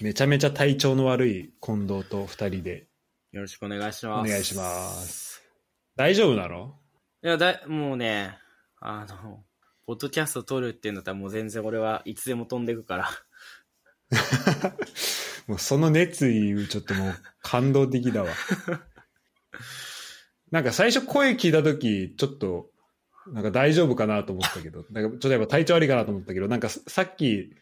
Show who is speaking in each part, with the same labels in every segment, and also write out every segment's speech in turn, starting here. Speaker 1: めちゃめちゃ体調の悪い近藤と二人で
Speaker 2: よろしくお願いし
Speaker 1: お
Speaker 2: ます。
Speaker 1: 願いします。大丈夫なの
Speaker 2: いや、だい、もうね、あの、ポッドキャスト撮るっていうんだったらもう全然俺はいつでも飛んでくから。
Speaker 1: もうその熱意、ちょっともう感動的だわ。 なんか最初声聞いた時ちょっと、なんか大丈夫かなと思ったけど、なんかちょっとやっぱ体調悪いかなと思ったけど、なんかささっき、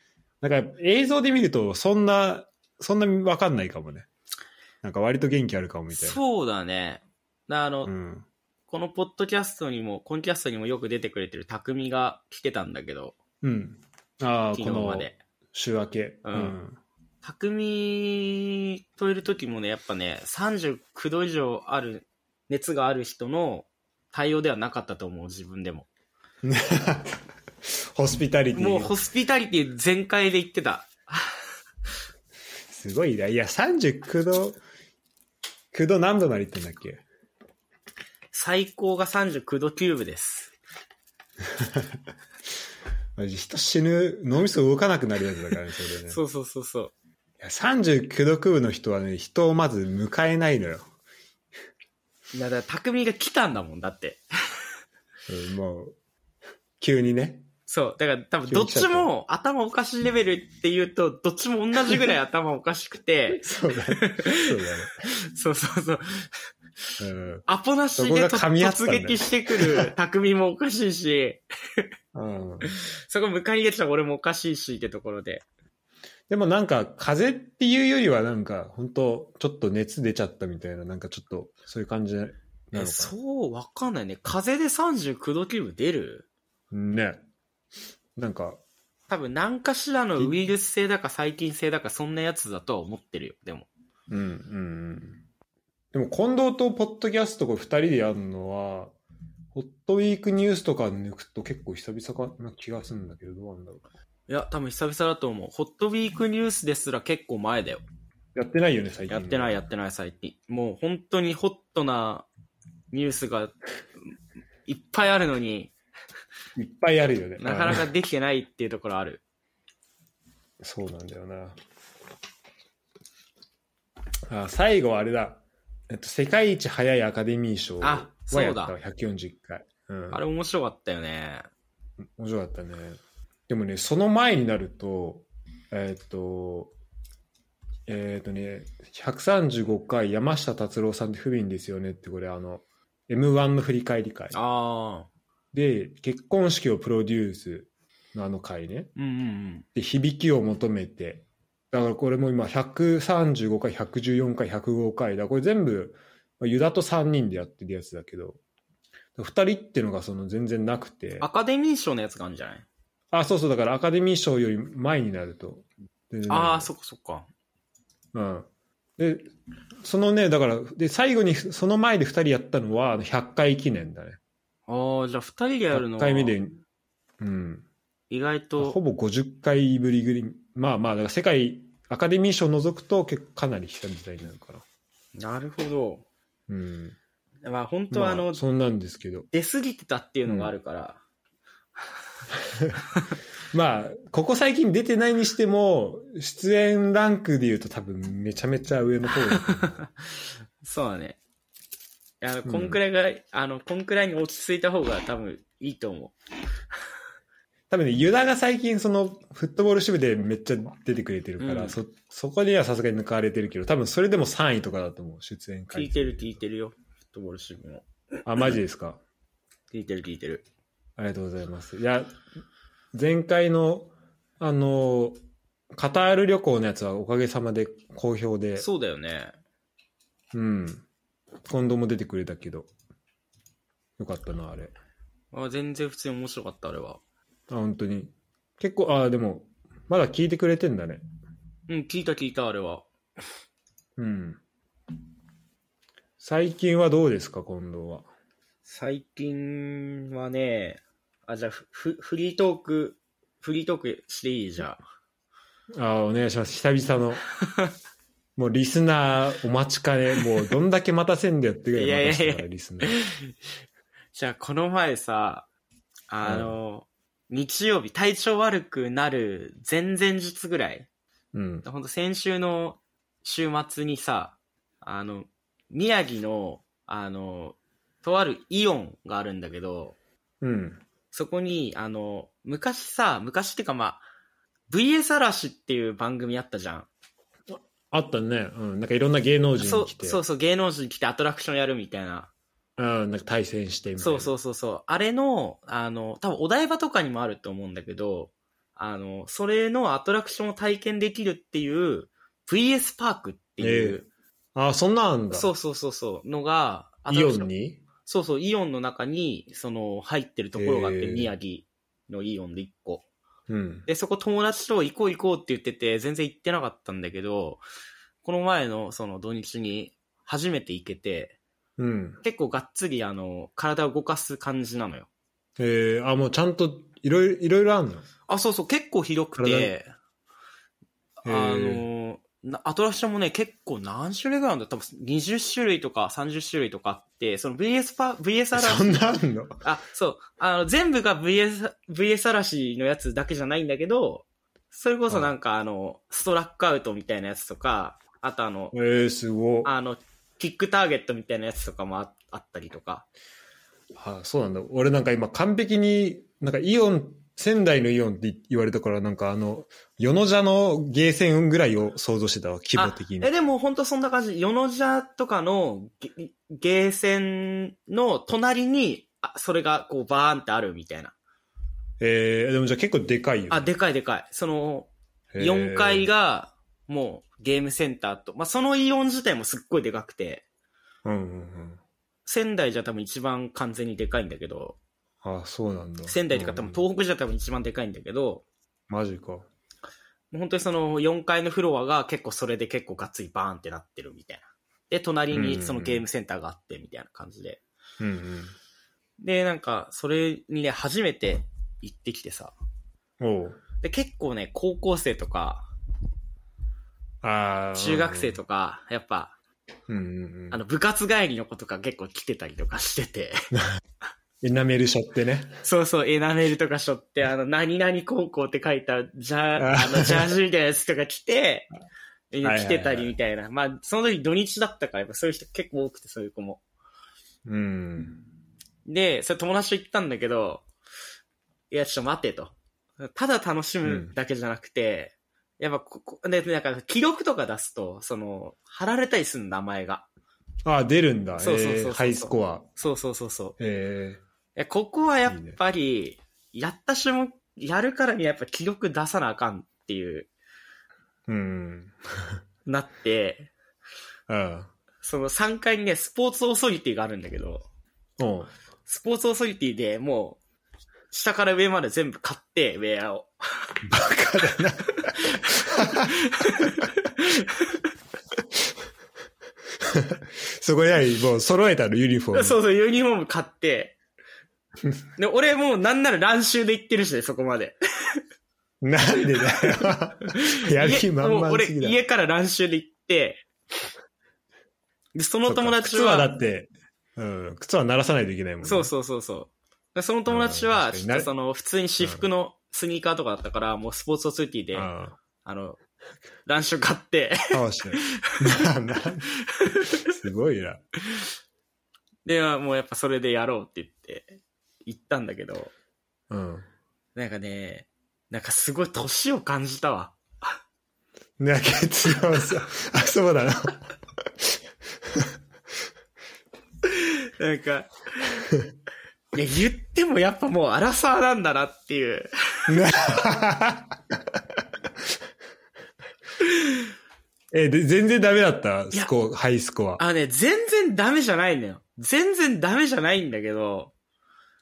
Speaker 1: なんか映像で見るとそんな、そんなわかんないかもね。なんか割と元気あるかもみたいな。
Speaker 2: そうだね。だあの、
Speaker 1: うん。
Speaker 2: このポッドキャストにも、コンキャストにもよく出てくれてる匠が来てたんだけど、
Speaker 1: うん。ああ、
Speaker 2: 昨
Speaker 1: こ
Speaker 2: 日ま
Speaker 1: の
Speaker 2: で。
Speaker 1: 週明け。
Speaker 2: うん匠といる時もね、やっぱね、39度以上ある、熱がある人の対応ではなかったと思う、自分でも。
Speaker 1: うん ホスピタリティ。
Speaker 2: もうホスピタリティ全開で言ってた。
Speaker 1: すごいな。いや、39度、9度何度までいってんだっけ
Speaker 2: 最高が39度キューブです。
Speaker 1: マジ人死ぬ、脳みそ動かなくなるやつだからね、それね。
Speaker 2: そうそうそうそう。
Speaker 1: いや39度9分の人はね、人をまず迎えないのよ。
Speaker 2: いやだから、匠が来たんだもん、だって。
Speaker 1: うんもう、急にね。、
Speaker 2: そう。だから多分、どっちも頭おかしいレベルって言うと、どっちも同じぐらい頭おかしくて
Speaker 1: そうだね。そう
Speaker 2: そうそうそう。
Speaker 1: だね。
Speaker 2: アポなし
Speaker 1: そこ
Speaker 2: で
Speaker 1: が
Speaker 2: と
Speaker 1: 噛み合ったん
Speaker 2: 突
Speaker 1: だよ
Speaker 2: 撃してくる匠もおかしいし、
Speaker 1: うん。うん。
Speaker 2: そこ迎え入れてた俺もおかしいしってところで。
Speaker 1: でもなんか、風邪っていうよりはなんか、本当ちょっと熱出ちゃったみたいな、なんかちょっと、そういう感じなのか
Speaker 2: えそう、わかんないね。風で39度キューブ出る
Speaker 1: な。ね。なんか、
Speaker 2: 多分、何かしらのウイルス性だか細菌性だか、そんなやつだとは思ってるよ、でも。
Speaker 1: うんうんうん。でも近藤とポッドキャストこれ2人でやるのは、ホットウィークニュースとか抜くと結構久々かな気がするんだけど、どうなんだろ
Speaker 2: いや、多分久々だと思う。ホットウィークニュースですら結構前だよ。
Speaker 1: う。やってないよね、最近。
Speaker 2: やってない、や
Speaker 1: て
Speaker 2: ってない、最近。もう本当にホットなニュースがいっぱいあるのに、
Speaker 1: いっぱいあるよね。
Speaker 2: なかな
Speaker 1: うん
Speaker 2: かできてないっていうところある。
Speaker 1: そうなんだよな。あ、最後はあれだ。えっと、世界一早いアカデミー賞は
Speaker 2: あそうだ
Speaker 1: やったわ、141回。うん。
Speaker 2: あれ面白かったよね。
Speaker 1: 面白かったね。でもね、その前になると、えーっと、えーっとね、135回山下達郎さんって不憫ですよねって、これあの、M1 の振り返り会。
Speaker 2: ああ。
Speaker 1: で、結婚式をプロデュースのあの回ね。
Speaker 2: うんうんうん。
Speaker 1: で、響きを求めて。だからこれも今135回、114回、105回だ。これ全部、まあユダと3人でやってるやつだけど、2人ってのがその全然なくて。
Speaker 2: アカデミー賞のやつがあるんじゃない
Speaker 1: あ、そうそう、だからアカデミー賞より前になると。全然ない
Speaker 2: ああ、そっかそっか。
Speaker 1: うん。で、そのね、だから、で、最後に、その前で2人やったのは、あの100回記念だね。
Speaker 2: ああ、じゃあ二人でやるの
Speaker 1: 100回目で、うん。
Speaker 2: 意外
Speaker 1: ほ
Speaker 2: と、
Speaker 1: ぼ50回ぶりぐり、まあまあ、だから世界、アカデミー賞除くと、結構かなり久々になるから。
Speaker 2: なるほ
Speaker 1: うん。
Speaker 2: ど。まあ本当はあの、
Speaker 1: まそんなんですけど。
Speaker 2: 出過ぎてたっていうのがあるから。
Speaker 1: まあ、ここ最近出てないにしても、出演ランクで言うと多分めちゃめちゃ上の方だと思う
Speaker 2: そうだね。いや、
Speaker 1: うん
Speaker 2: こんくらいが、あの、こんくらいに落ち着いた方が多分いいと思
Speaker 1: 多分ね、ユダが最近そのフットボール支部でめっちゃ出てくれてるから、
Speaker 2: うん
Speaker 1: そ、そこではさすがに抜かれてるけど、多分それでも3位とかだと思う、出演
Speaker 2: う。聞
Speaker 1: 回
Speaker 2: い
Speaker 1: 数
Speaker 2: てる聞いてるよ。フットボール支部も。
Speaker 1: あ、マジですか。
Speaker 2: 聞いてる聞いてる。
Speaker 1: ありがとうございます。いや、前回の、あの、カタール旅行のやつはおかげさまで好評で、
Speaker 2: そうだよね。
Speaker 1: うん。今度も出てくれたけど、よかったな、あれ。
Speaker 2: あ全然普通に面白かった、あれは。
Speaker 1: あ、本当に。結構、あ、でも、まだ聞いてくれてんだね。
Speaker 2: うん、聞いた聞いた、あれは。
Speaker 1: うん。最近はどうですか、今度は。
Speaker 2: 最近はね、あ、じゃあ、ふふフリートーク、フリートークしていいじゃあ。
Speaker 1: あーお願いします。久々 の。もうリスナーお待ちかね。もうどんだけ待たせんだよってぐらい待たせた
Speaker 2: いやいや
Speaker 1: か
Speaker 2: い
Speaker 1: ら、リスナー。
Speaker 2: じゃあ、この前さ、あの、日曜日、体調悪くなる前々日ぐらい
Speaker 1: うん。
Speaker 2: ほんと先週の週末にさ、あの、宮城の、あの、とあるイオンがあるんだけど、
Speaker 1: うん。
Speaker 2: そこに、あの、昔さ、昔ってかまあ、VS 嵐っていう番組あったじゃん。
Speaker 1: あったね。うん。なんかいろんな芸能人
Speaker 2: そ
Speaker 1: に来
Speaker 2: う
Speaker 1: て、
Speaker 2: そううそう、芸能人来てアトラクションやるみたいな。
Speaker 1: ん、なんか対戦してみたい
Speaker 2: そう
Speaker 1: な。
Speaker 2: そうそうそう。あれの、あの、多分お台場とかにもあると思うんだけど、あの、それのアトラクションを体験できるっていう VS パークっていう、
Speaker 1: ああ、そんなんあんだ。
Speaker 2: そうそうそうそう、のが、アト
Speaker 1: イ
Speaker 2: ラ
Speaker 1: オ
Speaker 2: クショ
Speaker 1: ンに
Speaker 2: そうそう、イオンの中に、その、入ってるところがあって、
Speaker 1: へー
Speaker 2: 宮城のイオンで1個。
Speaker 1: うん。
Speaker 2: で、そこ友達と行こう行こうって言ってて、全然行ってなかったんだけど、この前のその土日に初めて行けて、
Speaker 1: うん。
Speaker 2: 結構がっつりあの、体を動かす感じなのよ。
Speaker 1: えー、あ、もうちゃんといろいろ、いろいろあんの
Speaker 2: あ、そうそう、結構広くて、あ
Speaker 1: へー
Speaker 2: の、なアトラクションもね、結構何種類ぐらいあるんだ多分20種類とか30種類とかあって、その VS パ、VS アラ
Speaker 1: そんなあんの
Speaker 2: あ、そう。あの、全部が VS、VS 嵐のやつだけじゃないんだけど、それこそなんかあの、ストラックアウトみたいなやつとか、あとあの、
Speaker 1: えー、すごい。
Speaker 2: あの、キックターゲットみたいなやつとかもああったりとか。
Speaker 1: あそうなんだ。俺なんか今完璧に、なんかイオン、仙台のイオンって言われたから、なんかあの、世の蛇のゲーセンぐらいを想像してたわ、規模的に
Speaker 2: あえ、。でも本当そんな感じ。世の蛇とかのゲゲーセンの隣に、あそれがこうバーンってあるみたいな。
Speaker 1: えー、でもじゃあ結構でかいよ。
Speaker 2: あ、でかいでかい。その、
Speaker 1: へー
Speaker 2: 4階。が、もうゲームセンターと、まあ、そのイオン自体もすっごいでかくて、
Speaker 1: うんうんうん。
Speaker 2: 仙台じゃ多分一番完全にでかいんだけど、
Speaker 1: あ、そうなんだ。
Speaker 2: 仙台とか多分
Speaker 1: うん
Speaker 2: 東北じゃ多分一番でかいんだけど、
Speaker 1: マジか。
Speaker 2: もう本当にその4階のフロアが結構それで結構ガッツリバーンってなってるみたいな。で、隣にそのゲームセンターがあってみたいな感じで。
Speaker 1: うんうん。
Speaker 2: で、なんか、それにね、初めて行ってきてさ。
Speaker 1: おう
Speaker 2: で、結構ね、高校生とか、
Speaker 1: あー
Speaker 2: 中学生とか、やっぱ、
Speaker 1: うんうんうん。
Speaker 2: あ
Speaker 1: あの、
Speaker 2: の、部活帰りの子とか結構来てたりとかしてて。
Speaker 1: エナメルショってね。
Speaker 2: そうそう、エナメルとかしょって、あの、何々高校って書いた、ジャー、
Speaker 1: あ
Speaker 2: あの、ジャージみたいなやつとか着 て、え
Speaker 1: はいはい
Speaker 2: 来てたりみたいな。まあ、その時土日だったから、やっぱそういう人結構多くて、そういう子も。
Speaker 1: うん。
Speaker 2: で、それ友達と行ったんだけど、いや、ちょっと待てと。ただ楽しむだけじゃなくて、やっぱここ、で、なんか、記録とか出すと、その、貼られたりするの名前が。
Speaker 1: あ、出るんだ。
Speaker 2: そうそうそうそう
Speaker 1: えーハイスコア。
Speaker 2: そうそうそうそう。
Speaker 1: え
Speaker 2: いや、ここはやっぱり、やった種目、やるからにはやっぱ記録出さなあかんっていう、
Speaker 1: ー、うん。
Speaker 2: なって、
Speaker 1: あ
Speaker 2: その3階にね、スポーツオーソリティがあるんだけど、
Speaker 1: あ。おう
Speaker 2: スポーツオーソリティでもう、下から上まで全部買って、ウェアを。
Speaker 1: バカだな。そこにもう揃えたの、ユニフォーム。
Speaker 2: そうそう、ユニフォーム買って。で、俺もうなんなら乱襲で行ってるしね、そこまで。
Speaker 1: なんでだよ。 やる気満
Speaker 2: 家もう
Speaker 1: 々
Speaker 2: 俺、
Speaker 1: すぎだ。
Speaker 2: 家から乱襲で行って、で、その友達
Speaker 1: 靴はだ
Speaker 2: は、
Speaker 1: って、うん、靴は鳴らさないといけないもん、ね。
Speaker 2: そうそうそうそう。でその友達は、
Speaker 1: うん確
Speaker 2: ち
Speaker 1: かに
Speaker 2: ょっ
Speaker 1: な
Speaker 2: とその、普通に私服のスニーカーとかだったから、もうスポーツオーソリティで、あ
Speaker 1: あ
Speaker 2: の、乱襲買って、
Speaker 1: あかわして。ななすごいな。
Speaker 2: で、もうやっぱそれでやろうって言って、行ったんだけど、
Speaker 1: うん。
Speaker 2: なんかね、なんかすごい年を感じたわ。
Speaker 1: ね、結論さ、あ、そうだな。
Speaker 2: な んか、いや、言ってもやっぱもうアラサーなんだなっていう。
Speaker 1: なえ、で、全然ダメだったスコア、ハイスコア。
Speaker 2: あのね、全然ダメじゃないのよ。全然ダメじゃないんだけど、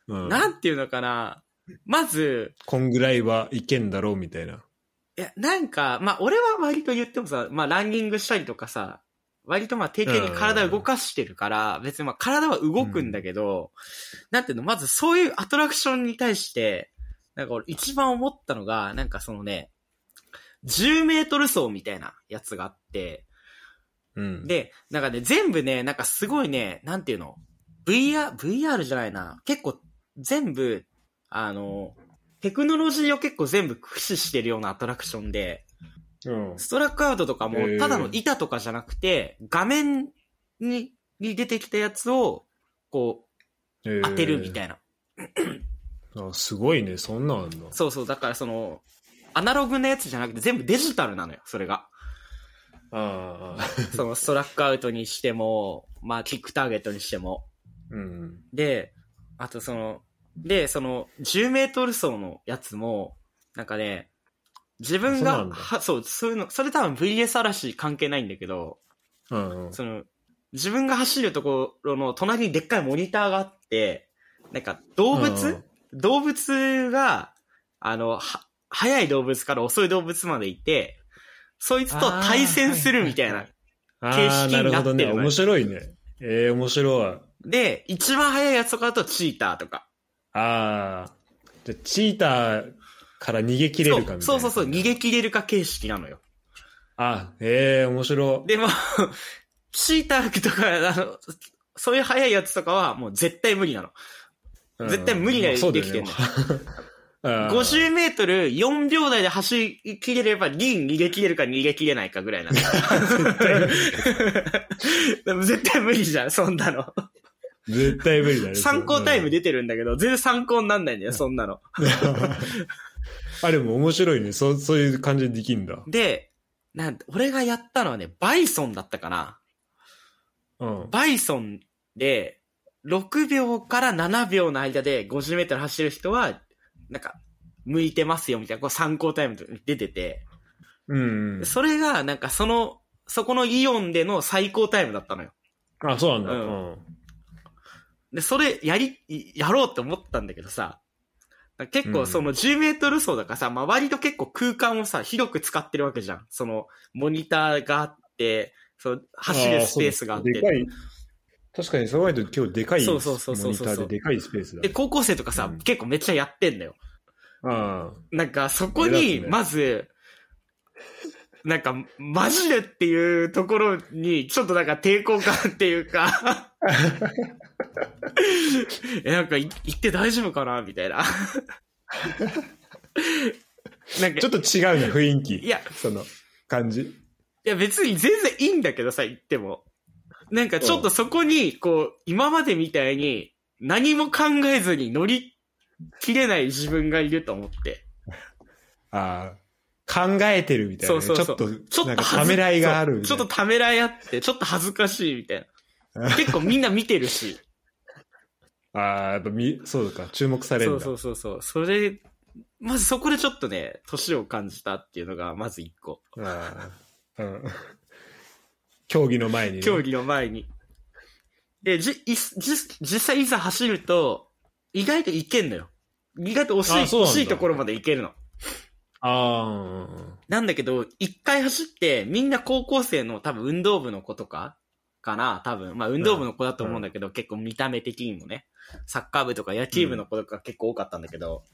Speaker 1: うん
Speaker 2: なんていうのかな。まず、
Speaker 1: こんぐらいはいけんだろうみたいな。
Speaker 2: いや、なんか、まあ、俺は割と言ってもさ、まあ、ランニングしたりとかさ、割とまあ、定型に体を動かしてるから、別にまあ、体は動くんだけど、なんていうの、まずそういうアトラクションに対して、なんか俺一番思ったのが、なんかそのね、10メートル走みたいなやつがあって、
Speaker 1: うん。
Speaker 2: で、なんかね、全部ね、なんかすごいね、なんていうの ?VR、VR じゃないな。結構、全部、あの、テクノロジーを結構全部駆使してるようなアトラクションで、
Speaker 1: うん。
Speaker 2: ストラックアウトとかも
Speaker 1: へー、
Speaker 2: ただの板とかじゃなくて、画面にに出てきたやつを、こう、当てるみたいな。
Speaker 1: な。あすごいね、そんなんあんの。
Speaker 2: そうそう、だからその、アナログなやつじゃなくて全部デジタルなのよ、そ れが。
Speaker 1: ああ、
Speaker 2: そのストラックアウトにしても、まあ、キックターゲットにしても。
Speaker 1: うん。
Speaker 2: で、あとその、で、その、10メートル走のやつも、なんかね、自分
Speaker 1: そうな
Speaker 2: が、
Speaker 1: んだ
Speaker 2: はそう、そういうの、それ多分 VS 嵐関係ないんだけど、
Speaker 1: うん。
Speaker 2: その、自分が走るところの隣にでっかいモニターがあって、なんか動物、動物が、あの、は、速い動物から遅い動物までいて、そいつと対戦するみたい
Speaker 1: あーは
Speaker 2: な。
Speaker 1: ああ、
Speaker 2: 形式
Speaker 1: な
Speaker 2: に
Speaker 1: る
Speaker 2: な
Speaker 1: ほ
Speaker 2: っ
Speaker 1: ど
Speaker 2: てるのよ
Speaker 1: ね。面白いね。ええ面白い。
Speaker 2: で、一番速いやつとかだとチーターとか。
Speaker 1: ああ。じゃあチーターから逃げ切れるかみたいな。
Speaker 2: そうそうそうそう、逃げ切れるか形式なのよ。
Speaker 1: あ、ええ面白い。
Speaker 2: でも、チーターとか、あの、そういう速いやつとかはもう絶対無理なの。
Speaker 1: うん
Speaker 2: 絶対無理なようにできてんの
Speaker 1: まあそう だよね
Speaker 2: 50メートル4秒台で走り切れれば、リン逃げ切れるか逃げ切れないかぐらいなの。でも絶対無理じゃん、そんなの。
Speaker 1: うん絶対無理だね。
Speaker 2: 参考タイム出てるんだけど、全然参考になんないんだよ、そんなの。
Speaker 1: あ、でも面白いね。そう、そういう感じでできんだ。
Speaker 2: で、なん俺がやったのはね、バイソンだったかな。
Speaker 1: うん。
Speaker 2: バイソンで、6秒から7秒の間で50メートル走る人は、なんか、向いてますよ、みたいな、こう参考タイムと出てて、
Speaker 1: うんうん。
Speaker 2: それが、なんかその、そこのイオンでの最高タイムだったのよ。
Speaker 1: あ、そうなんだ。
Speaker 2: う
Speaker 1: うん。
Speaker 2: で、それやり、やろうって思ったんだけどさ、結構その10メートル走だからさ、まあ割と結構空間をさ、広く使ってるわけじゃん。その、モニターがあって、その走るスペースがあっ
Speaker 1: ー
Speaker 2: て
Speaker 1: そう。でかい。確かに、そう考えると今日でかい
Speaker 2: そうそうそうそうそう
Speaker 1: モニターででかいスペースだ
Speaker 2: で、。高校生とかさ、
Speaker 1: うん
Speaker 2: 結構めっちゃやってんだよ。
Speaker 1: あ
Speaker 2: なんかそこに、まず、なんか、マジでっていうところに、ちょっとなんか抵抗感っていうか、え、なんかい、行って大丈夫かなみたいな。なん
Speaker 1: あ。
Speaker 2: か、
Speaker 1: ちょっと違うね、雰囲気。
Speaker 2: いや、
Speaker 1: その、感じ。
Speaker 2: いや別に全然いいんだけどさ、行っても。なんかちょっとそこに、こう、今までみたいに、何も考えずに乗り切れない自分がいると思って。
Speaker 1: ああ、考えてるみたいなね、
Speaker 2: そうそうそう
Speaker 1: ち
Speaker 2: ち
Speaker 1: ょ
Speaker 2: ょ
Speaker 1: っと、な
Speaker 2: っと
Speaker 1: んか
Speaker 2: 恥ず
Speaker 1: ためらいがあるみ
Speaker 2: そ
Speaker 1: た
Speaker 2: う
Speaker 1: いな
Speaker 2: ちょっとためらいあって、ちょっと恥ずかしいみたいな。結構みんな見てる し。
Speaker 1: ああ、やっぱみ、そうか、注目され
Speaker 2: そ
Speaker 1: るん
Speaker 2: う
Speaker 1: だ。
Speaker 2: そうそうそう。それ、まずそこでちょっとね、年を感じたっていうのが、まず一個。
Speaker 1: ああうん。競技の前に、ね。
Speaker 2: 競技の前に。で、じ、いすじ、実際いざ走ると、意外といけんのよ。意外と惜しい、
Speaker 1: あそうなん
Speaker 2: 惜
Speaker 1: だ
Speaker 2: しいところまでいけるの。
Speaker 1: ああ、
Speaker 2: なんだけど、一回走って、みんな高校生の多分運動部の子とか、かな、多分。まあ運動部の子だと思うんだけど、結構見た目的にもね。サッカー部とか野球部の子とか結構多かったんだけど、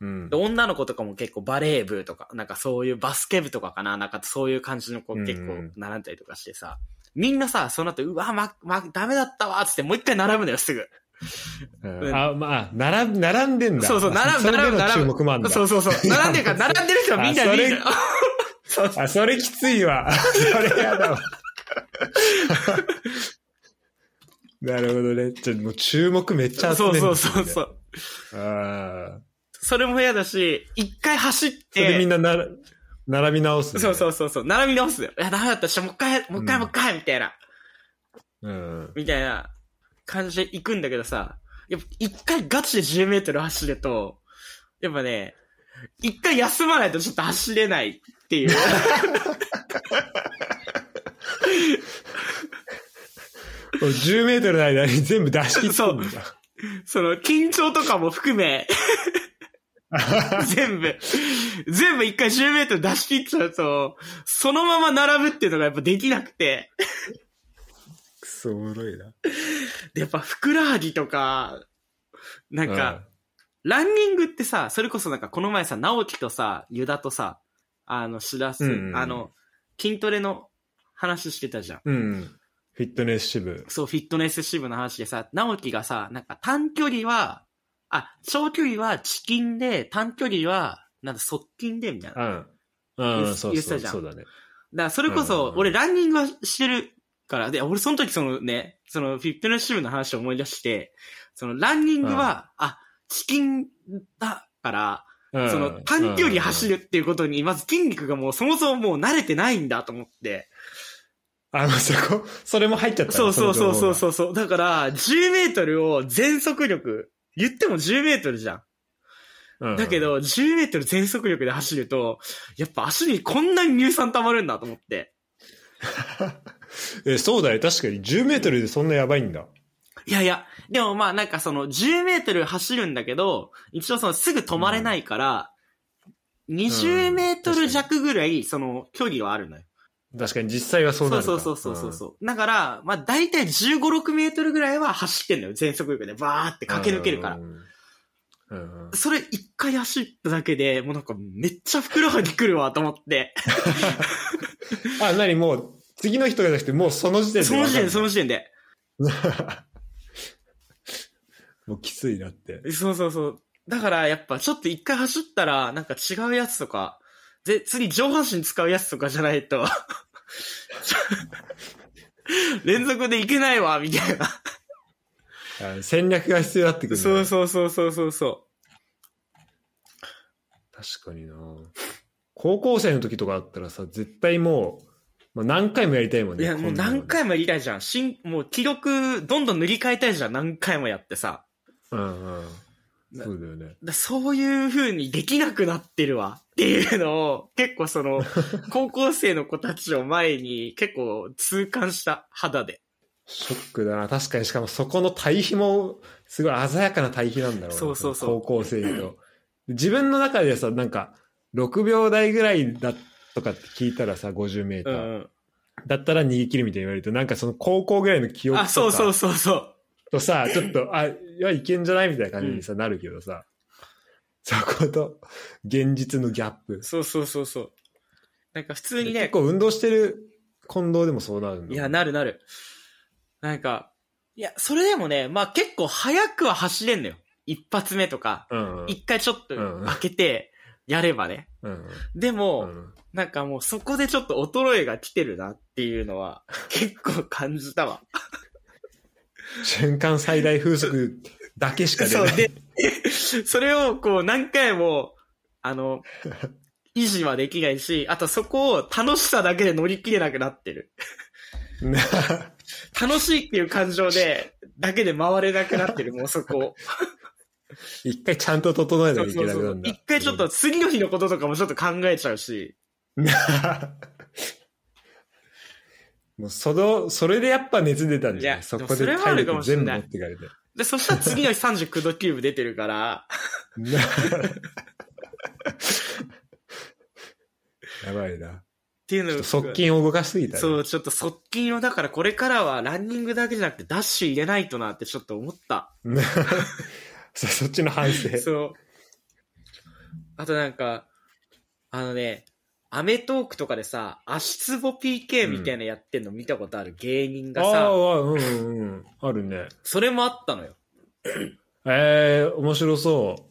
Speaker 1: うん
Speaker 2: で。女の子とかも結構バレー部とか、なんかそういうバスケ部とかかな、なんかそういう感じの子結
Speaker 1: う
Speaker 2: 構
Speaker 1: ん
Speaker 2: 並んだりとかしてさ、みんなさ、その後、うわ、ま、ま、ダメだったわ、つってもう一回並ぶのよ、すぐ。
Speaker 1: うんあ、まあ、並ぶ、並んでんだ。
Speaker 2: そうそう、並ぶ、
Speaker 1: それで
Speaker 2: 並ぶ、
Speaker 1: の
Speaker 2: 並ぶ。
Speaker 1: 注目もあんだ。
Speaker 2: そうそうそう。並んでるから、並んでる人はみんな見るのよ。そう
Speaker 1: あ、それきついわ。 それや だわ。なるほどね。ちょ、もう注目めっちゃ集
Speaker 2: そ
Speaker 1: める、。
Speaker 2: う そうそうそうう。
Speaker 1: ああ。
Speaker 2: それも嫌だし、一回走っ
Speaker 1: それでみん
Speaker 2: て、
Speaker 1: ななら、並び直す、。
Speaker 2: そうそううそうそう、並び直すのよ。いや、ダメだったし、もう一回、もう
Speaker 1: う
Speaker 2: 一回、
Speaker 1: ん
Speaker 2: もう一回、みたいな、
Speaker 1: うん。
Speaker 2: みたいな感じで行くんだけどさ、やっぱ一回ガチで10メートル走ると、やっぱね、一回休まないとちょっと走れないっ ていう。
Speaker 1: 10メートルの間に全部出し切ってんだ。
Speaker 2: その、緊張とかも含め、全部、全部一回10メートル出し切っちゃうと、そのまま並ぶっていうのがやっぱできなくて、
Speaker 1: くそおもろいな。
Speaker 2: で、やっぱふくらはぎとか、なんか、ランニングってさ、それこそなんかこの前さ、直樹とさ、ユダとさ、あの、しらす、
Speaker 1: うんうん
Speaker 2: あの、筋トレの話してたじゃん。
Speaker 1: うん、うん。フィットネス支部。
Speaker 2: そう、フィットネス支部の話でさ、直樹がさ、なんか短距離は、あ、長距離はチキンで、短距離は、なんだ、側筋で、みたい
Speaker 1: う
Speaker 2: な。
Speaker 1: ん。うん、
Speaker 2: 言
Speaker 1: そう
Speaker 2: 言っ
Speaker 1: そ
Speaker 2: てた
Speaker 1: う、
Speaker 2: じゃん
Speaker 1: そうだね。
Speaker 2: だからそれこ
Speaker 1: うんうん
Speaker 2: そ、
Speaker 1: うん
Speaker 2: 俺ランニングはしてるから、で、俺その時そのね、そのフィットネスチームの話を思い出して、そのランニングは、あ、チキンだから、
Speaker 1: うん
Speaker 2: その短距離走
Speaker 1: る。
Speaker 2: るっていうことに、まず筋肉がもうそもそももう慣れてないんだと思って。
Speaker 1: あの、そこ、それも入っちゃった
Speaker 2: そうそうそうそう
Speaker 1: う。
Speaker 2: そうそう。だから、10メートルを全速力、言っても10メートルじゃん。
Speaker 1: うん
Speaker 2: だけ、ど、10メートル全速力で走ると、やっぱ足にこんなに乳酸溜まるんだと思って。
Speaker 1: え、そうだよ。確かに10メートルでそんなやばいんだ。
Speaker 2: いやいや、でもまあなんかその10メートル走るんだけど、一応そのすぐ止まれないから、20メートル弱ぐらいその距離はあるのよ。
Speaker 1: 確かに実際はそうな
Speaker 2: そ
Speaker 1: ん
Speaker 2: う
Speaker 1: だ。
Speaker 2: そうそうそうそうそう、だから、まあ大体15、6メートルぐらいは走ってんのよ。全速力でバーって駆け抜けるから
Speaker 1: う。ん。うん
Speaker 2: それ一回走っただけで、もうなんかめっちゃふくらはぎくるわと思って。
Speaker 1: あ、なにもう、次の人がじゃなくて、もうその時点で
Speaker 2: その
Speaker 1: わか
Speaker 2: 時点
Speaker 1: る。
Speaker 2: で、その時点で。
Speaker 1: もうきついなって。
Speaker 2: そうそうそう。だからやっぱちょっと一回走ったら、なんか違うやつとか、で、次上半身使うやつとかじゃな いと、連続でいけないわ、みたいな。
Speaker 1: あ戦略が必要になってくるね。
Speaker 2: そうそうそうそうそうそ
Speaker 1: 確かにな高校生の時とかだったらさ、絶対もう、まあ、何回もやりたいもん
Speaker 2: う。い
Speaker 1: ね。
Speaker 2: や、もう何回もやりたいじゃん。新、もう記録、どんどん塗り替えたいじゃん。何回もやってさ。
Speaker 1: こんなのうんうん。そうだよね。
Speaker 2: だそういう風にできなくなってるわっていうのを、結構 その、高校生の子たちを前に結構痛感した肌で。
Speaker 1: ショックだな。確かに、しかもそこの対比も、すごい鮮やかな対比なんだろうな
Speaker 2: そうそうそう
Speaker 1: 高校生と。自分の中でさ、なんか、6秒台ぐらいだとかって聞いたらさ、50メータ
Speaker 2: う
Speaker 1: ー。
Speaker 2: ん。
Speaker 1: だったら逃げ切るみたいに言われると、なんかその高校ぐらいの記憶と
Speaker 2: あ、
Speaker 1: か
Speaker 2: そうそうそうそう。
Speaker 1: とさ、ちょっと、あ、いや、いけんじゃないみたいな感じにさ、なるけどさ、そこと、現実のギャップ。
Speaker 2: そうそうそうそう。なんか普通に
Speaker 1: 結
Speaker 2: ね、
Speaker 1: 構運動してる近藤でもそうなるの
Speaker 2: いや、なるなる。なんか、いや、それでもね、まあ結構早くは走れんのよ。一発目とか、
Speaker 1: うんうん。
Speaker 2: 一回ちょっと
Speaker 1: うん
Speaker 2: 開けて、やればね。
Speaker 1: うん
Speaker 2: でも、
Speaker 1: うん。
Speaker 2: なんかもうそこでちょっと衰えが来てるなっていう のは、結構感じたわ。
Speaker 1: 瞬間最大風速だけしか出
Speaker 2: そ
Speaker 1: な
Speaker 2: う
Speaker 1: い。
Speaker 2: で、 それをこう何回も、あ の、維持はできないし、あとそこを楽しさだけで乗り切れなくなってる。
Speaker 1: な
Speaker 2: 楽しいっていう感 情で、だけで回れなくなってる、もうそこ。
Speaker 1: 一回ちゃんと整えな
Speaker 2: そ
Speaker 1: きゃ
Speaker 2: う
Speaker 1: いけ
Speaker 2: そう
Speaker 1: な
Speaker 2: そ
Speaker 1: くなる
Speaker 2: うん
Speaker 1: だ。
Speaker 2: 一回ちょっと次の日のこととかもちょっと考えちゃうし。
Speaker 1: もうその、それでやっぱ熱出たんじゃない
Speaker 2: いや
Speaker 1: そこ
Speaker 2: でも
Speaker 1: で
Speaker 2: それはあ
Speaker 1: 体
Speaker 2: るかも
Speaker 1: 力
Speaker 2: しれ
Speaker 1: 全部
Speaker 2: な
Speaker 1: 持
Speaker 2: い
Speaker 1: ってかれて。
Speaker 2: で、そしたら次の日39度キューブ出てるから、
Speaker 1: な やばいな。
Speaker 2: っていう
Speaker 1: ちょっと
Speaker 2: の
Speaker 1: 側筋を動かしすぎたね。
Speaker 2: そう、ちょっと側筋を、だからこれからはランニングだけじゃなくてダッシュ入れないとなってちょっと思った。
Speaker 1: そそっちの反省。
Speaker 2: そう。あとなんか、あのね、アメトークとかでさ、足つぼ PK みたいなやってんの見たことある芸人
Speaker 1: あ
Speaker 2: が
Speaker 1: あ、
Speaker 2: さ、
Speaker 1: うんうんうん。あるね。
Speaker 2: それもあったのよ。
Speaker 1: ええ面白そ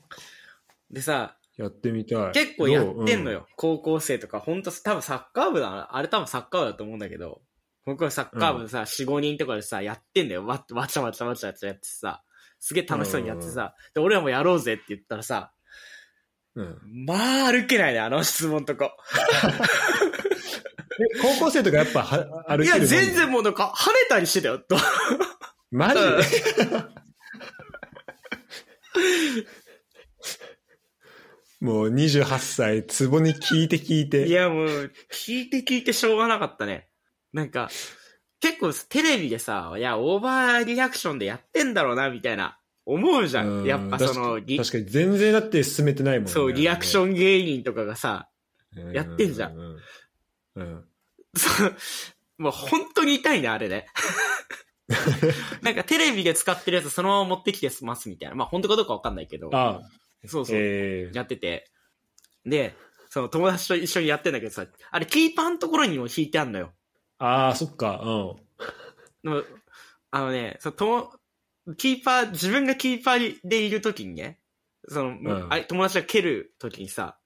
Speaker 2: でさ、
Speaker 1: う。やってみたい。
Speaker 2: 結構やってんのよ。
Speaker 1: ど
Speaker 2: 高校生とか、ほんと、多分サッカー部だな。あれ多分サッカー部だと思うんだけど、僕はサッカー部さ、4、5人とかでさ、やってんだよ。わ、わちゃわちゃわちゃわちゃやってさ、すげえ楽しそうにやってさ、で、俺らもやろうぜって言ったらさ、
Speaker 1: うん。うん
Speaker 2: まあ歩けないね、あの質問とか。
Speaker 1: え高校生とかやっぱは歩
Speaker 2: い
Speaker 1: けるも
Speaker 2: や、
Speaker 1: ん
Speaker 2: 全然もうなんか、跳ねたりし てたよ、と。
Speaker 1: マジで
Speaker 2: うん
Speaker 1: もう28歳、ツボに聞いて聞いて。
Speaker 2: いや、もう、聞いて聞いてしょうがなかったね。なんか、結構テレビでさ、いや、オーバーリアクションでやってんだろうな、みたいな、思うじゃ。
Speaker 1: うんん
Speaker 2: やっぱその、
Speaker 1: 確か
Speaker 2: リ
Speaker 1: 確かに全然だって進めてないもんね、
Speaker 2: そう、リアクション芸人とかがさ、
Speaker 1: ン
Speaker 2: やってんじゃん
Speaker 1: うううんうん。
Speaker 2: そうもう本当に痛いね、あれ ね。なんかテレビで使ってるやつそのまま持ってきてますみたいな。まあ本当かどうかわかんないけど。
Speaker 1: ああ、
Speaker 2: そうそう。
Speaker 1: ええ
Speaker 2: やってて。で、その友達と一緒にやってんだけどさ、あれキーパーのところにも引いてあんのよ。
Speaker 1: ああ、そっか、うん。
Speaker 2: でもあのね、そのとも、キーパー、自分がキーパーでいるときにね、その、
Speaker 1: ん
Speaker 2: あれ友達が蹴るときにさ、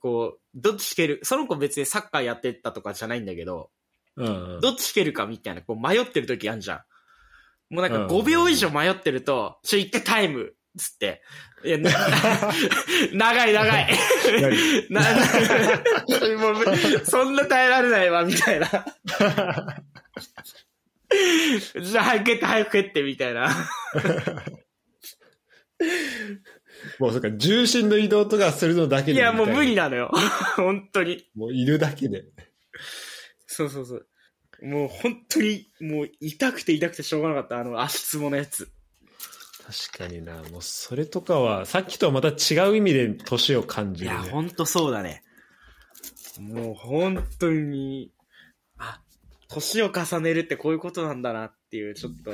Speaker 2: こう、どっち蹴る、その子別にサッカーやってたとかじゃないんだけど、
Speaker 1: うん。
Speaker 2: どっち蹴るかみたいな、こう迷ってる時あんじゃん。もうなん
Speaker 1: うん
Speaker 2: か5秒以上迷ってると、ちょ、一回タイムつって。いや、な長い長い。 な、な、もう、そんな耐えられないわ、みた いな。じゃあ、早く蹴って、早く蹴って、みたいな。
Speaker 1: もうそっか、重心の移動とかするのだけ
Speaker 2: い
Speaker 1: でみた
Speaker 2: や、
Speaker 1: いな。
Speaker 2: もう無理なのよ。 本当に。
Speaker 1: もういるだけで。
Speaker 2: そうそうそう。もう本当に、もう痛くて痛くてしょうがなかった、あの足つぼのやつ。
Speaker 1: 確かにな、もうそれとかは、さっきとはまた違う意味で年を感
Speaker 2: い
Speaker 1: じる、
Speaker 2: や、
Speaker 1: ね。
Speaker 2: 本当そうだね。もう本当に、あ、年を重ねるってこういうことなんだなっていう、ちょっ と、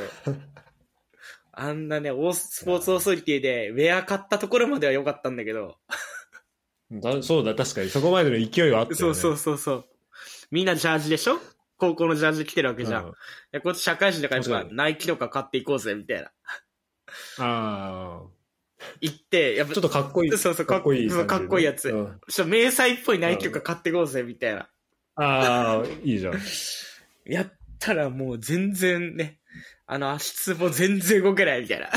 Speaker 2: あんなね、オースポーツオーソリティでウェア買ったところまでは良かったんだけど、
Speaker 1: だそうだ、確かに。そこまでの勢いはあったよ、ね。
Speaker 2: そうそうそうそう。みんなジャージでしょ高校のジャージ着てるわ
Speaker 1: う
Speaker 2: け
Speaker 1: ん。
Speaker 2: じゃん。いやこっち社会人だからやっ
Speaker 1: 確か
Speaker 2: ぱナイキとか買っていこうぜ、みたいな。
Speaker 1: あ
Speaker 2: 行って、やっ
Speaker 1: あ。
Speaker 2: ぱ
Speaker 1: ちょっとかっこいい。
Speaker 2: そうそう
Speaker 1: かっこいい感
Speaker 2: かっ
Speaker 1: じ
Speaker 2: こ
Speaker 1: ね。
Speaker 2: かっこいいやつ
Speaker 1: うん
Speaker 2: ちょっと迷彩っぽいナイキとか買ってこうぜ、みたいな。
Speaker 1: ああ、いいじゃん。
Speaker 2: やったらもう全然ね、あの足つぼ全然動けないみたいな。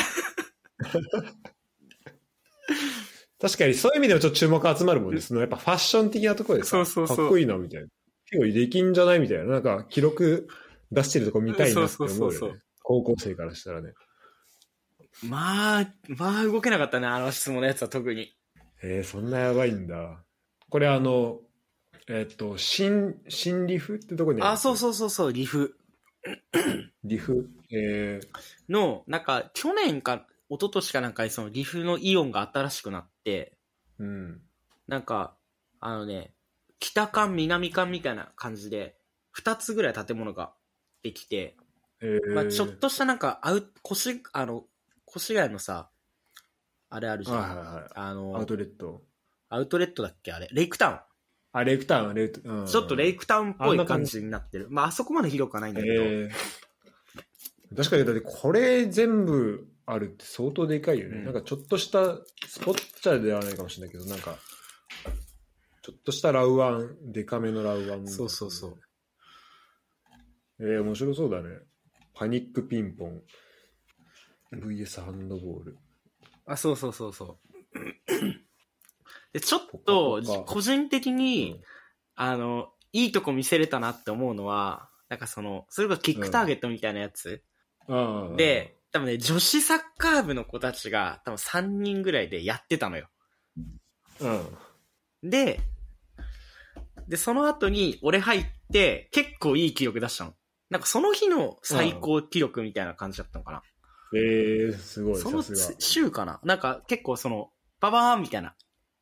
Speaker 1: 確かにそういう意味でもちょっと注目集まるもんね。そのやっぱファッション的なところでさ、
Speaker 2: そうそうそう
Speaker 1: かっこいいなみたいな。結構できんじゃないみたいな。なんか記録出してるとこ見たいなって思うよ、ね。
Speaker 2: そうそうそうそう
Speaker 1: 高校生からしたらね。
Speaker 2: まあ、まあ動けなかったね、あの足つぼのやつは特に。
Speaker 1: えー、そんなやばいんだ。これあの、えっ、と、新、新リフってどこにる
Speaker 2: あ、そうそうそうそう、リフ
Speaker 1: リフ。えー、
Speaker 2: の、なんか去年か一昨年かなんかにそのリフのイオンが新しくなって、
Speaker 1: うん。
Speaker 2: なんか、あのね、北館、南館みたいな感じで、二つぐらい建物ができて、
Speaker 1: えー、
Speaker 2: まあ、ちょっとしたなんかアウ、腰、あの、越谷のさ、あれあるじゃん。
Speaker 1: はいはいはい
Speaker 2: あの
Speaker 1: アウトレット。
Speaker 2: アウトレットだっけあれ。レイクタ
Speaker 1: あ、レイクタウン、レイクタウン。う
Speaker 2: ウ
Speaker 1: ん
Speaker 2: ン。ちょっとレイクタウンっぽ
Speaker 1: あんない感
Speaker 2: 感
Speaker 1: じ
Speaker 2: じになってる。まあ、あそこまで広くはないんだけど。
Speaker 1: えー確かにだってこれ全部あるって相当でかいよね、
Speaker 2: うん
Speaker 1: なんかちょっとしたスポッチャではないかもしれないけどなんかちょっとしたラウアンでかめのラウアン
Speaker 2: そうそうそう
Speaker 1: えー、面白そうだねパニックピンポン VS ハンドボール
Speaker 2: あ、そうそうそうそう。で、ちょっ
Speaker 1: ポ
Speaker 2: と
Speaker 1: カポ、カ
Speaker 2: 個人的
Speaker 1: う
Speaker 2: に
Speaker 1: ん、
Speaker 2: あの、いいとこ見せれたなって思うのは、なんかその、それこそキックターゲットみたいなやつ。
Speaker 1: あー
Speaker 2: で、多分ね、女子サッカー部の子たちが、多分3人ぐらいでやってたのよ。
Speaker 1: うん
Speaker 2: で、で、その後に俺入って、結構いい記録出したの。なんかその日の最高記録みたいな感じだったのかな。
Speaker 1: えー、すごい
Speaker 2: その
Speaker 1: さすが
Speaker 2: つ週かななんか結構その、ババーンみたいな。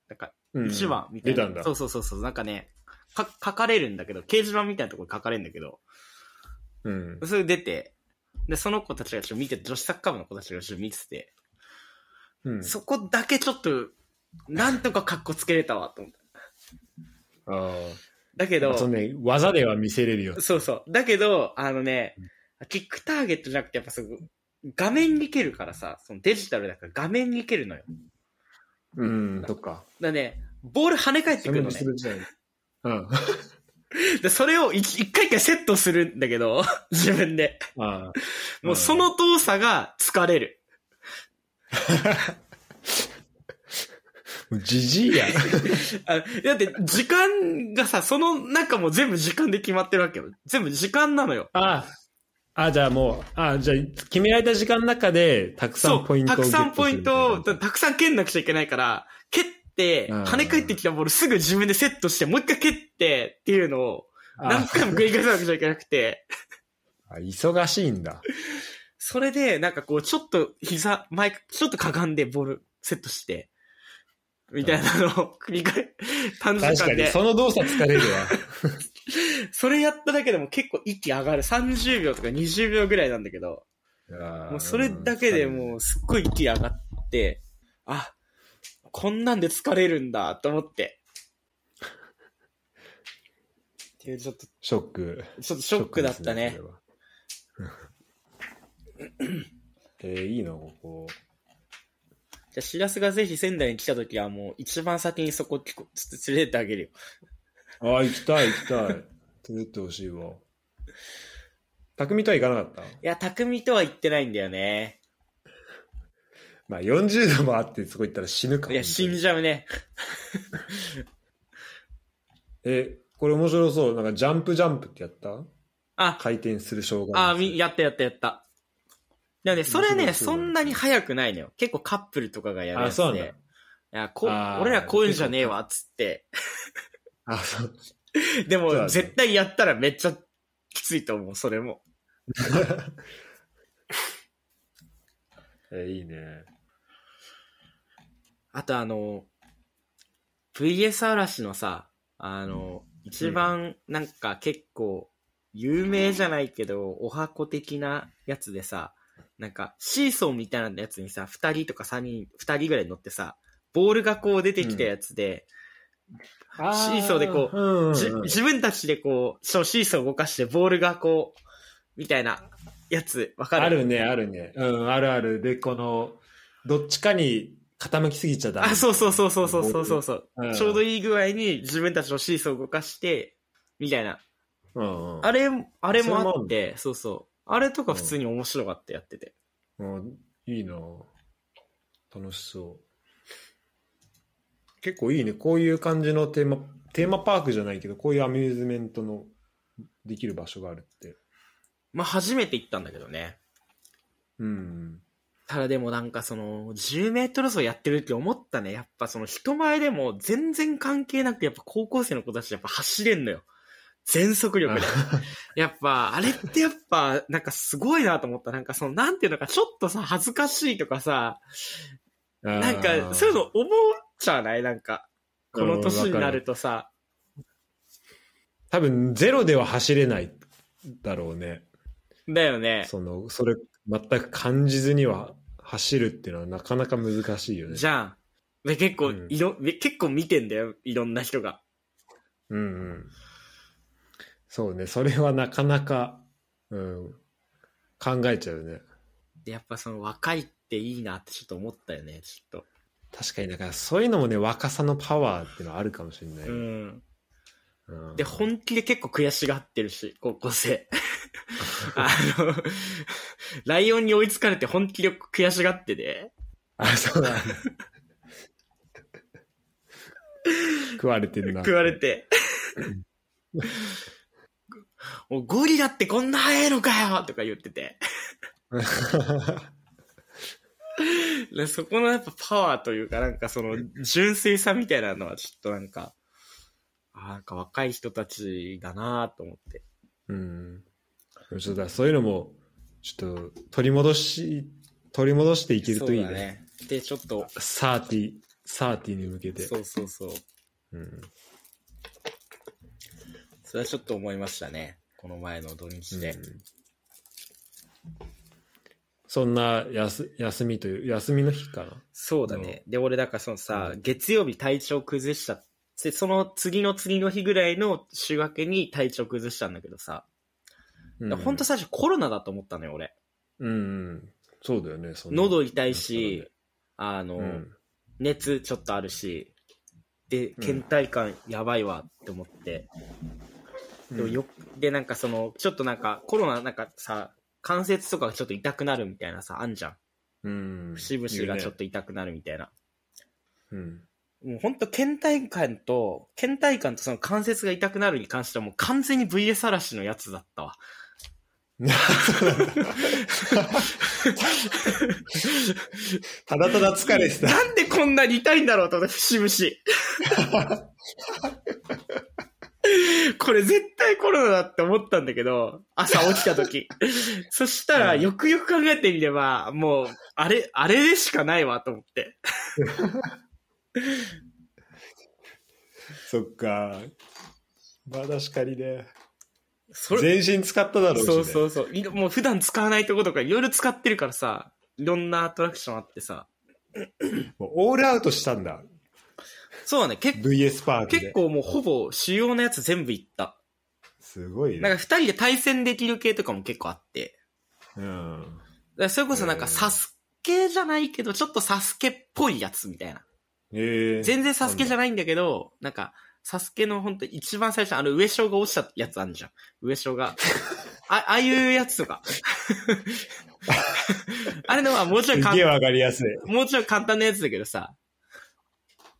Speaker 2: なんか
Speaker 1: うん
Speaker 2: 一番みたい
Speaker 1: 出
Speaker 2: な。
Speaker 1: たんだ
Speaker 2: そうそうそうそう。なんかね、か、書かれるんだけど、掲示板みたいなところに書かれるんだけど、
Speaker 1: うん
Speaker 2: それ出て、で、その子たちがちょっと見てて、女子サッカー部の子たちがちょっと見てて、
Speaker 1: うん、
Speaker 2: そこだけちょっと、なんとか格好つけれたわ、と思った。
Speaker 1: あ
Speaker 2: だけど
Speaker 1: あ、そのね技では見せれるよ
Speaker 2: そうそう。だけど、あのね、キックターゲットじゃなくて、やっぱすぐ、画面に蹴るからさ、そのデジタルだから画面に蹴るのよ。だか
Speaker 1: うんとか
Speaker 2: らね、ボール跳ね返ってくるのね
Speaker 1: それ。も見せる時代 うん
Speaker 2: で、それを一一回一回セットするんだけど、 自分で。
Speaker 1: ああ
Speaker 2: もうその動作が疲れる。
Speaker 1: じじいやん。
Speaker 2: あだって、時間がさ、その中も全部時間で決まってるわけよ。全部時間なのよ。
Speaker 1: ああ、じゃあもう、ああ、じゃあ決められた時間の中で、たくさ
Speaker 2: そ
Speaker 1: んポイ
Speaker 2: う、
Speaker 1: ント
Speaker 2: た
Speaker 1: をゲ
Speaker 2: く
Speaker 1: ットする
Speaker 2: さんポイントを、たたくさん蹴んなくちゃいけないから、蹴って、
Speaker 1: うん
Speaker 2: 跳ね返ってきたボールすぐ自分でセットして、もう一回蹴ってっていうのを、何
Speaker 1: あ
Speaker 2: 回も繰り返さなくちゃいけなくて、
Speaker 1: あ、忙しいんだ。
Speaker 2: それで、なんかこう、ちょっと膝、前、ちょっとかがんでボールセットして、みたいなのを繰り返、短時
Speaker 1: 確か
Speaker 2: 間
Speaker 1: に、
Speaker 2: で。
Speaker 1: その動作疲れるわ。
Speaker 2: それやっただけでも結構息上がる。30秒とか20秒ぐらいなんだけど、
Speaker 1: ああ
Speaker 2: もうそれだけでもうすっごい息上がって、あ、こんなんで疲れるんだと思って。っていうちょっと、
Speaker 1: ショック。
Speaker 2: ちょっとショックだったね
Speaker 1: ショ。ッ クですね。それはえー、いいな、ここ。
Speaker 2: じゃあ、しらすがぜひ仙台に来た時はもう一番先にそこ結構つ連れてってあげるよ。
Speaker 1: ああ、行きたい、行きたい。連れてってほしいわ。匠とは行かなかった
Speaker 2: いや、匠とは言ってないんだよね。
Speaker 1: まあ40度もあってそこ行ったら死ぬか
Speaker 2: いや、死んじゃうね。
Speaker 1: え、これ面白そう。なんかジャンプジャンプってやった
Speaker 2: あ、
Speaker 1: 回転する障害。
Speaker 2: あ、み、やったやったやった。でもね、それね、そんなに早くないのよ。結構カップルとかがやるやつで。
Speaker 1: あそうなんだ
Speaker 2: いや、こ
Speaker 1: あー
Speaker 2: 俺らこういうんじゃねえわ、っつって。
Speaker 1: あ、そう。そ
Speaker 2: で
Speaker 1: うだ
Speaker 2: も、
Speaker 1: ね
Speaker 2: 絶対やったらめっちゃきついと思う、それも。
Speaker 1: え、いいね。
Speaker 2: あとあの、VS 嵐のさ、あの、一番なんか結構有名じゃないけど、お箱的なやつでさ、なんかシーソーみたいなやつにさ、二人とか三人、二人ぐらい乗ってさ、ボールがこう出てきたやつで、
Speaker 1: あ
Speaker 2: シーソーでこう
Speaker 1: うんうんうん
Speaker 2: じ自分たちでこう、そうシーソー動かしてボールがこう、みたいなやつ、わかる
Speaker 1: あるね、あるね。うん、あるある。で、この、どっちかに傾きすぎちゃダメ。
Speaker 2: あ、そうそうそうそうそうそうそうそう、
Speaker 1: うん
Speaker 2: ちょうどいい具合に自分たちのシーソーを動かして、みたいな。
Speaker 1: うん、うん。
Speaker 2: あれ、あ
Speaker 1: それ
Speaker 2: れも
Speaker 1: もあ
Speaker 2: あ
Speaker 1: る
Speaker 2: って、そうそう。あれとか普通に面白かった、やってて。
Speaker 1: うんいいな楽しそう。結構いいね。こういう感じのテーマ、テーマパークじゃないけど、こういうアミューズメントのできる場所があるって。
Speaker 2: まあ、初めて行ったんだけどね。
Speaker 1: うん。
Speaker 2: ただでもなんかその、10メートル走やってるって思ったね。やっぱその人前でも全然関係なく、やっぱ高校生の子たちやっぱ走れんのよ。全速力で。やっぱ、あれってやっぱ、なんかすごいなと思った。なんかその、なんていうのか、ちょっとさ、恥ずかしいとかさ、
Speaker 1: な
Speaker 2: なんか、そういうの思っちゃわないなんか、この年になるとさ、
Speaker 1: 多分ゼロでは走れないだろうね。
Speaker 2: だよね。
Speaker 1: その、それ全く感じずには走るっていうのはなかなか難しいよね。
Speaker 2: じゃん。で、結構、
Speaker 1: うん
Speaker 2: いろ、で結構見てんだよ。いろんな人が。
Speaker 1: うんうん。そうね、それはなかなか、うん、考えちゃうね。
Speaker 2: で、やっぱその若いっていいなってちょっと思ったよね、ちょっ
Speaker 1: 確かに、だからそういうのもね、若さのパワーっていうのはあるかもしれない。
Speaker 2: と。うん。
Speaker 1: うん
Speaker 2: で、本気で結構悔しがってるし、高 校生。あの、ライオンに追いつかれて本気で悔しがってて、
Speaker 1: あ、そうなんだ。食われてるな。
Speaker 2: 食わ れて。もうゴリラってこんな早いのかよとか言ってて。でそこのやっぱパワーというか、なんかその純粋さみたいなのはちょっとなんか、あーなんか若い人たちだなぁと思って。
Speaker 1: うん。ちょっとだそういうのも、ちょっと取り戻し、取り戻していけるといい
Speaker 2: そうだ
Speaker 1: ね。
Speaker 2: ね。で、ちょっと、
Speaker 1: サーティ、サーティに向けて。
Speaker 2: そうそうそう。
Speaker 1: うん、
Speaker 2: それはちょっと思いましたね。この前の土日で。
Speaker 1: うんそんなやす休みという、休みの日かな。
Speaker 2: そうだね。で、俺だからそのさ、月曜日体調崩した。で、その次の次の日ぐらいの週明けに体調崩したんだけどさ、
Speaker 1: う
Speaker 2: ほんと最初コロナだと思ったのよ、俺。
Speaker 1: うんうん。そうだよね。そんな
Speaker 2: 喉痛いし、、あの、
Speaker 1: うん。
Speaker 2: 熱ちょっとあるし、で、倦怠感やばいわって思って、でもよ、で、なんかその、ちょっとなんか、コロナなんかさ、関節とかがちょっと痛くなるみたいなさ、あんじゃん。
Speaker 1: うん。
Speaker 2: 節々がちょっ
Speaker 1: と。
Speaker 2: と痛くなるみたいな。
Speaker 1: うん。
Speaker 2: もうほんと倦怠感と、倦怠感とその関節が痛くなるに関してはもう完全に VS 嵐のやつだったわ。
Speaker 1: ただただ疲れてた。
Speaker 2: なんでこんなに痛いんだろうと思って、節々。 これ絶対コロナだって思ったんだけど、朝起き た時。そしたら、
Speaker 1: うん
Speaker 2: よくよく考えてみれば、もう、あれ、あれでしかないわと思って。
Speaker 1: そっか。まだしかりで。
Speaker 2: それ、
Speaker 1: 全身使っただろうし、ね。。
Speaker 2: そうそううそう。いろもう普段使わないとことかいろいろ使ってるからさ、いろんなアトラクションあってさ。
Speaker 1: もうオールアウトしたんだ。
Speaker 2: そうだね、結
Speaker 1: VS パークで。
Speaker 2: 結。構もうほぼ主要なやつ全部行った。
Speaker 1: すごいね。
Speaker 2: なんか二人で対戦できる系とかも結構あって。
Speaker 1: うん。
Speaker 2: だからそれこそなん
Speaker 1: へ
Speaker 2: か
Speaker 1: ー
Speaker 2: サスケじゃないけど、ちょっとサスケっぽいやつみたいな。
Speaker 1: ええ。
Speaker 2: 全然サスケじゃ
Speaker 1: ゃ
Speaker 2: ないんだけど、なんか、サスケの本当一番最初、あの、上昇が落ちたやつあるじゃん。上昇が。あ、ああいうやつ とか。あれのはもうちょい
Speaker 1: す
Speaker 2: 簡
Speaker 1: げえ
Speaker 2: 単、
Speaker 1: わかりやすい。
Speaker 2: もうちょい簡単なやつだけどさ。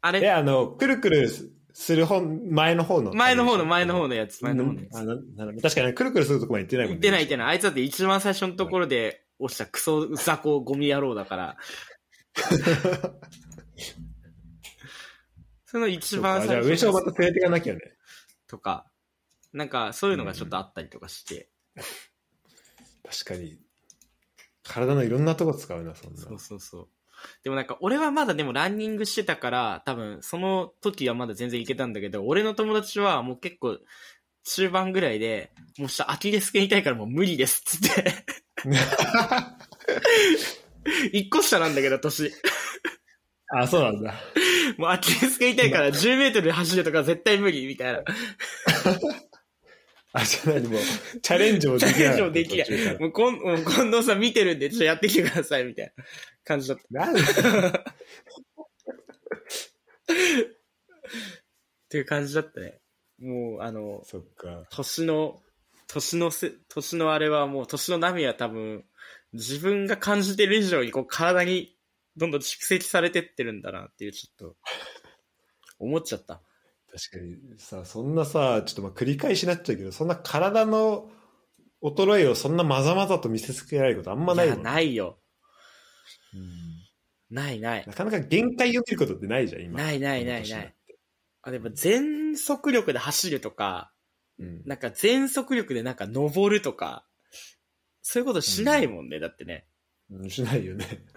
Speaker 2: あ
Speaker 1: え、
Speaker 2: れ、
Speaker 1: あの、くるくるする本、前の方の。
Speaker 2: 前の方の前の方のやつ、
Speaker 1: う
Speaker 2: 前
Speaker 1: ん
Speaker 2: の方のやつ。
Speaker 1: あななるほど確かに、くるくるするとこまで行ってないもん
Speaker 2: 言ってない言ってない。あいつだって一番最初のところで落ちたクソ雑魚ゴミ野郎 だから。その一
Speaker 1: そうかじゃ
Speaker 2: 番最
Speaker 1: あ、
Speaker 2: 初
Speaker 1: 上昇また連れていかなきゃね。
Speaker 2: とか、なんかそういうのがちょっとあったりとかして。
Speaker 1: 確かに。体のいろんなとこ使うな、そんな。
Speaker 2: そうそうそう。でもなんか俺はまだでもランニングしてたから、多分その時はまだ全然いけたんだけど、俺の友達はもう結構中盤ぐらいで、もうしたアキレス腱痛いからもう無理ですっつって。 一個下なんだけど、年。
Speaker 1: あ、そうなんだ。
Speaker 2: もうアキレス腱痛いから10メートル走るとか絶対無理みたいな。
Speaker 1: あ、じゃあ何もう、チャレンジもできない。
Speaker 2: チャレンジもできない
Speaker 1: 途中から
Speaker 2: もうこん、 もう近藤さん見てるんで、ちょっとやってきてくださいみたいな感じだった。っ
Speaker 1: なんだ
Speaker 2: ていう感じだったね。もう、あの、
Speaker 1: そっか。
Speaker 2: 年の、年のせ、年のあれはもう、年の波は多分、自分が感じてる以上に、こう、体にどんどん蓄積されてってるんだなっていう、ちょっと、思っちゃった。
Speaker 1: 確かにさ、そんなさ、ちょっとまあ繰り返しになっちゃうけど、そんな体の衰えをそんなまざまざと見せつけられることあんまないい
Speaker 2: や
Speaker 1: もん。
Speaker 2: ないよ。
Speaker 1: うん
Speaker 2: ないない。
Speaker 1: なかなか限界を見ることってないじゃん、今。
Speaker 2: ないないないない。あ、でも全速力で走るとか、
Speaker 1: うん
Speaker 2: なんか全速力でなんか登るとか、そういうことしないもんね、だってね。
Speaker 1: うん。しない よね。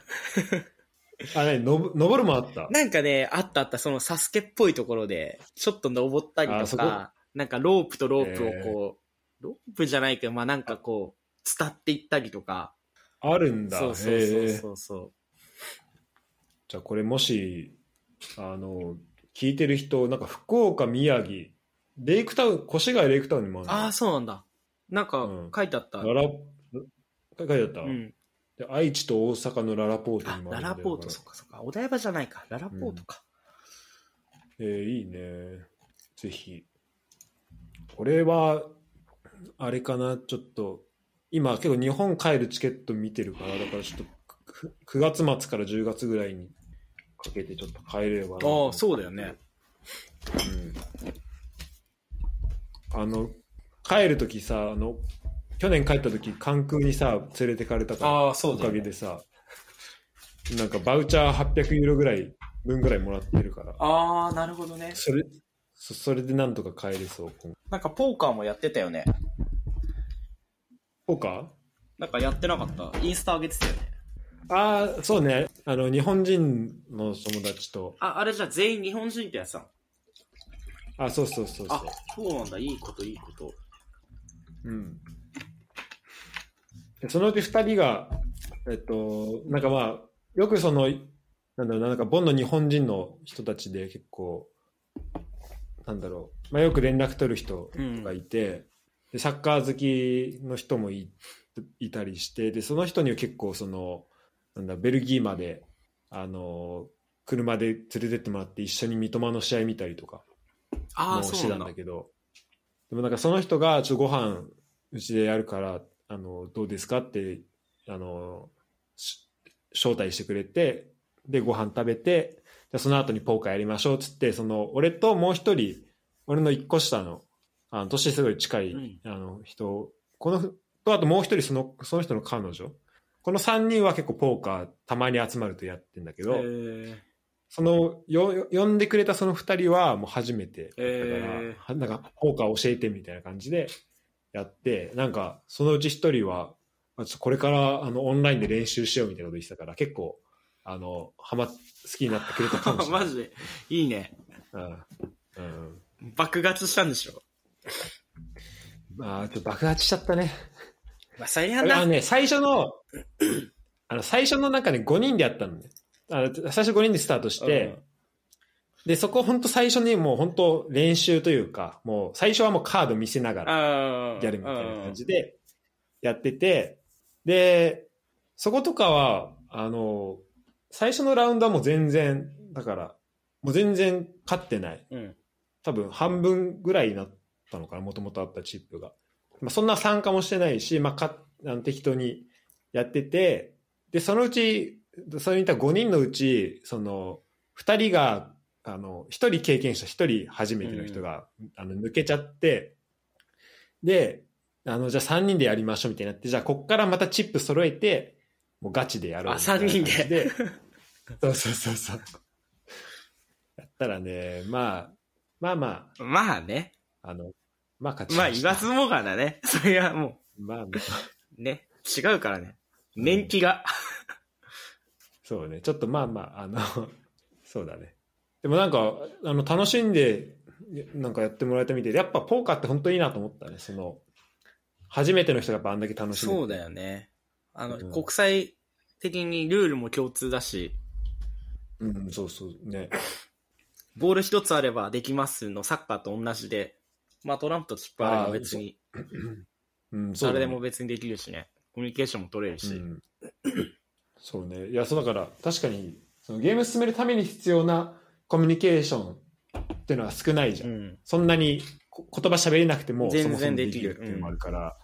Speaker 1: あ、なに、のぼ登るもあった。
Speaker 2: なんかね、あったあった、そのサスケっぽいところで、ちょっと登ったり
Speaker 1: あ
Speaker 2: と
Speaker 1: そこ
Speaker 2: か、なんかロープとロープをこう、ロープじゃないけど、まあなんかこう、伝っていったりとか。
Speaker 1: あるんだ。
Speaker 2: そうそうそう
Speaker 1: へえ
Speaker 2: そうそう。
Speaker 1: じゃあこれもし、あの、聞いてる人、なんか福岡、宮城、レイクタウン、越谷レイクタウンにもある
Speaker 2: ああ、そうなんだ。なんか
Speaker 1: うん
Speaker 2: 書いてあった。
Speaker 1: ララ、書いてあった、
Speaker 2: うん。
Speaker 1: で愛知と大阪のララポート
Speaker 2: あ
Speaker 1: に、もあ
Speaker 2: ラ
Speaker 1: るんだよ
Speaker 2: ラポート、
Speaker 1: だ
Speaker 2: そ
Speaker 1: か
Speaker 2: っかそっか。お台場じゃないか。ララポートか。
Speaker 1: らえーいいね。ぜひ。これは、あれかな、ちょっと、今結構日本帰るチケット見てるから、だからちょっと、く9月末から10月ぐらいにかけてちょっと帰ればなと思
Speaker 2: あ
Speaker 1: っ
Speaker 2: あ、
Speaker 1: て
Speaker 2: そうだよね。
Speaker 1: あの帰る時さあの去年帰った時関空にさ連れてかれたから
Speaker 2: あ、そ
Speaker 1: おかげでさなんかバウチャー800ユーロぐらい分ぐらいもらってるから
Speaker 2: ああ、なるほどね。
Speaker 1: それそそれでなんとか帰れそう今
Speaker 2: なんかポーカーもやってたよね。
Speaker 1: 後か
Speaker 2: なんかやってなかった。インスタ上げてたよね。
Speaker 1: ああそうねあの日本人の友達と
Speaker 2: あ、あれじゃあ全員日本人ってやつだもん
Speaker 1: あそうそうそうそう
Speaker 2: あ、そうなんだ。いいこと、いいこと。
Speaker 1: うん、でそのうち2人が、えっと、なんかまあ、よくその、なんだろうな、なんかボンの日本人の人たちで結構、なんだろう、まあ、よく連絡取る人
Speaker 2: うん
Speaker 1: がいて、でサッカー好きの人もいいたりして、でその人には結構その、なんだベルギーまで、あの車で連れてってもらって、一緒に三笘の試合見たりとか。
Speaker 2: あ
Speaker 1: も
Speaker 2: あ、
Speaker 1: うし
Speaker 2: そう
Speaker 1: て
Speaker 2: な
Speaker 1: た
Speaker 2: ん
Speaker 1: ん
Speaker 2: だ
Speaker 1: だ。けど、でもなんかその人が、ちょっとご飯うちでやるから、あの、どうですかって、あの、し招待してくれて、で、ご飯食べて、でその後にポーカーやりましょうっつって、その、俺ともう一人、俺の一個下の、あの、年すごい近い、
Speaker 2: うん
Speaker 1: あの、人、この、と、あともう一人その、その人の彼女。この三人は結構ポーカーたまに集まるとやってんだけど、
Speaker 2: え
Speaker 1: そのよ呼んでくれたその2人はもう初めてだから、
Speaker 2: え
Speaker 1: はなんか効果教えてみたいな感じでやってなんかそのうち1人はまあちょっとこれからあのオンラインで練習しようみたいなこと言ってたから結構あのハマ好きになってくれたかもし
Speaker 2: ー、
Speaker 1: れな い
Speaker 2: マジで。いいね。
Speaker 1: うんうん
Speaker 2: 爆発したんでしょ。
Speaker 1: まあ、ちょっと爆発しちゃった ね
Speaker 2: まあ、最
Speaker 1: あ
Speaker 2: 悪だ。
Speaker 1: のね最初のあの最初のなんかね5人でやったのねあの最初5人でスタートして、
Speaker 2: うん
Speaker 1: で、そこ本当最初にもう本当練習というか、もう最初はもうカード見せながら
Speaker 2: ああ。
Speaker 1: やるみたいな感じでやってて、で、そことかはあの、最初のラウンドはもう全然、だから、もう全然勝ってない。
Speaker 2: うん。
Speaker 1: 多分半分ぐらいになったのかな、もともとあったチップが。まあ、そんな参加もしてないし、まあ、かあの適当にやってて、で、そのうち、それにいた5人のうち、その、2人が、あの、1人経験者、1人初めての人が、あの抜けちゃって、で、あの、じゃあ3人でやりましょうみたいになって、じゃあこっからまたチップ揃えて、もうガチでやろう
Speaker 2: あ
Speaker 1: みたいな
Speaker 2: 三人で
Speaker 1: 感じで。そうそうそうそう。やったらね、まあ、まあまあ、
Speaker 2: まあね。
Speaker 1: あの、まあ勝ち
Speaker 2: まあ
Speaker 1: し
Speaker 2: 言
Speaker 1: た
Speaker 2: わずもがな ね。それはも
Speaker 1: まあ、
Speaker 2: う、ね。違うからね。年季が。
Speaker 1: そうね。ちょっとまあまあ、あの、 そうだね。でもなんか、あの、楽しんで、なんかやってもらえたみたいで、やっぱポーカーって本当いいなと思ったね。その、初めての人がやっぱあんだけ楽しんでて
Speaker 2: そうだよね。あの、
Speaker 1: うん
Speaker 2: 国際的にルールも共通だし、
Speaker 1: うん、そうそう。ね。
Speaker 2: ボール一つあればできますのサッカーと同じで、まあトランプとチップあれば別に、
Speaker 1: うん、そう
Speaker 2: 誰
Speaker 1: だね
Speaker 2: でも別にできるしね。コミュニケーションも取れるし。
Speaker 1: うん、 そうねいやそうだから確かにそのゲーム進めるために必要なコミュニケーションっていうのは少ないじゃん、
Speaker 2: うん
Speaker 1: そんなにこ言葉喋れなくても
Speaker 2: 全然
Speaker 1: そもそも
Speaker 2: できる
Speaker 1: っていうのもあるから、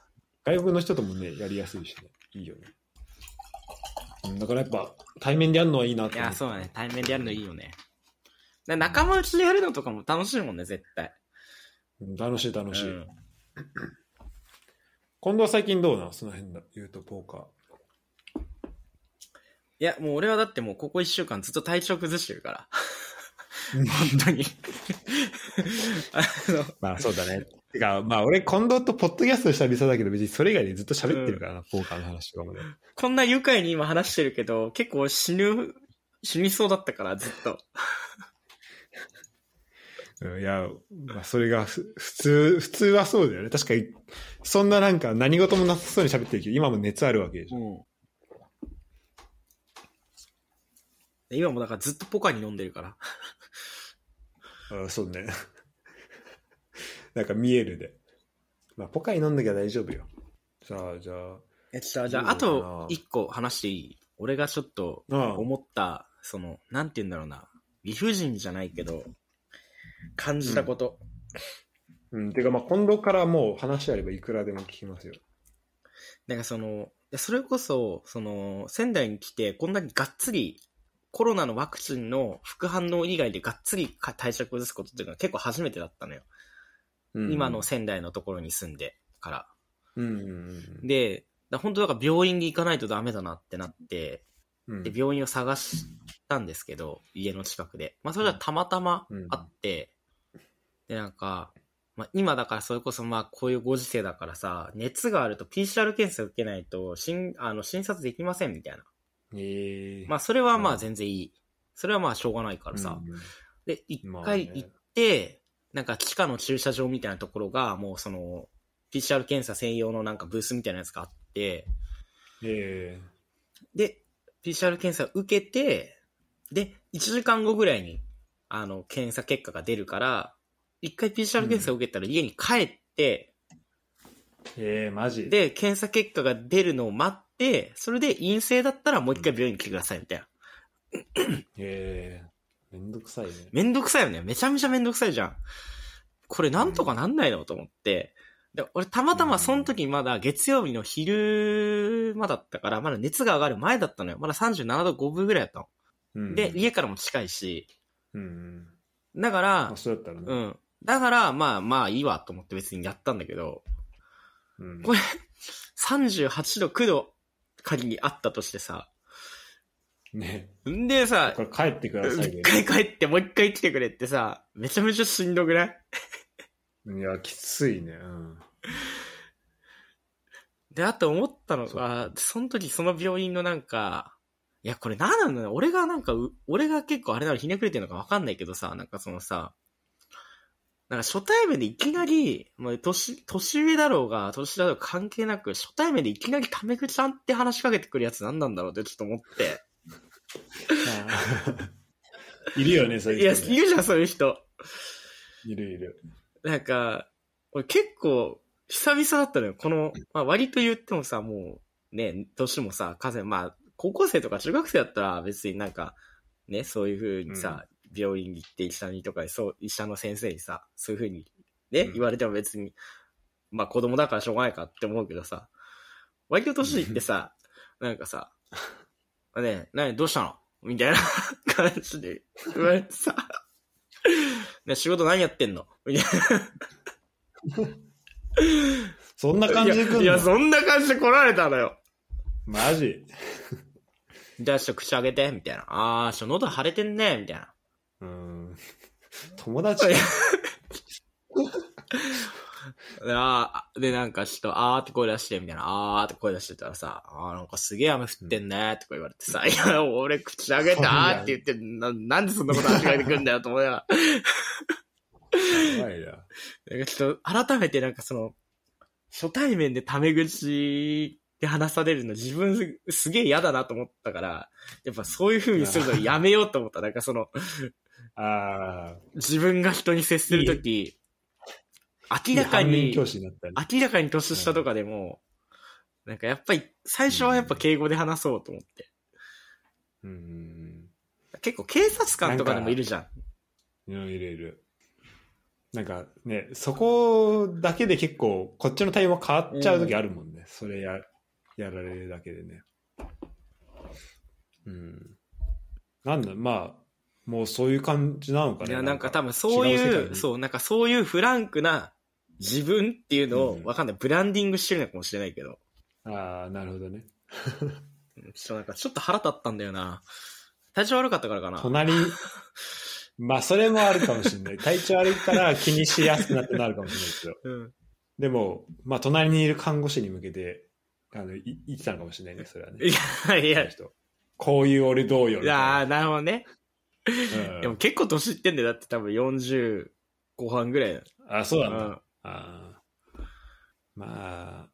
Speaker 1: 外国の人ともねやりやすいしねいいよねうんだからやっぱ対面でやるのはいいなと
Speaker 2: い
Speaker 1: 思
Speaker 2: や、
Speaker 1: って
Speaker 2: そうだね。対面でやるのいいよね。だ仲間内でやるのとかも楽しいもんね、絶対。
Speaker 1: うん楽しい楽しい、
Speaker 2: うん
Speaker 1: 今度は最近どうなのその辺だ言うとポーカー
Speaker 2: いや、もう俺はだってもうここ一週間ずっと体調崩して るから。
Speaker 1: うん
Speaker 2: 本当に。あの、
Speaker 1: まあそうだね。 てか、まあ俺、近藤とポッドキャストしたりそうだけど、別にそれ以外でずっと喋ってるからな、ポーカーの話とかもね。
Speaker 2: こんな愉快に今話してるけど、結構死ぬ、死にそうだったから、ずっと。
Speaker 1: うん、いや、まあそれがふ普通、普通はそうだよね。確かに、そんななんか何事もなさそうに喋ってるけど、今も熱あるわけでしょ。
Speaker 2: で今もだからずっとポカに飲んでるから。
Speaker 1: あそうね。 なんか見えるで。まあポカイ飲んだけど大丈夫よ。じゃあ、じゃあ、
Speaker 2: え、ちょっと、じゃ
Speaker 1: いい
Speaker 2: あ、
Speaker 1: のか
Speaker 2: あ
Speaker 1: な
Speaker 2: と一個話していい俺がちょっと
Speaker 1: あ
Speaker 2: 思った、その、なんて言うんだろうな。理不尽じゃないけど、感じたこと。
Speaker 1: うん、てかまあ近藤からもう話あればいくらでも聞きますよ。
Speaker 2: なんかその、でそれこそ、その、仙台に来て、こんなにがっつり、コロナのワクチンの副反応以外でがっつりか対策を崩すことっていうのは結構初めてだったのよ。
Speaker 1: うん
Speaker 2: 今の、仙台のところに住んでから。
Speaker 1: うんうん
Speaker 2: で、だ本当だから病院に行かないとダメだなってなって、
Speaker 1: うん、うん
Speaker 2: で、病院を探したんですけど、家の近くで。まあ、それはたまたまあって、で、なんか、まあ、今だからそれこそまあ、こういうご時世だからさ、熱があると PCR 検査受けないと、診、あの、診察できませんみたいな。
Speaker 1: えー、
Speaker 2: まあ、それはまあ、全然いい。それはまあ、しょうがないか
Speaker 1: あ
Speaker 2: らさ。で、一
Speaker 1: まあ
Speaker 2: 回
Speaker 1: ね
Speaker 2: 行って、なんか地下の駐車場みたいなところが、もうその、PCR 検査専用のなんかブースみたいなやつがあって、
Speaker 1: え
Speaker 2: で、PCR 検査を受けて、で、1時間後ぐらいに、あの、検査結果が出るから、一回 PCR 検査を受けたら家に帰って、
Speaker 1: ー、えー、マジ
Speaker 2: で、検査結果が出るのを待って、それで陰性だったらもう一回病院に来てくださいみたいな。
Speaker 1: ええめんどくさいね。
Speaker 2: めんどくさいよね。めちゃめちゃめんどくさいじゃん。これなんとかなんないのと思って。で、俺たまたまその時まだ月曜日の昼間だったから、まだ熱が上がる前だったのよ。まだ37度5分ぐらいだった
Speaker 1: うん
Speaker 2: の。で、、家からも近いし。
Speaker 1: うんうん。
Speaker 2: だから
Speaker 1: あ、、そうだったら
Speaker 2: う
Speaker 1: ね。
Speaker 2: ん。だから、まあまあいいわと思って別にやったんだけど、
Speaker 1: うん
Speaker 2: これ38度、9度仮にあったとしてさ、
Speaker 1: ね。
Speaker 2: んでさ、
Speaker 1: これ帰ってください
Speaker 2: 一
Speaker 1: ね。
Speaker 2: 回帰ってもう一回来てくれってさ、めちゃめちゃしんどくない
Speaker 1: いや、きついね。うん。
Speaker 2: で、あと思ったの
Speaker 1: そ
Speaker 2: が、その時その病院のなんか、いや、これ何なんだろう俺がなんかう、俺が結構あれなのひねくれてるのかわかんないけどさ、なんかそのさ、なんか初対面でいきなり、まあ、年、年上だろうが、年だろうが関係なく、初対面でいきなりタメ口さんって話しかけてくるやつ何なんだろうってちょっと思っ
Speaker 1: いるよね、そう
Speaker 2: て。
Speaker 1: い
Speaker 2: いや、
Speaker 1: う
Speaker 2: い
Speaker 1: 人ね
Speaker 2: るじゃん、そういう人。
Speaker 1: いるいる。
Speaker 2: なんか、俺結構、久々だったのよ。この、まあ割と言ってもさ、もう、ね、年もさ、風、まあ、高校生とか中学生だったら別になんか、ね、そういうふうにさ、病院に行って医者にとかで、そう、医者の先生にさ、そういうふうにね、
Speaker 1: うん
Speaker 2: 言われても別に、まあ子供だからしょうがないかって思うけどさ、割と年いっ てさ、なんかさ、ね、何、どうしたのみたいな感じで言われてさ、 ね、仕事何やってんのみたいな。
Speaker 1: そんな感じで来んの
Speaker 2: いや、いやそんな感じで来られたのよ。
Speaker 1: マジ。
Speaker 2: じゃあちょっと口あげて、みたいな。あー、ちょっと喉腫れてんね、みたいな。
Speaker 1: うん。友達
Speaker 2: いやであーで、なんかちょっと、あーって声出して、みたいな。あーって声出してたらさ、あーなんかすげえ雨降ってんね、とか言われてさ、いや、俺口あげたーって言って、ななんでそんなこと間違えてくんだよ、と思いながら。
Speaker 1: やばいな。
Speaker 2: なんかちょっと、改めてなんかその、初対面でタメ口で話されるの自分すすげえ嫌だなと思ったから、やっぱそういう風にするのやめようと思った。なんかその、
Speaker 1: ああ。
Speaker 2: 自分が人に接するとき、明らか
Speaker 1: 反面
Speaker 2: に、
Speaker 1: 教師になったり。
Speaker 2: 明らかに年下とかでも、なんかやっぱり、最初はやっぱ敬語で話そうと思って。
Speaker 1: うん。
Speaker 2: 結構警察官とかでもいるじゃん。
Speaker 1: いやいるいる。なんかね、そこだけで結構、こっちの対応変わっちゃう時あるもんね。それや、やられるだけでね。うん。なんだ、まあ、もうそういう感じなのか
Speaker 2: い
Speaker 1: ね。
Speaker 2: や、なんか多分そういう、
Speaker 1: う。
Speaker 2: そう、なんかそういうフランクな自分っていうの
Speaker 1: う
Speaker 2: を
Speaker 1: ん、
Speaker 2: わかんない。ブランディングしてるのかもしれないけど。
Speaker 1: ああ、なるほどね。
Speaker 2: ちょっとなんかちょっと腹立ったんだよな。体調悪かったからかな。
Speaker 1: 隣、 まあそれもあるかもしれない。体調悪いから気にしやすくなってなるかもしれないけど。
Speaker 2: うん。
Speaker 1: でも、まあ隣にいる看護師に向けて、あの、い言ってたのかもしれないね、それはね。
Speaker 2: いや、いや、い
Speaker 1: 人こういう俺どうよみたい
Speaker 2: や
Speaker 1: な
Speaker 2: ーなるほどね。
Speaker 1: うん
Speaker 2: でも結構年いってんだよ。だって多分40後半ぐらいだよ。
Speaker 1: あそう
Speaker 2: う
Speaker 1: なんだ、
Speaker 2: ん。
Speaker 1: あーま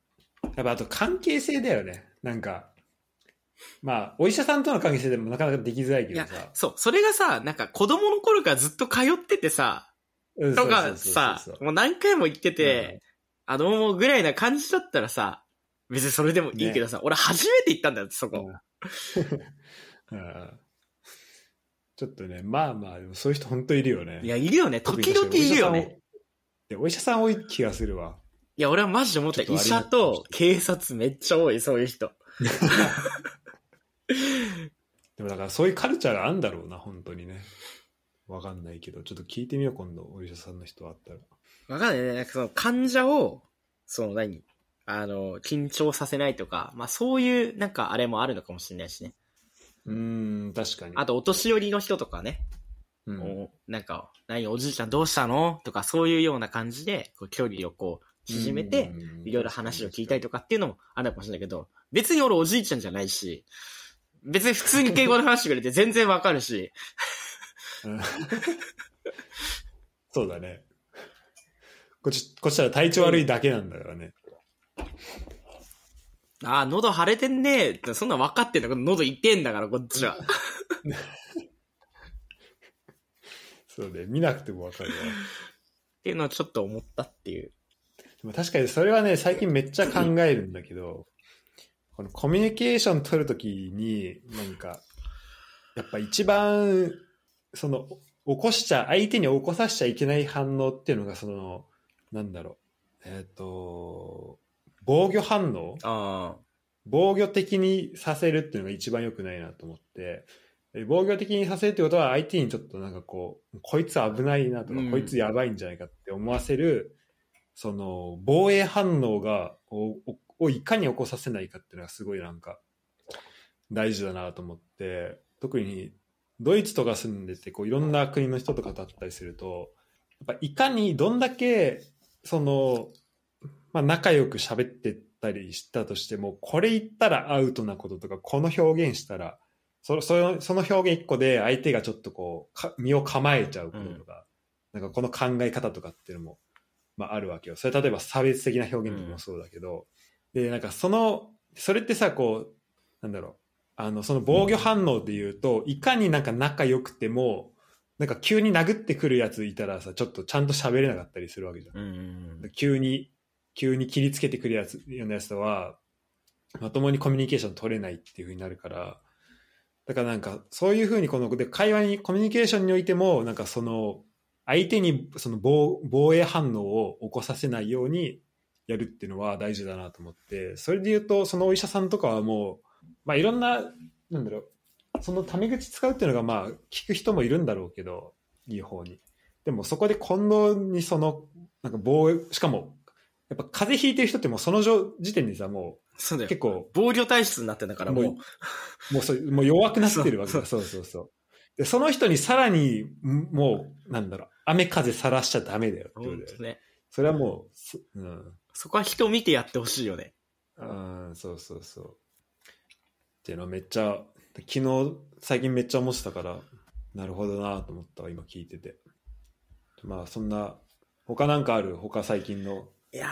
Speaker 1: あやっぱあと関係性だよねなんかまあお医者さんとの関係性でもなかなかできづらいけどさ
Speaker 2: そう、それがさ、なんか子供の頃からずっと通っててさ、
Speaker 1: うん
Speaker 2: と
Speaker 1: そう
Speaker 2: か
Speaker 1: そうそう
Speaker 2: さ
Speaker 1: そう、
Speaker 2: もう何回も行ってて、あのもうぐらいな感じだったらさ、別にそれでもいいけどさ、俺初めて行ったんだよ、そこ。
Speaker 1: うんうんちょっとねまあまあでもそういう人本当いるよね
Speaker 2: いや、いるよね。
Speaker 1: 特
Speaker 2: 時
Speaker 1: に
Speaker 2: 々いるよね。
Speaker 1: お医者さん多いでお医者さん多い気がするわ
Speaker 2: いや、俺はマジで思った。
Speaker 1: ちょっと
Speaker 2: 医
Speaker 1: あれだ
Speaker 2: 者と警察めっちゃ多い、そういう人。
Speaker 1: でもだからそういうカルチャーがあるんだろうな本当にねわかんないけどちょっと聞いてみよう今度お医者さんの人あったら
Speaker 2: わかんないね。なんかその患者を、その何あの、緊張させないとか、まあそういうなんかあれもあるのかもしれないしね。
Speaker 1: うーん、確かに。
Speaker 2: あとお年寄りの人とかね、
Speaker 1: うん
Speaker 2: おなんか、何おじいちゃんどうしたのとかそういうような感じで、こう距離をこう縮めて、、いろいろ話を聞いたり
Speaker 1: と
Speaker 2: とかっていうのもあるのかもしれないけど、別に俺おじいちゃんじゃないし、別に普通に敬語で話してくれ て全然わかるし、
Speaker 1: そうだね。こっち、こっちは体調悪いだけなんだからね。
Speaker 2: ああ、喉腫れてんねえって、そんなん分かってんだけど、喉痛えんだから、こっちは。
Speaker 1: そうで、見なくてもわかるわ。
Speaker 2: っていうのをちょっと思ったっていう。
Speaker 1: でも確かにそれはね、最近めっちゃ考えるんだけど、このコミュニケーション取るときに、なんか、やっぱ一番、その、起こしちゃ、相手に起こさせちゃいけない反応っていうのが、その、なんだろう、えっ、と、防御反応
Speaker 2: あ
Speaker 1: 防御的にさせるっていうのが一番良くないなと思ってえ防御的にさせるってことは相手にちょっとなんかこうこいつ危ないなとか、
Speaker 2: うん
Speaker 1: こいつやばいんじゃないかって思わせるその防衛反応がをををいかに起こさせないかっていうのがすごいなんか大事だなと思って特にドイツとか住んでてこういろんな国の人とかと会ったりするとやっぱいかにどんだけその、まあ、仲良く喋ってったりしたとしてもこれ言ったらアウトなこととかこの表現したらそそのその表現一個で相手がちょっとこうか身を構えちゃうこととか、なんかこの考え方とかっていうのも、まあ、あるわけよそれ例えば差別的な表現とかもそうだけど、でなんかそのそれってさこうなんだろうあのその防御反応で言うと、いかになんか仲良くてもなんか急に殴ってくるやついたらさちょっとちゃんと喋れなかったりするわけじゃん
Speaker 2: あ。うん。
Speaker 1: 急に急に切りつけてくるやつようなやつとはまともにコミュニケーション取れないっていうふうになるから、だからなんか、そういうふうにこの、で、会話に、コミュニケーションにおいても、なんかその、相手にその防防衛反応を起こさせないようにやるっていうのは大事だなと思って、それで言うと、そのお医者さんとかはもう、まあいろんな、なんだろう、そのタメ口使うっていうのがまあ聞く人もいるんだろうけど、いい方に。でもそこで近藤にその、なんか防衛、しかも、やっぱ風邪ひいてる人ってもうその状時点でさ、も
Speaker 2: そうだ
Speaker 1: う
Speaker 2: よ
Speaker 1: 結。構、
Speaker 2: 防御体質になってんだから、もう。
Speaker 1: ももうそもう弱くなってるわけだ。そうそうそう。で、その人にさらに、んもう、なんだろう、雨風さらしちゃダメだよってこと
Speaker 2: 本
Speaker 1: だよ
Speaker 2: 当ね。
Speaker 1: それはもうそ、うん。
Speaker 2: そこは人見てやってほしいよね。
Speaker 1: あーそうそうそう。っていうのはめっちゃ、昨日、最近めっちゃ思ってたから、なるほどなと思ったわ、今聞いてて。まあ、そんな、他なんかある他最近の。
Speaker 2: いや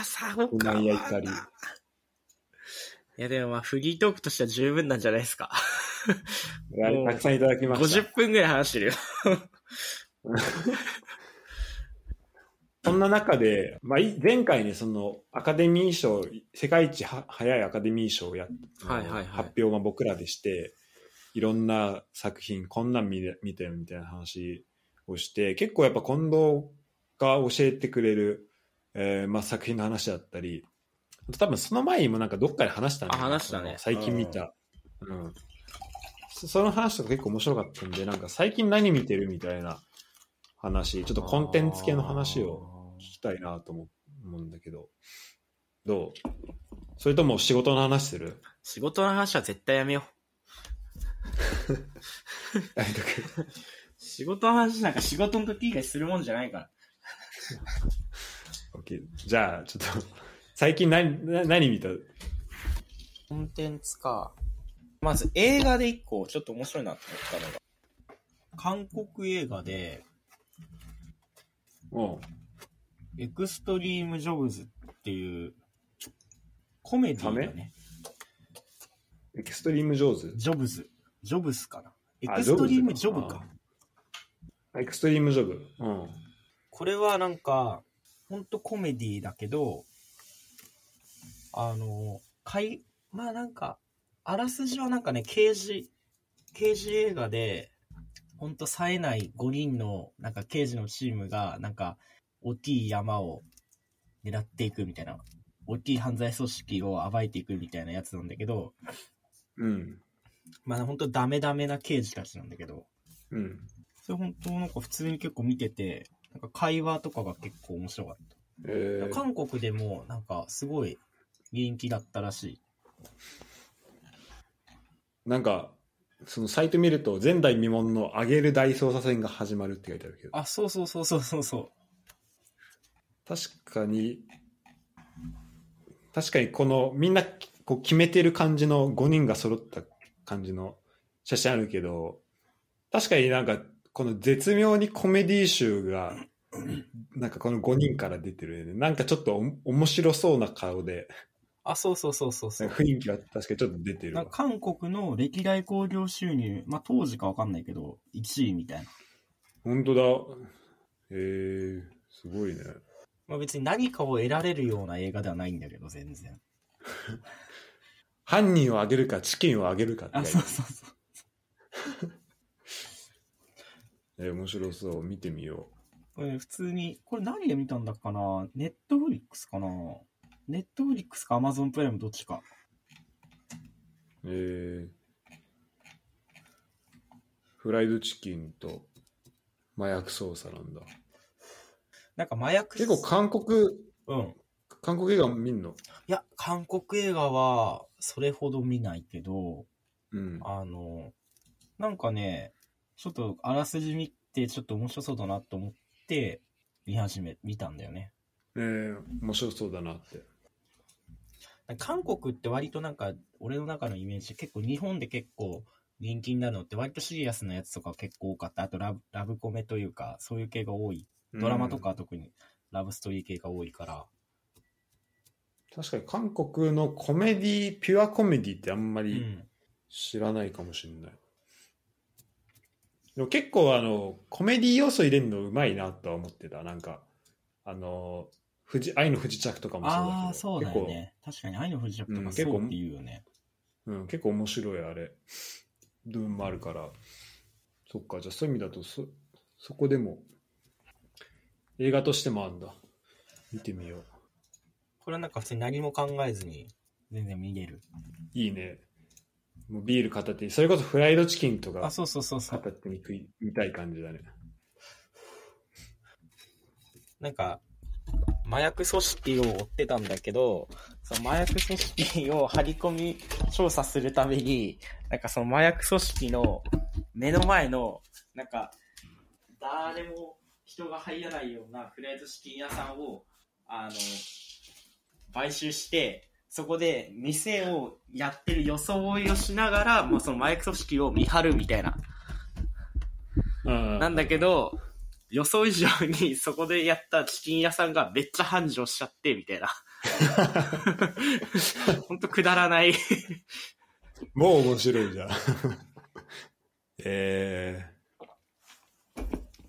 Speaker 2: ー、さほかは
Speaker 1: うまいやいかり
Speaker 2: な。いや、でもまあ、フリートークとしては十分なんじゃないですか。お
Speaker 1: たくさんいただきました。
Speaker 2: 50分ぐらい話してるよ。
Speaker 1: そんな中で、まあ、い前回ね、そのアカデミー賞、世界一は早いアカデミー賞をやっ
Speaker 2: はいはいはい
Speaker 1: 発表が僕らでして、いろんな作品、こんなん見れ見たよみたいな話をして、結構やっぱ近藤が教えてくれる、えーまあ、作品の話だったり、あと多分その前にもなんかどっかで話したね。
Speaker 2: あ話したね
Speaker 1: 最近見た。うん。そその話とか結構面白かったんで、なんか最近何見てるみたいな話、ちょっとコンテンツ系の話を。聞きたいなと思思うんだけど、どうそれとも仕事の話する
Speaker 2: 仕事の話は絶対やめよ
Speaker 1: 大丈夫
Speaker 2: う。仕事の話なんか仕事の時以外するもんじゃないから。
Speaker 1: OK じゃあ、ちょっと、最近何、な何見た
Speaker 2: コンテンツか。まず映画で一個ちょっと面白いなと思ったのが、韓国映画で、
Speaker 1: おう
Speaker 2: エクストリーム・ジョブズっていう、コメディだ
Speaker 1: サ
Speaker 2: ね。
Speaker 1: エクストリーム上手
Speaker 2: ジョブズ。ジョブスかな。エ
Speaker 1: あ
Speaker 2: クストリーム・ジ
Speaker 1: ジ
Speaker 2: ョ
Speaker 1: ョブズ
Speaker 2: ブか。
Speaker 1: エクストリームジョブ。うん。
Speaker 2: これはなんか、ほんとコメディだけど、あの、かい、まあなんか、あらすじはなんかね、刑事、刑事映画で、ほんと冴えない5人の、なんか刑事のチームが、なんか、大きい山を狙っていくみたいな、大きい犯罪組織を暴いていくみたいなやつなんだけど、
Speaker 1: うん。
Speaker 2: まあほんとダメダメな刑事たちなんだけど、
Speaker 1: うん。
Speaker 2: それ本当なんか普通に結構見てて、なんか会話とかが結構面白かった。
Speaker 1: えー、
Speaker 2: 韓国でもなんかすごい人気だったらしい。
Speaker 1: なんか、そのサイト見ると、前代未聞の上げる大捜査線が始まるって書いてあるけど、
Speaker 2: あ、そうそうそうそうそうそ
Speaker 1: 確かに、確かにこの、みんなこう決めてる感じの5人が揃った感じの写真あるけど、確かになんか、この絶妙にコメディ集が、なんかこの5人から出てるよね。なんかちょっとお面白そうな顔で、
Speaker 2: あ、そうそうそうそうそ
Speaker 1: なん
Speaker 2: う
Speaker 1: か。雰囲気が確かにちょっと出てる
Speaker 2: な
Speaker 1: わ
Speaker 2: んか。韓国の歴代興行収入、まあ当時かわかんないけど、1位みたいな。
Speaker 1: 本当だ。へえー、すごいね。
Speaker 2: まあ別に何かを得られるような映画ではないんだけど、全然。
Speaker 1: 犯人をあげるか、チキンをあげるかって書い
Speaker 2: あ、
Speaker 1: てあ
Speaker 2: そう
Speaker 1: る
Speaker 2: そうそう。
Speaker 1: えー面白そう。見てみよう。
Speaker 2: これ普通に、これ何で見たんだっかなネットフリックスかなネットフリックスかアマゾンプライムどっちか。
Speaker 1: えー、フライドチキンと麻薬捜査なんだ
Speaker 2: なんか麻薬。
Speaker 1: 結構韓国
Speaker 2: うん。
Speaker 1: 韓国映画見んの
Speaker 2: いや、韓国映画はそれほど見ないけど、
Speaker 1: うん
Speaker 2: あの、なんかね、ちょっとあらすじ見て、ちょっと面白そうだなと思って、見始め、見たんだよね。
Speaker 1: えー、面白そうだなって
Speaker 2: 韓国って割となんか、俺の中のイメージ、結構日本で結構人気になるのって割とシリアスなやつとか結構多かった。あとラブ、ラブコメというか、そういう系が多い。ドラマとかは特にラブストーリー系が多いから。
Speaker 1: うん確かに韓国のコメディピュアコメディってあんま
Speaker 2: う
Speaker 1: り
Speaker 2: ん。
Speaker 1: 知らないかもしれない、でも結構あのコメディ要素入れるのうまいなとは思ってたなんかあの富士愛の不時着とかもそうだけど
Speaker 3: ああ、そうだよ
Speaker 1: 結構
Speaker 3: ね。確かに、愛の不時着と
Speaker 1: う
Speaker 3: か
Speaker 1: ん結構
Speaker 3: そうって言うよね。
Speaker 1: うん、結構面白いあれ部分もあるからそっかじゃあそういう意味だとそそこでも映画としてもあるんだ見てみよう
Speaker 3: これはなんか普通に何も考えずに、全然見れる。
Speaker 1: いいねもうビール片手にそれこそフライドチキンと
Speaker 3: あ、
Speaker 1: か
Speaker 3: そうそうそうそう。
Speaker 1: 片手に食い見たい感じだね
Speaker 3: なんか、麻薬組織を追ってたんだけど、その麻薬組織を張り込み調査するために、
Speaker 2: なんかその麻薬組織の目の前の、なんか、誰も人が入らないようなフレーズ資金屋さんを、あの、買収して、そこで店をやってる装いをしながら、まあその麻薬組織を見張るみたいな。な
Speaker 1: なん
Speaker 2: だけど、予想以上にそこでやったチキン屋さんがめっちゃ繁盛しちゃって、みた いな。ほんとくだらない。
Speaker 1: もう面白いじゃん え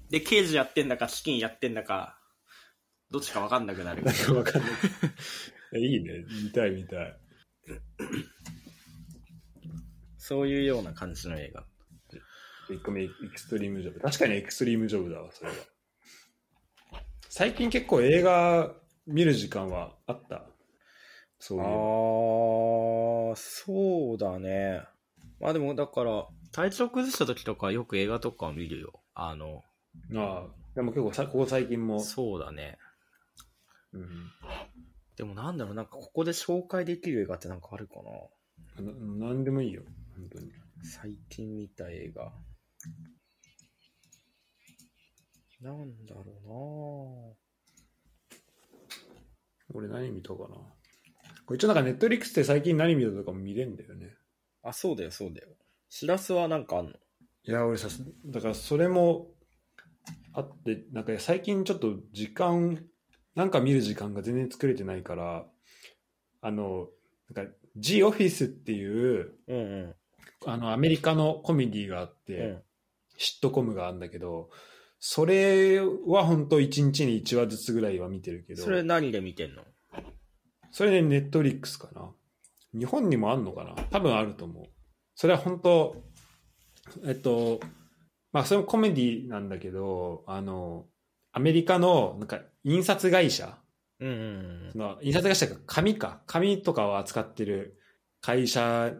Speaker 2: で、刑事やってんだか、チキンやってんだか、どっちかわかんなくなる
Speaker 1: ー、。 なんかわかんないえいいね見たい見たい
Speaker 2: そういうような感じの映画。
Speaker 1: 1個目エクストリームジョブ確かにエクストリームジョブだわそれは最近結構映画見る時間はあったそういう
Speaker 2: あー、そうだね。まあでもだから、体調崩した時とかよく映画とかを見るよ。あの、
Speaker 1: ああでも結構さここ最近も、
Speaker 2: そうだね。
Speaker 1: うん
Speaker 2: でもなんだろう、なんかここで紹介できる映画ってなんかあるかな
Speaker 1: ななんでもいいよ本当に
Speaker 2: 最近見た映画。なんだろ
Speaker 1: 俺何見たかなこれ一応なんかネットリックスって最近何見たとかも見れんだよね
Speaker 2: うなあ、そうだよ、そうだよ。しらすはなんかあんの
Speaker 1: いや俺さだからそれもあってなんか最近ちょっと時間なんか見る時間が全然作れてないからあのなんか G オフィスっていう
Speaker 2: うんうん。
Speaker 1: あのアメリカのコメディがあって、
Speaker 2: うん
Speaker 1: シットコムがあるんだけどそれは本当1日に1話ずつぐらいは見てるけど
Speaker 2: それ何で見てんの
Speaker 1: それでネットリックスかな。日本にもあんのかな多分あると思う。それは本当、えっと、まあそれもコメディなんだけど、あの、アメリカのなんか印刷会社、
Speaker 2: うんうん
Speaker 1: その印刷会社が紙か、紙とかを扱ってる会社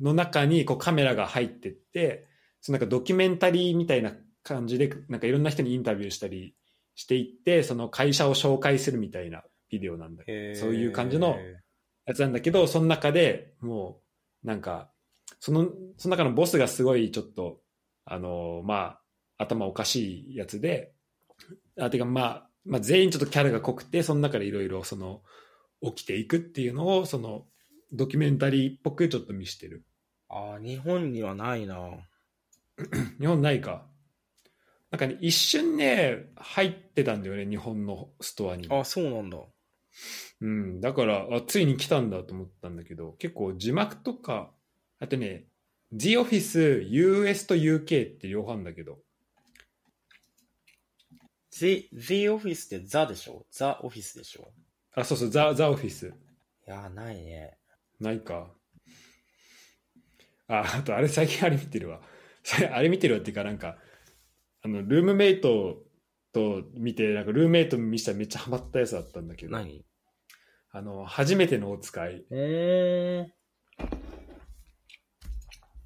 Speaker 1: の中にこうカメラが入ってって、そのなんかドキュメンタリーみたいな感じで、なんかいろんな人にインタビューしたりしていって、その会社を紹介するみたいなビデオなんだけ
Speaker 2: うん。
Speaker 1: ど、そういう感じのやつなんだけど、その中でもう、なんか、その、その中のボスがすごいちょっと、あの、まあ、頭おかしいやつで、あ、てかまあ、まあ全員ちょっとキャラが濃くて、その中でいろいろその、起きていくっていうのを、その、ドキュメンタリーっぽくちょっと見してる。
Speaker 2: あー日本にはないな
Speaker 1: 日本ないか。なんかね、一瞬ね、入ってたんだよね、日本のストアに。
Speaker 2: あ、そうなんだ。
Speaker 1: うん、だからあついに来たんだと思ったんだけど結構字幕とかあとね GOffice US と UK って両方あるんだけど
Speaker 2: The, The Office ってザでしょザオフィスでしょ
Speaker 1: あそうそうザ・ザ・オフィス
Speaker 2: いやー、ないね。
Speaker 1: ないかああとあれ最近あれ見てるわ それあれ見てるわっていうかなんかあのルームメイトと見てなんかルームメイト見したらめっちゃハマったやつだったんだけど
Speaker 2: 何
Speaker 1: あの初めてのお使い
Speaker 2: え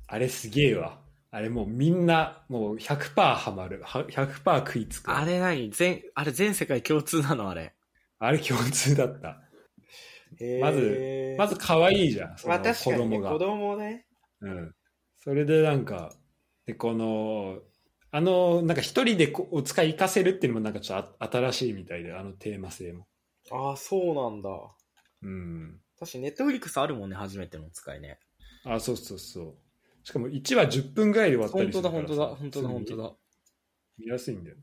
Speaker 1: あれすげえわあれもうみんなもう100%ハマるは100%食いつく
Speaker 2: あれ何全、あれ全世界共通なのあれ。
Speaker 1: あれ共通だった。まずまず可愛いじゃん、その子供が。
Speaker 2: 供ね。
Speaker 1: うん。それでなんか、で、この、あの、なんか一人でこお使い行かせるっていうのもなんかちょっとあ新しいみたいで、あのテーマ性も。
Speaker 2: ああ、そうなんだ。
Speaker 1: うん。
Speaker 2: 確かにネットフリックスあるもんね、初めてのお使いね。
Speaker 1: あ、そうそうそう。しかも1話10分ぐらいで終わった
Speaker 2: 本
Speaker 1: りする
Speaker 2: 当
Speaker 1: か
Speaker 2: だ、
Speaker 1: ら
Speaker 2: 本当だ、本当だ、本当
Speaker 1: だ。
Speaker 2: だ。
Speaker 1: 見やすいんだよ。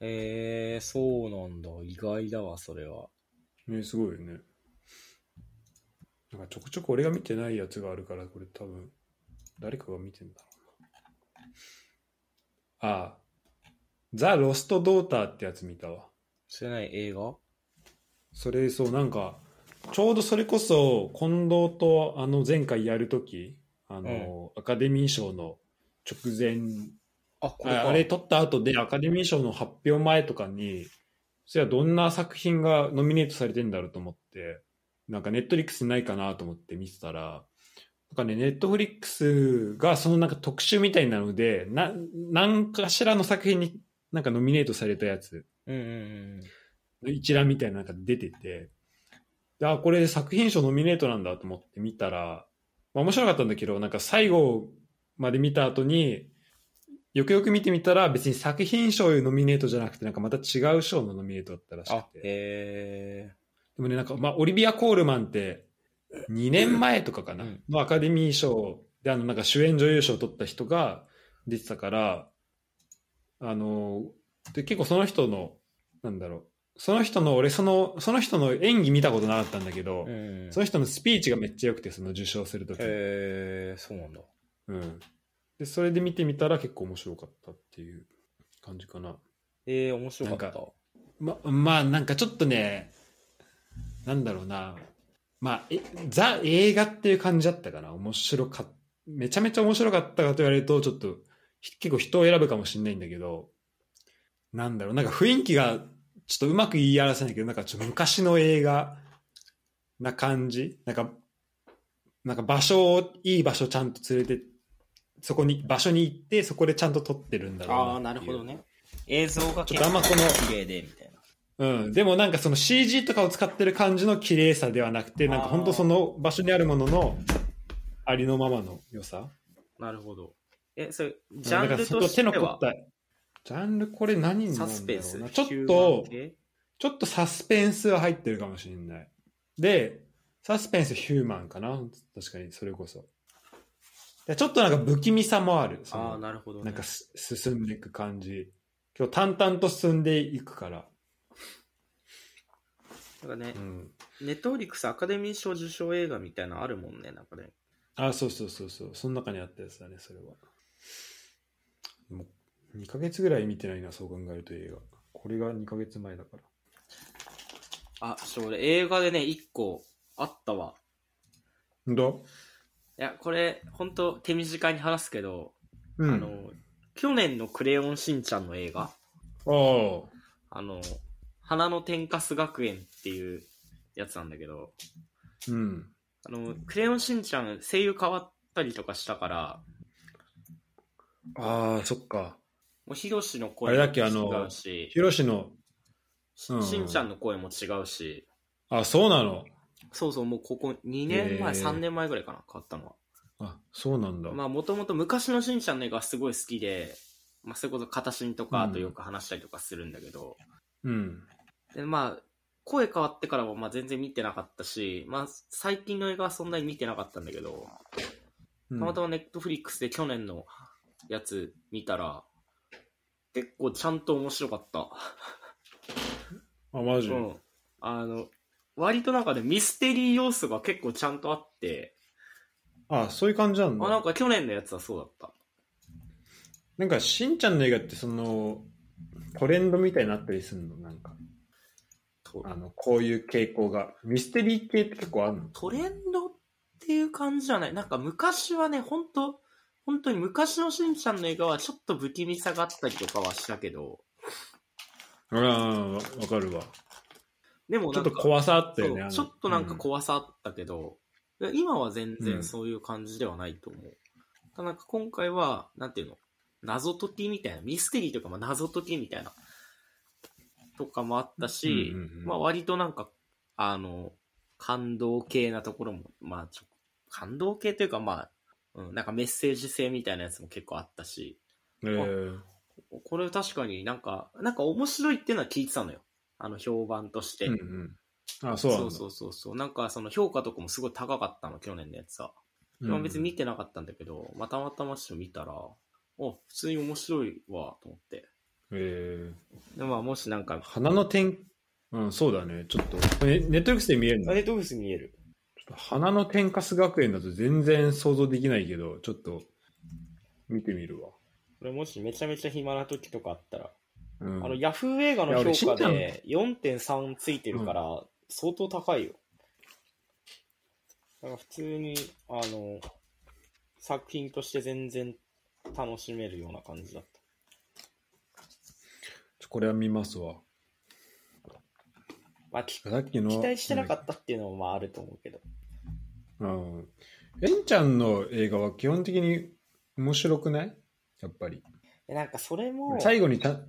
Speaker 2: へえー、そうなんだ。意外だわ、それは。
Speaker 1: ね、すごいよね。なんかちょくちょく俺が見てないやつがあるから、これ多分、誰かが見てんだろうな。ああ。ザ・ロスト・ドーターってやつ見たわ。
Speaker 3: 知らない映画
Speaker 1: それ、そう、なんか、ちょうどそれこそ、近藤と、あの、前回やるとき、あの、アカデミー賞の直前
Speaker 3: あ、これ
Speaker 1: あ
Speaker 3: か。
Speaker 1: あれ取った後でアカデミー賞の発表前とかに、それはどんな作品がノミネートされてんだろうと思って、なんかネットフリックスにないかなと思って見てたら、なんかね、ネットフリックスがそのなんか特集みたいなので、な、何かしらの作品になんかノミネートされたやつ、
Speaker 3: うんうんうん。
Speaker 1: 一覧みたいなのが出てて、であ、これ作品賞ノミネートなんだと思って見たら、まあ面白かったんだけど、なんか最後まで見た後に、よくよく見てみたら別に作品賞ノミネートじゃなくて、なんかまた違う賞のノミネートだったらし
Speaker 3: あ
Speaker 1: く、て。
Speaker 3: へ
Speaker 1: でもね、なんか、まあオリビア・コールマンって2年前とかかな、
Speaker 3: うん
Speaker 1: のアカデミー賞であのなんか主演女優賞を取った人が出てたから、あの、で結構その人の、なんだろう、その人の、俺その、その人の演技見たことなかったんだけど、
Speaker 3: ーうん。
Speaker 1: その人のスピーチがめっちゃ良くて、その受賞するとき、
Speaker 3: へーそうなんだ。
Speaker 1: うん。で、それで見てみたら結構面白かったっていう感じかな。
Speaker 3: ええ面白か
Speaker 1: なん
Speaker 3: った。
Speaker 1: ま、まあなんかちょっとね、なんだろうな、まあ、えザ映画っていう感じだったかな。面白かっめちゃめちゃ面白かったかと言われると、ちょっと、ひ結構人を選ぶかもしれないんだけど、なんだろう、なんか雰囲気が、ちょっとうまく言い表せないけど、なんかちょっと昔の映画な感じなんか、なんか場所を、いい場所ちゃんと連れて、そこに、場所に行って、そこでちゃんと撮ってるんだろう
Speaker 3: ああー、
Speaker 1: っ
Speaker 3: な
Speaker 1: て
Speaker 3: る
Speaker 1: いう
Speaker 3: ほど。ね。映像が
Speaker 1: ち
Speaker 3: 結
Speaker 1: ょっとあんま
Speaker 3: 構
Speaker 1: この、
Speaker 3: 綺麗で、みたいな。
Speaker 1: うん、でもなんかその CG とかを使ってる感じの綺麗さではなくてなんか本当その場所にあるもののありのままの良さ
Speaker 2: なるほど。え、それ、ジャン
Speaker 1: なんか
Speaker 2: ル
Speaker 1: そ
Speaker 2: と
Speaker 1: の
Speaker 2: し
Speaker 1: 手
Speaker 2: て
Speaker 1: の凝っ
Speaker 2: は、
Speaker 1: たジャンルこれ何にな
Speaker 2: サ
Speaker 1: る
Speaker 2: ス
Speaker 1: んだ
Speaker 2: ペ
Speaker 1: ろ
Speaker 2: ンス
Speaker 1: うな、ちょっ
Speaker 2: ヒューマ
Speaker 1: と
Speaker 2: ン系
Speaker 1: ちょっとサスペンスは入ってるかもしれないでサスペンスヒューマンかな確かにそれこそでちょっとなんか不気味さもあるそ
Speaker 2: ああ、
Speaker 1: の
Speaker 2: なるほど、ね。
Speaker 1: なんかす進んでいく感じ今日淡々と進んでいくから、
Speaker 2: なんかね
Speaker 1: う、ん、
Speaker 2: ネットフリックスアカデミー賞受賞映画みたいなのあるもんね、なんかね。
Speaker 1: あ、そうそうそうそう。その中にあったやつだね、それは。もう、2ヶ月ぐらい見てないな、そう考えると映画。これが2ヶ月前だから。
Speaker 2: あ、そう、俺映画でね、一個あったわ。
Speaker 1: ほんと
Speaker 2: いや、これ、ほんと手短に話すけど、
Speaker 1: うん。
Speaker 2: あの、去年のクレヨンしんちゃんの映画、
Speaker 1: あ
Speaker 2: あの、花の天かす学園っていうやつなんだけど、
Speaker 1: あ、うん。
Speaker 2: あの、クレヨンしんちゃん声優変わったりとかしたから、
Speaker 1: ああ、そっか。
Speaker 2: もうヒロシの
Speaker 1: あ
Speaker 2: 声
Speaker 1: れ
Speaker 2: も
Speaker 1: だっけあ
Speaker 2: 違
Speaker 1: の
Speaker 2: うし、
Speaker 1: ヒロシの、
Speaker 2: し
Speaker 1: うん
Speaker 2: しんちゃんの声も違うし、
Speaker 1: あ、そうなの。
Speaker 2: そうそう、もうここ2年前、
Speaker 1: へー
Speaker 2: 3年前ぐらいかな、変わったのは。
Speaker 1: あ、そうなんだ。
Speaker 2: まあ、もともと昔のしんちゃんの映画はすごい好きで、まあ、それこそ、片新とかとよく話したりとかするんだけど、
Speaker 1: うん。
Speaker 2: で、まあ、声変わってからもまあ全然見てなかったし、まあ、最近の映画はそんなに見てなかったんだけど、
Speaker 1: た
Speaker 2: たまたまネットフリックスで去年のやつ見たら、結構ちゃんと面白かった。
Speaker 1: あ、マジ、
Speaker 2: うん。あの、割となんかね、ミステリー要素が結構ちゃんとあって、
Speaker 1: あ、そういう感じなんだ。
Speaker 2: あ、なんか去年のやつはそうだった。
Speaker 1: なんか、しんちゃんの映画って、その、トレンドみたいになったりするのなんか、
Speaker 2: と
Speaker 1: あの、こういう傾向が。ミステリー系って結構あるの
Speaker 2: トレンドっていう感じじゃない。なんか昔はね、本当本当に昔のしんちゃんの映画はちょっと不気味さがあったりとかはしたけど、
Speaker 1: ああ、わかるわ。
Speaker 2: でも
Speaker 1: ち
Speaker 2: な
Speaker 1: ょっと
Speaker 2: んか
Speaker 1: 怖さあったよ
Speaker 2: そ
Speaker 1: ね。
Speaker 2: う
Speaker 1: あの
Speaker 2: ちょっとなんか怖さあったけど、で今は全
Speaker 1: うん
Speaker 2: 然そういう感じではないと思う。ただなんか今回は、なんていうの、謎解きみたいな、ミステリーとかまあ謎解きみたいな、とかもあったし、
Speaker 1: うんうんうん
Speaker 2: まあ割となんか、あの、感動系なところも、まあちょ、感動系というかまあ、うん、なんかメッセージ性みたいなやつも結構あったし、
Speaker 1: うんえー
Speaker 2: これ確かになんか、なんか面白いっていうのは聞いてたのよ。あの評判として。
Speaker 1: うんうん、あそうなんだ
Speaker 2: そうそうそうそう。なんかその評価とかもすごい高かったの、去年のやつは。
Speaker 1: うん
Speaker 2: まあ別に見てなかったんだけど、まあたまたまちょっと見たら、お、普通に面白いわ、と思って。
Speaker 1: え
Speaker 2: で、まあもしなんか
Speaker 1: ー、、花の天うんそうだねちょっとこれネットフリックスで見えるの
Speaker 3: あれ、どうす見える
Speaker 1: 花の天かす学園だと全然想像できないけどちょっと見てみるわ
Speaker 3: これもしめちゃめちゃ暇な時とかあったら、
Speaker 1: うん
Speaker 3: あの、ヤフー映画の
Speaker 1: いや俺
Speaker 3: 評価
Speaker 1: 死んだ
Speaker 3: で4.3ついてるから、相当高いよ。だから普通に、あの、作品として全然楽しめるような感じだっ
Speaker 1: ちょこれは見ますわ。
Speaker 3: た。まあ、き
Speaker 1: さっきの。
Speaker 3: 期待してなかったっていうのもまああると思うけど。
Speaker 1: うん。えんちゃんの映画は基本的に面白くないやっぱり。
Speaker 3: えなんかそれも、
Speaker 1: 最後にた、う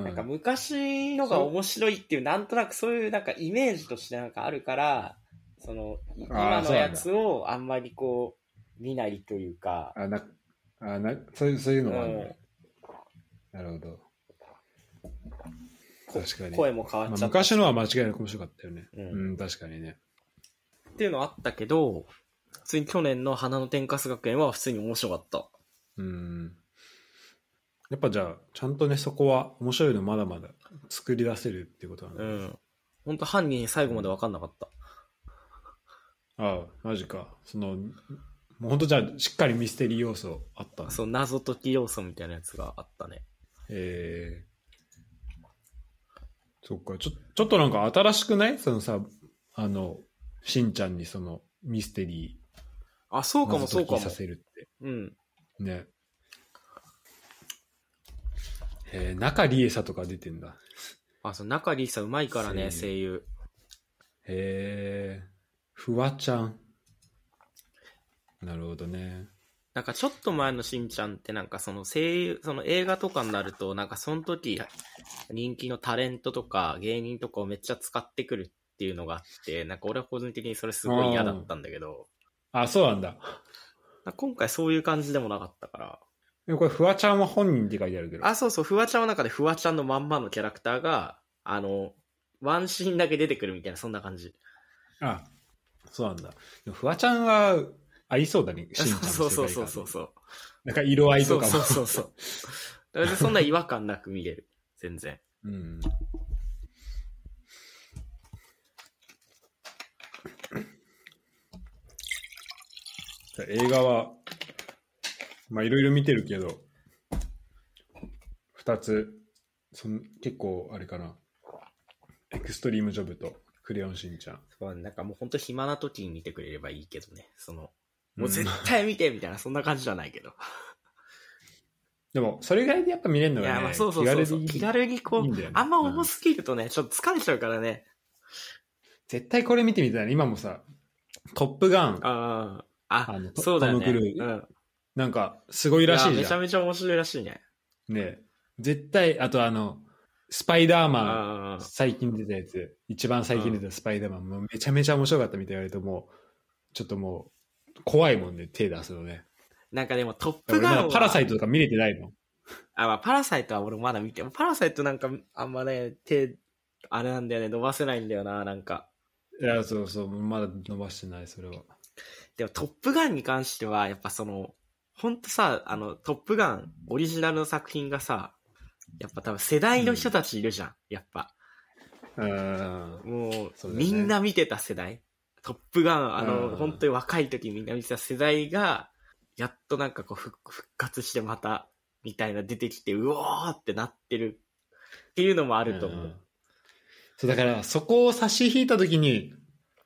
Speaker 1: ん、
Speaker 3: なんか昔のが面白いっていう、なんとなくそういうなんかイメージとしてなんかあるから、その、い
Speaker 1: あー
Speaker 3: 今のやつをあんまりこう、見ないというか、
Speaker 1: あなあなそういうそういうのもあるの、
Speaker 3: うん
Speaker 1: なるほど。
Speaker 3: こ
Speaker 1: 確かに。
Speaker 3: 声も変わ
Speaker 1: ま
Speaker 3: っ
Speaker 1: あ
Speaker 3: ちゃったし。
Speaker 1: 昔のは間違いなく面白かったよね。
Speaker 3: うん
Speaker 1: うん、確かにね。
Speaker 2: っていうのあったけど、普通に去年の花の天カス学園は普通に面白かった。
Speaker 1: うん。やっぱじゃあ、ちゃんとね、そこは面白いのまだまだ作り出せるっていうことなんだ。
Speaker 2: うん。ほんと犯人最後まで分かんなかった。
Speaker 1: ああ、マジか。その、もう本当じゃあ、しっかりミステリー要素あったんだ
Speaker 2: そう、謎解き要素みたいなやつがあったね。
Speaker 1: えー、そっかちょ、ちょっとなんか新しくないそのさ、あの、しんちゃんにそのミステリ
Speaker 2: あ、そ
Speaker 1: ー
Speaker 2: うかも
Speaker 1: 謎
Speaker 2: そう
Speaker 1: 解
Speaker 2: か
Speaker 1: きさ。
Speaker 2: も
Speaker 1: せるって。
Speaker 2: うん。
Speaker 1: ね。えー、中里恵沙とか出てんだ。
Speaker 2: あ、そう、中里さんうまいからね、
Speaker 1: 声
Speaker 2: 声優。
Speaker 1: えー、ふわちゃん。なるほどね。
Speaker 2: なんかちょっと前のしんちゃんってなんかその声優、その映画とかになると、なんかその時人気のタレントとか芸人とかをめっちゃ使ってくるっていうのがあって、なんか俺は個人的にそれすごい嫌だったんだけど、
Speaker 1: あ、そうなんだ。
Speaker 2: なんか今回そういう感じでもなかったから。
Speaker 1: でもこれ、ふわちゃんは本人って書いてあるけど。
Speaker 2: あ、そうそう、フワちゃんの中でフワちゃんのまんまのキャラクターが、あの、ワンシーンだけ出てくるみたいな、そんな感じ。
Speaker 1: あ、そうなんだ。でもフワちゃんは合いそうだね、しんちゃんの世界
Speaker 2: そうそう
Speaker 1: 観
Speaker 2: そうそうそう。
Speaker 1: なんか色合い
Speaker 2: そ
Speaker 1: と
Speaker 2: う
Speaker 1: かも。
Speaker 2: そうそうそう。だからそんな違和感なく見れる。全然。
Speaker 1: うん。映画は、まあいろいろ見てるけど、二つ、そん結構あれかな。エクストリームジョブとクレヨンしんちゃん。
Speaker 2: まあなんかもうほんと暇な時に見てくれればいいけどね。その、
Speaker 1: うん
Speaker 2: もう絶対見てみたいな、そんな感じじゃないけ ど。
Speaker 1: でも、それぐらいでやっぱ見れるの
Speaker 2: い
Speaker 1: がね、
Speaker 2: や、まあそうそうそうそう。
Speaker 1: 気
Speaker 2: 気
Speaker 1: 軽に
Speaker 2: 軽にこう、
Speaker 1: いいんだよね
Speaker 2: あんま重すぎるとね、ちょっと疲れちゃうからね。
Speaker 1: 絶対これ見てみたいな。今もさ、トップガン、
Speaker 2: ああ、
Speaker 1: あのト
Speaker 2: そうだよ
Speaker 1: ト
Speaker 2: ね。
Speaker 1: ムクルーズ
Speaker 2: うん。
Speaker 1: なんか、すごいらしい
Speaker 2: や
Speaker 1: じ
Speaker 2: めち
Speaker 1: ゃ
Speaker 2: ゃ
Speaker 1: ん。
Speaker 2: めちゃ面白いらしいね。
Speaker 1: ね絶対、あとあの、スパイダーマン、
Speaker 2: あ
Speaker 1: 最近出たやつ、一番最近出たスパイダーマン、もうめちゃめちゃ面白かったみたいに言われても、ちょっともう、怖いもんね、手出すのね。
Speaker 2: なんかでもトッ
Speaker 1: 俺
Speaker 2: プ
Speaker 1: ま
Speaker 2: ガン
Speaker 1: だ
Speaker 2: は。
Speaker 1: パラサイトとか見れてないの。
Speaker 2: あ、まあ、パラサイトは俺まだ見て、パラサイトなんかあんまね、手、あれなんだよね、伸ばせないんだよな、なんか。
Speaker 1: いや、そうそう、まだ伸ばしてない、それは。
Speaker 2: でもトップガンに関しては、やっぱその、ほんとさ、あの、トップガン、オリジナルの作品がさ、やっぱ多分世代の人たちいるじゃん、やっぱ。
Speaker 1: うーん。
Speaker 2: もう、
Speaker 1: そうだよね
Speaker 2: みんな見てた世代。トップガン、あ
Speaker 1: う
Speaker 2: の、
Speaker 1: ん
Speaker 2: 本当に若い時みんな見てた世代が、やっとなんかこう復復活してまた、みたいな出てきて、うおーってなってるっていうのもあると思
Speaker 1: うん
Speaker 2: う。
Speaker 1: そう、だから、そこを差し引いたときに、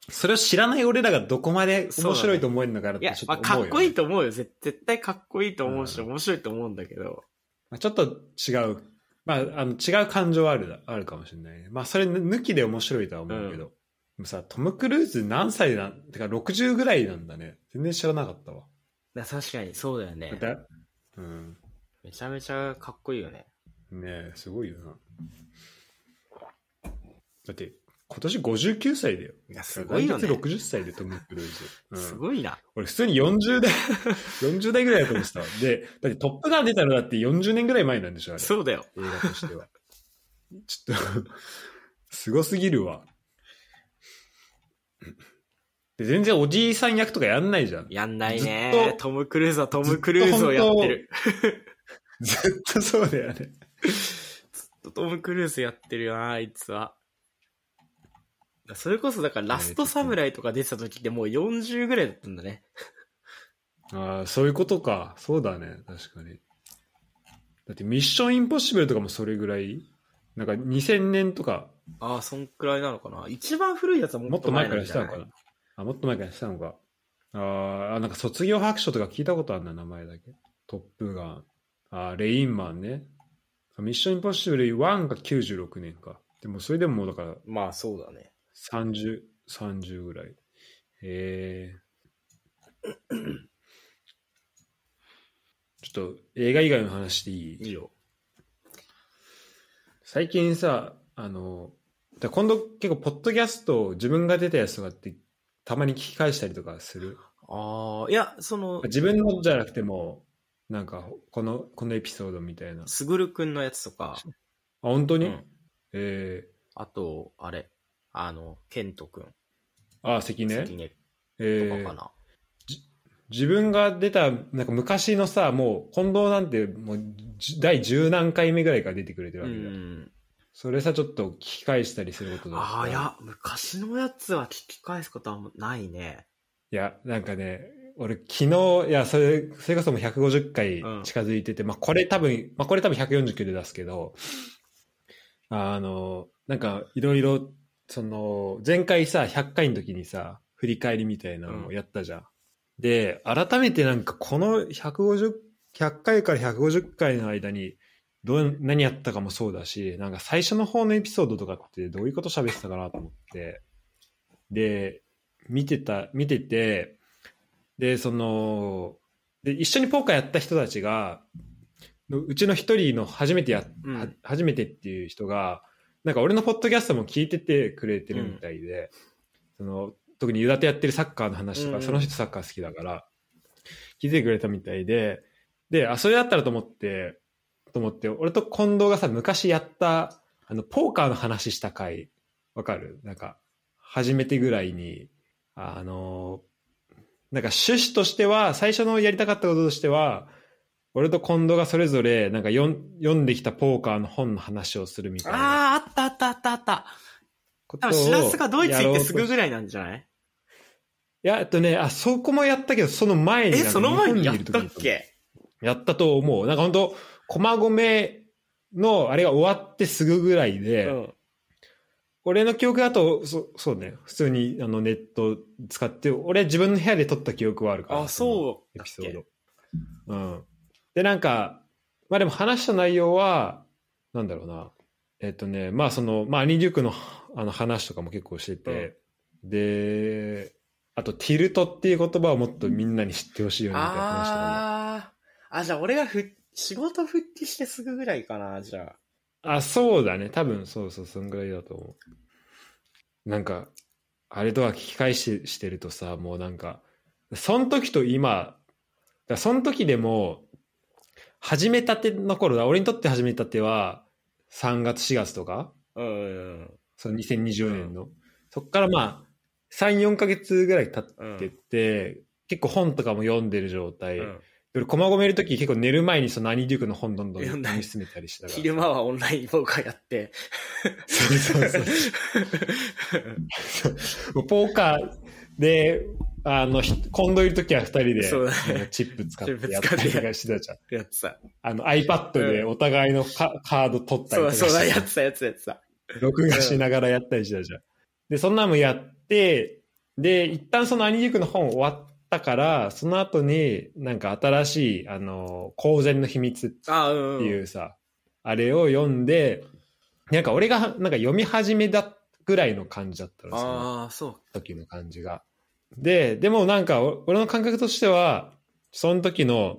Speaker 1: それを知らない俺らがどこまで面白いと思えるのかなっ
Speaker 2: い
Speaker 1: て
Speaker 2: や
Speaker 1: ち、ょ
Speaker 2: まあ、
Speaker 1: っと
Speaker 2: か
Speaker 1: 思うよね、
Speaker 2: っこいいと思うよ。絶絶対かっこいいと思うし、
Speaker 1: う
Speaker 2: 面白いと思うんだけど。
Speaker 1: まあ、ちょっと違う、まあ、あの違う感情はあるだあるかもしれないね。まあ、それ抜きで面白いとは思うけど、でもさ、トム・クルーズ何歳なんてか60ぐらいなんだね。全然知らなかったわ。
Speaker 2: な確かに、そうだよね。
Speaker 1: だうん。
Speaker 2: めちゃめちゃかっこいいよね。
Speaker 1: ねえ、すごいよな。だって、今年59歳だよ。
Speaker 2: いやすごいよね
Speaker 1: 来月60歳でトム・クルーズ。うん
Speaker 2: すごいな。
Speaker 1: 俺普通に40代、40代ぐらいだと思ってたわ。で、だってトップガン出たのだって40年ぐらい前なんでしょ、あれ。
Speaker 2: そうだよ。
Speaker 1: 映画としては。ちょっと、すごすぎるわ。で全然おじいさん役とかやんないじゃん。
Speaker 2: やんない
Speaker 1: ずっ
Speaker 2: ね
Speaker 1: と。
Speaker 2: トム・クルーズはトム・クルーズをやってる。
Speaker 1: ずっとそうだよね。
Speaker 2: トム・クルーズやってるよな、あいつは。それこそ、だから、ラストサムライとか出てた時ってもう40ぐらいだったんだね。
Speaker 1: ああ、そういうことか。そうだね。確かに。だってミッションインポッシブルとかもそれぐらいなんか2000年とか、
Speaker 2: ああ、そんくらいなのかな。一番古いやつは
Speaker 1: も
Speaker 2: も
Speaker 1: っ
Speaker 2: っ
Speaker 1: と
Speaker 2: と
Speaker 1: 前
Speaker 2: 前
Speaker 1: か
Speaker 2: な
Speaker 1: ら
Speaker 2: ん
Speaker 1: し
Speaker 2: じ
Speaker 1: た
Speaker 2: ゃ
Speaker 1: の
Speaker 2: な
Speaker 1: か
Speaker 2: い
Speaker 1: な。あ、もっと前からしたのか。ああ、なんか卒業白書とか聞いたことあるな、名前だけ。トップガン。あーレインマンね。ミッションインポッシブル1が96年か。でもそれでももうだから
Speaker 2: まあ、そうだね。
Speaker 1: 30、30ぐらい。え ー、ちょっと映画以外の話していい
Speaker 2: いいよ。
Speaker 1: 最近さ、あの、だ今度結構ポッドキャスト自分が出たやつとかってたまに聞き返したりとかする。
Speaker 2: ああ、いや、その、
Speaker 1: 自分のじゃなくても、なんかこの、このエピソードみたいな。あ、
Speaker 2: すぐるくんのやつとか、
Speaker 1: 本当に、
Speaker 2: うん
Speaker 1: え
Speaker 2: あと、あれ、あの、ケントくん、
Speaker 1: ー、あ、関根
Speaker 2: 関根と
Speaker 1: え
Speaker 2: か
Speaker 1: ー
Speaker 2: かな。
Speaker 1: 自分が出た、なんか昔のさ、もう、近藤なんて、もう、じ第十何回目ぐらいから出てくれてる
Speaker 2: う
Speaker 1: わけだよ。
Speaker 2: ん。
Speaker 1: それさ、ちょっと聞き返したりすることだ
Speaker 2: ああ、い。や、昔のやつは聞き返すことはもうないね。
Speaker 1: いや、なんかね、俺昨日、いや、それ、それこそもう150回
Speaker 2: うん
Speaker 1: 近づいてて、まあこれ多分、まあこれ多分149で出すけど、あの、なんかいろいろ、その、前回さ、100回の時にさ、振り返りみたいなのをやったじゃん。で、改めてなんかこの150、100回から150回の間に、どう、何やったかもそうだし、なんか最初の方のエピソードとかってどういうこと喋ってたかなと思って、で、見てた、見てて、で、その、で、一緒にポーカーやった人たちが、のうちの一人の初めてや、
Speaker 2: うん
Speaker 1: は初めてっていう人が、なんか俺のポッドキャストも聞いててくれてるみたいで、その、特にユダテやってるサッカーの話とか、
Speaker 2: うん
Speaker 1: その人サッカー好きだから、聞いてくれたみたいで、で、あ、それだったらと思って、と思って、俺と近藤がさ、昔やった、あの、ポーカーの話した回、わかるなんか、初めてぐらいに、あの、なんか趣旨としては、最初のやりたかったこととしては、俺と近藤がそれぞれ、なんか読ん読んできたポーカーの本の話をするみたいな
Speaker 2: ああ、あったあったあったあった。
Speaker 1: こと
Speaker 2: 多
Speaker 1: を。
Speaker 2: 分、シラスがドイツ行ってすぐ
Speaker 1: い
Speaker 2: ぐらいなんじゃない
Speaker 1: や、えっとね、あ、そこもやったけど、その前に
Speaker 2: え、
Speaker 1: なんか
Speaker 2: その前に
Speaker 1: 日
Speaker 2: や
Speaker 1: 本
Speaker 2: っ
Speaker 1: いる時
Speaker 2: たっけ
Speaker 1: やったと思う。なんか本当駒込のあれが終わってすぐぐらいで、
Speaker 2: うん。
Speaker 1: 俺の記憶だと、そそうね、普通にあのネット使って、俺自分の部屋で撮った記憶はあるから。
Speaker 2: あ、そう
Speaker 1: エ
Speaker 2: だっ
Speaker 1: ピソー
Speaker 2: け
Speaker 1: ド。うん。で、なんか、まあでも話した内容は、なんだろうな。えっとね、まあその、まあ、兄デュークのあの話とかも結構してて、で、あと、ティルトっていう言葉をもっとみんなに知ってほしいよね、みたいな話とかも。
Speaker 2: ああ、あ、じゃあ俺がふ、仕事復帰してすぐぐらいかな、じゃ
Speaker 1: あ、そうだね。多分、そうそう、そんぐらいだと思う。なんか、あれとは聞き返ししてるとさ、もうなんか、その時と今、だその時でも、始めたての頃だ、俺にとって始めたては、3月、4月とか、
Speaker 2: あ。うんうん
Speaker 1: その2020年の。そっからまあ、3、4ヶ月ぐらい経ってって、結構本とかも読んでる状態。
Speaker 2: う
Speaker 1: で
Speaker 2: ん。うん
Speaker 1: 俺、駒込いる時結構寝る前にそのアニデュークの本どんどん
Speaker 2: 読
Speaker 1: 読
Speaker 2: んだ
Speaker 1: み進めたりしてたから。
Speaker 2: 昼間はオンラインポーカーやって。
Speaker 1: そうそうそう。もうポーカーで、あの、ひ今度いるときは二人で、
Speaker 2: そうだね
Speaker 1: あのチップ使っ
Speaker 2: チッ
Speaker 1: て
Speaker 2: プ
Speaker 1: や
Speaker 2: 使
Speaker 1: っ
Speaker 2: って
Speaker 1: たりとかしてたじゃん。
Speaker 2: やってた。
Speaker 1: あの、iPad でお互いのカ,、カード取った
Speaker 2: そ
Speaker 1: り
Speaker 2: う
Speaker 1: とか
Speaker 2: だ、そうだ、や
Speaker 1: して
Speaker 2: ってた、やってた、やってた。
Speaker 1: 録画しながらやったりしてたじゃん。で、そんなのもやって、で、一旦そのアニデュクの本終わったから、その後になんか新しい、あの、公然の秘密って
Speaker 2: ああ、う
Speaker 1: っ
Speaker 2: んうん。
Speaker 1: ていうさ、あれを読んで、なんか俺がなんか読み始めだぐらいの感じだったの、その
Speaker 2: ああ、そう。
Speaker 1: 時の感じが。で、でもなんかお俺の感覚としては、その時の、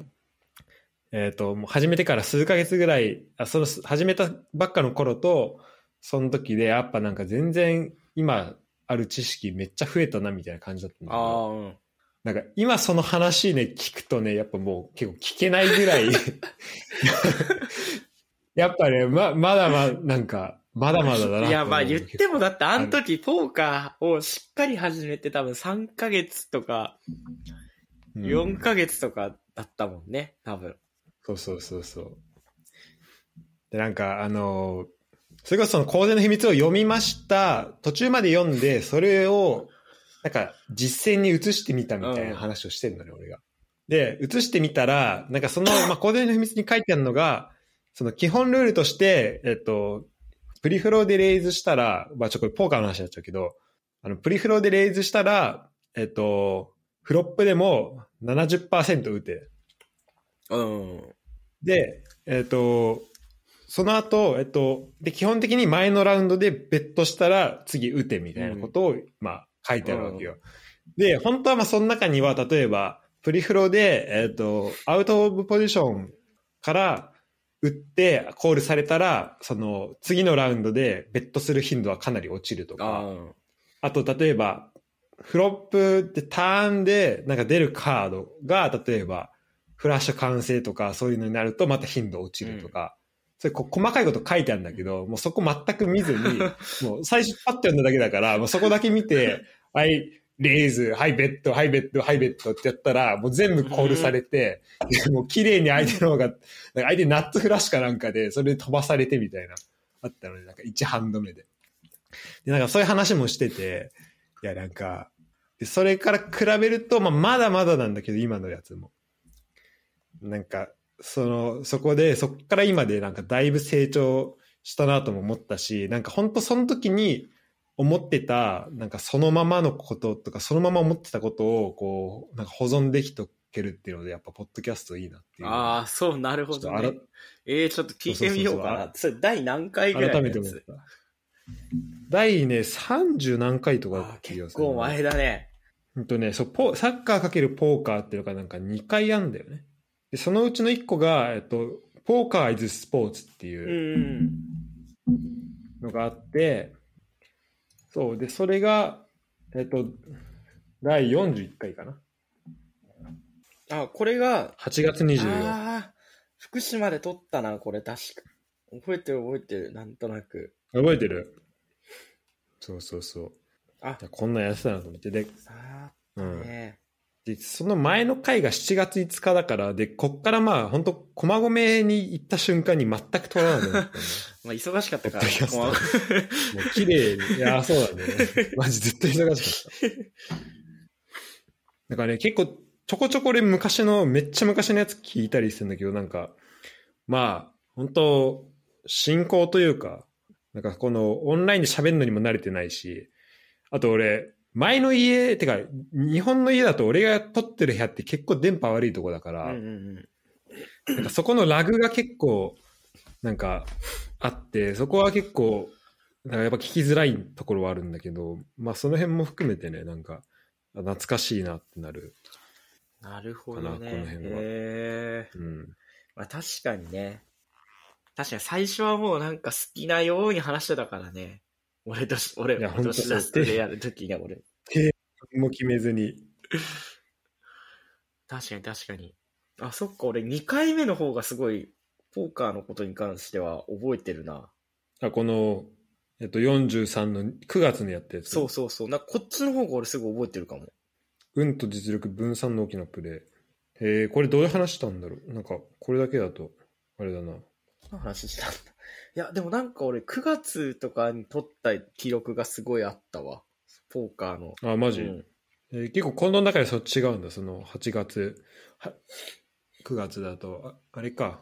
Speaker 1: えっ、と、もう始めてから数ヶ月ぐらい、あその始めたばっかの頃と、その時でやっぱなんか全然今ある知識めっちゃ増えたなみたいな感じだったんだけど
Speaker 2: ああ、うん。
Speaker 1: なんか今その話ね、聞くとね、やっぱもう結構聞けないぐら い。やっぱね、ま、まだま、なんか、まだまだだなと思う。
Speaker 2: いや、まあ言ってもだってあ
Speaker 1: の
Speaker 2: の時ポーカーをしっかり始めて多分3ヶ月とか
Speaker 1: うん
Speaker 2: 4ヶ月とかだったもんね、多分。
Speaker 1: そうそうそうそう。で、なんか、あのそれこそその公然の秘密を読みました。途中まで読んで、それを、なんか、実践に移してみたみたいな話をしてるのね、俺が。で、移してみたら、なんかその、まあ、公然の秘密に書いてあるのが、その基本ルールとして、えっと、プリフローでレイズしたら、まあちょっとこれポーカーの話になっちゃうけど、あの、プリフローでレイズしたら、えっと、フロップでも70%打て。
Speaker 2: うん。
Speaker 1: で、えっと、その後、えっと、で、基本的に前のラウンドでベットしたら次打てみたいなことを、まあ、書いてあるわけよ。で、本当はまあ、その中には、例えば、プリフロで、えっと、アウトオブポジションから打ってコールされたら、その、次のラウンドでベットする頻度はかなり落ちるとか、
Speaker 2: あ
Speaker 1: あと、例えば、フロップでターンでなんか出るカードが、例えば、フラッシュ完成とか、そういうのになると、また頻度落ちるとか、それこう細かいこと書いてあるんだけど、もうそこ全く見ずに、もう最初パッて読んだだけだから、もうそこだけ見て、はい、レイズ、はい、ベッド、はい、ベッド、はい、ベッドってやったら、もう全部コールされて、もう綺麗に相手の方が、なんか相手ナッツフラッシュかなんかで、それで飛ばされてみたいな、あったので、なんか1ハンド目で。で、なんかそういう話もしてて、いや、なんか、でそれから比べると、まあ、まだまだなんだけど、今のやつも。なんか、その、そこで、そっから今で、なんか、だいぶ成長したなとも思ったし、なんか、本当その時に思ってた、なんか、そのままのこととか、そのまま思ってたことを、こう、なんか、保存できとけるっていうので、やっぱ、ポッドキャストいいなっていう。
Speaker 2: あー、そう、なるほど、
Speaker 1: ちょっ
Speaker 2: ね
Speaker 1: と。
Speaker 2: えー、ちょっと聞いてみようかな。それ第何回ぐらい
Speaker 1: 改め
Speaker 2: のや
Speaker 1: て
Speaker 2: つ
Speaker 1: 思った。第ね、30何回とかだ
Speaker 2: あ
Speaker 1: っ
Speaker 2: ー
Speaker 1: た気が
Speaker 2: 結
Speaker 1: するな
Speaker 2: 構前だね。
Speaker 1: うんとね、そう、ポーサッカーかけるポーカーっていうのがなんか2回あんだよね。で、そのうちの1個が、えっと、ポーカーイズスポーツって
Speaker 2: う。
Speaker 1: いうんのがあって、そう、で、それが、えっと、第41回かな。
Speaker 2: あ、これが、
Speaker 1: 8月24
Speaker 2: ああ、
Speaker 3: 福島で撮ったな、これ確か。覚えてる覚えてる、なんとなく。
Speaker 1: 覚えてるそうそうそう。
Speaker 3: あ
Speaker 1: いやこんなんやってたなと思って。で、
Speaker 3: さあ、
Speaker 1: うん。
Speaker 3: ね
Speaker 1: で、その前の回が7月5日だから、で、こっからまあ、本当駒込に行った瞬間に全く取らなくなったね。
Speaker 2: まあ、忙しかったから、
Speaker 1: ポッドキャスト
Speaker 2: こう
Speaker 1: もう綺麗に。いや、そうだね。マジ絶対忙しかった。だからね、結構、ちょこちょこで昔の、めっちゃ昔のやつ聞いたりするんだけど、なんか、まあ、本当進行というか、なんかこのオンラインで喋るのにも慣れてないし、あと俺、前の家、てか、日本の家だと俺が撮ってる部屋って結構電波悪いとこだから、
Speaker 2: うんうんうん。
Speaker 1: なんかそこのラグが結構、なんか、あって、そこは結構、なんかやっぱ聞きづらいところはあるんだけど、まあその辺も含めてね、なんか、あ懐かしいなってなる。
Speaker 2: なるほど
Speaker 1: かなこの
Speaker 2: ね。
Speaker 1: 辺は
Speaker 2: ええ
Speaker 1: うん。
Speaker 2: まあ、確かにね。確かに最初はもうなんか好きなように話してたからね。俺とし、俺、
Speaker 1: いやほんと
Speaker 2: 年出してでやるときに俺。
Speaker 1: もう決めずに。
Speaker 2: 確かに確かに。あ、そっか、俺2回目の方がすごい、ポーカーのことに関しては覚えてるな。
Speaker 1: あ、この、えっと、43の9月にやったやつ。
Speaker 2: そうそうそう。なんかこっちの方が俺すぐ覚えてるかも。
Speaker 1: 運と実力分散の大きなプレー。へえ、これどういう話したんだろうなんか、これだけだと、あれだな。
Speaker 2: 何の話したんだ。いや、でもなんか俺9月とかに撮った記録がすごいあったわ。ポーカーの。
Speaker 1: あ、マ
Speaker 2: う
Speaker 1: ジ、
Speaker 2: ん
Speaker 1: えー結構この中でそっち違うんだその8月は9月だとああれか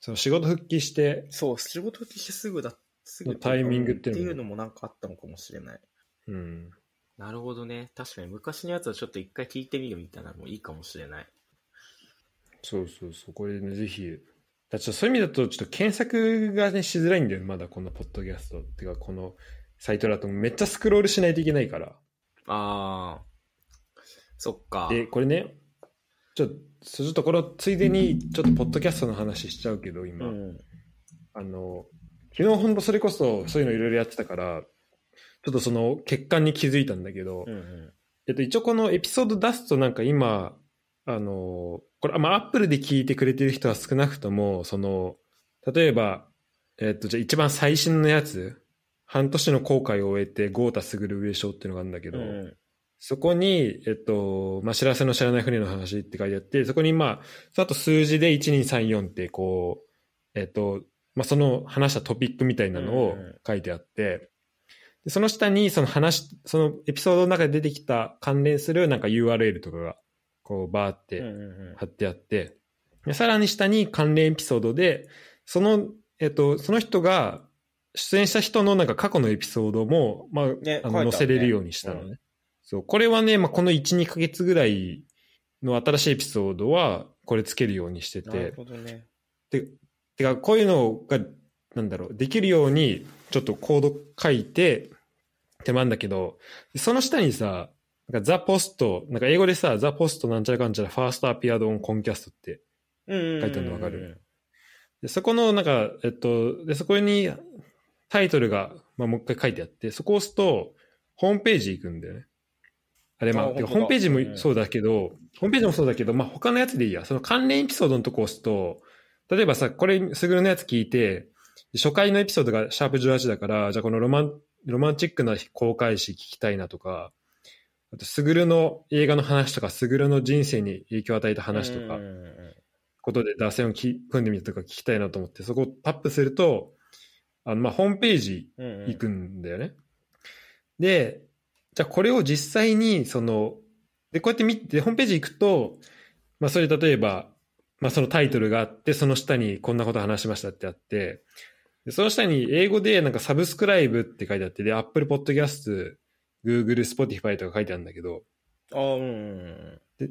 Speaker 1: その仕事復帰して
Speaker 2: そう、仕事復帰してすぐだ、すぐ
Speaker 1: のタイミングっていうのも
Speaker 2: っていうのもなんかあったのかもしれない。
Speaker 1: うん
Speaker 2: なるほどね。確かに昔のやつはちょっと一回聞いてみるみたいなのもいいかもしれない。
Speaker 1: そうそうそうこれねぜひだちょっとそういう意味だとちょっと検索がねしづらいんだよねまだこのポッドキャストっていうかこのサイトだとめっちゃスクロールしないといけないから
Speaker 2: あー。そっか。
Speaker 1: でこれねちょっとちょっとこのついでにちょっとポッドキャストの話しちゃうけど
Speaker 2: う
Speaker 1: 今、
Speaker 2: ん。
Speaker 1: あの、昨日ほんとそれこそそういうのいろいろやってたから、ちょっとその欠陥に気づいたんだけど、
Speaker 2: うんうん。
Speaker 1: えっと一応このエピソード出すとなんか今、あの、これ、まあ、アップルで聞いてくれてる人は少なくとも、その、例えば、えっと、じゃあ一番最新のやつ、半年の後悔を終えて、豪太優る上昇っていうのがあるんだけど、
Speaker 2: うん
Speaker 1: そこに、えっと、まあ、知らせの知らない船の話って書いてあって、そこにまあ、その後数字で1234ってこう、えっと、まあ、その話したトピックみたいなのを
Speaker 2: うんうん
Speaker 1: 書いてあって、でその下にその話、そのエピソードの中で出てきた関連するなんか URL とかが、こうバーっ
Speaker 2: うん
Speaker 1: て
Speaker 2: うん
Speaker 1: 貼ってあって、でさらに下に関連エピソードで、その、えっと、その人が出演した人のなんか過去のエピソードも、まあ、
Speaker 3: ね
Speaker 1: あ
Speaker 3: 書いてあ
Speaker 1: の
Speaker 3: るね
Speaker 1: 載せれるようにしたのね。そう、これはね、まあ、この1、2ヶ月ぐらいの新しいエピソードは、これつけるようにして
Speaker 3: なる
Speaker 1: て。
Speaker 3: ほどね。
Speaker 1: てか、こういうのが、なんだろう、できるように、ちょっとコード書いて、手間んだけど、その下にさ、なんかザ・ポスト、なんか英語でさ、ザ・ポストなんちゃらかんちゃら、ファーストアピアドオンコンキャストって
Speaker 3: うん。
Speaker 1: 書いてあるのわかる。で、そこの、なんか、えっと、で、そこにタイトルが、まあ、もう一回書いてあって、そこを押すと、ホームページ行くんだよね。あれ、まあ、
Speaker 3: あ
Speaker 1: てか
Speaker 3: 本当だ
Speaker 1: ホームページ
Speaker 3: うん
Speaker 1: もそうだけど、ホームページもそうだけど、まあ、他のやつでいいや。その関連エピソードのとこ押すと、例えばさ、これ、すぐるのやつ聞いて、初回のエピソードがシャープ18だから、じゃあこのロマン、ロマンチックな公開誌聞きたいなとか、あと、すぐるの映画の話とか、すぐるの人生に影響を与えた話とか、
Speaker 3: うんうんうん
Speaker 1: ことで打線をき組んでみたとか聞きたいなと思って、そこをタップすると、あの、まあ、ホームページ
Speaker 3: うんうん
Speaker 1: 行くんだよね。で、じゃあこれを実際に、その、で、こうやって見て、ホームページ行くと、まあ、それ例えば、まあ、そのタイトルがあって、その下にこんなこと話しましたってあって、でその下に英語でなんかサブスクライブって書いてあって、で、Apple Podcast、Google、Spotify とか書いてあるんだけど、
Speaker 3: ああ、うんうん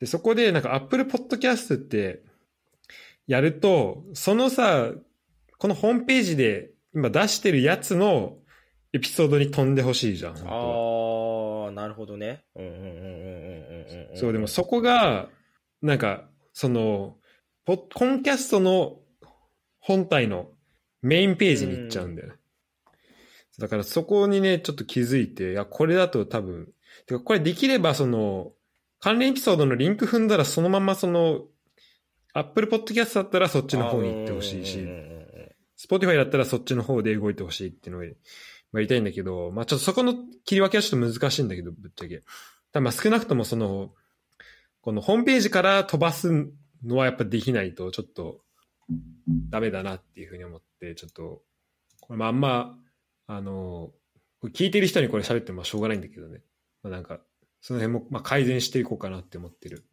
Speaker 1: で、そこでなんか Apple Podcast ってやると、そのさ、このホームページで今出してるやつのエピソードに飛んでほしいじゃん。
Speaker 3: うん。
Speaker 1: 本当は
Speaker 3: ああ、なるほどね。うんうんうんうんうんうんん。
Speaker 1: そう、でもそこが、なんか、その、ポッコンキャストの本体のメインページに行っちゃうんだよね。だからそこにね、ちょっと気づいて、いや、これだと多分、てかこれできればその、関連エピソードのリンク踏んだらそのままその、Apple Podcast だったらそっちの方に行ってほしい
Speaker 3: うん
Speaker 1: し
Speaker 3: うん、うんうん
Speaker 1: Spotify だったらそっちの方で動いてほしいっていうのをやりたいんだけど、まあちょっとそこの切り分けはちょっと難しいんだけど、ぶっちゃけ。ただまあ少なくともその、このホームページから飛ばすのはやっぱできないとちょっとダメだなっていうふうに思って、ちょっと、これまああんま、あの、これ聞いてる人にこれ喋ってもしょうがないんだけどね。まあなんか、その辺もまあ改善していこうかなって思ってる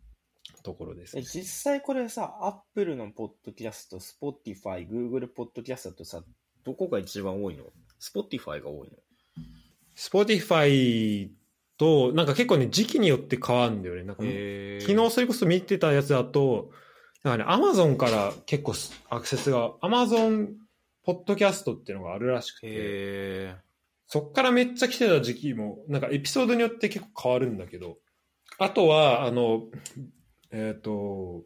Speaker 1: ところです
Speaker 3: え。実際これさ、アップルのポッドキャスト、スポティファイ、グーグルポッドキャストってさ、どこが一番多いのスポティファイが多いの
Speaker 1: Spotify と、なんか結構ね、時期によって変わるんだよね。なんかもう
Speaker 2: え
Speaker 1: 昨日それこそ見てたやつだと、なんかね、アマゾンから結構すアクセスが、アマゾンポッドキャストっていうのがあるらしくて、
Speaker 2: へ
Speaker 1: そっからめっちゃ来てた時期も、なんかエピソードによって結構変わるんだけど、あとは、あの、えっ、と、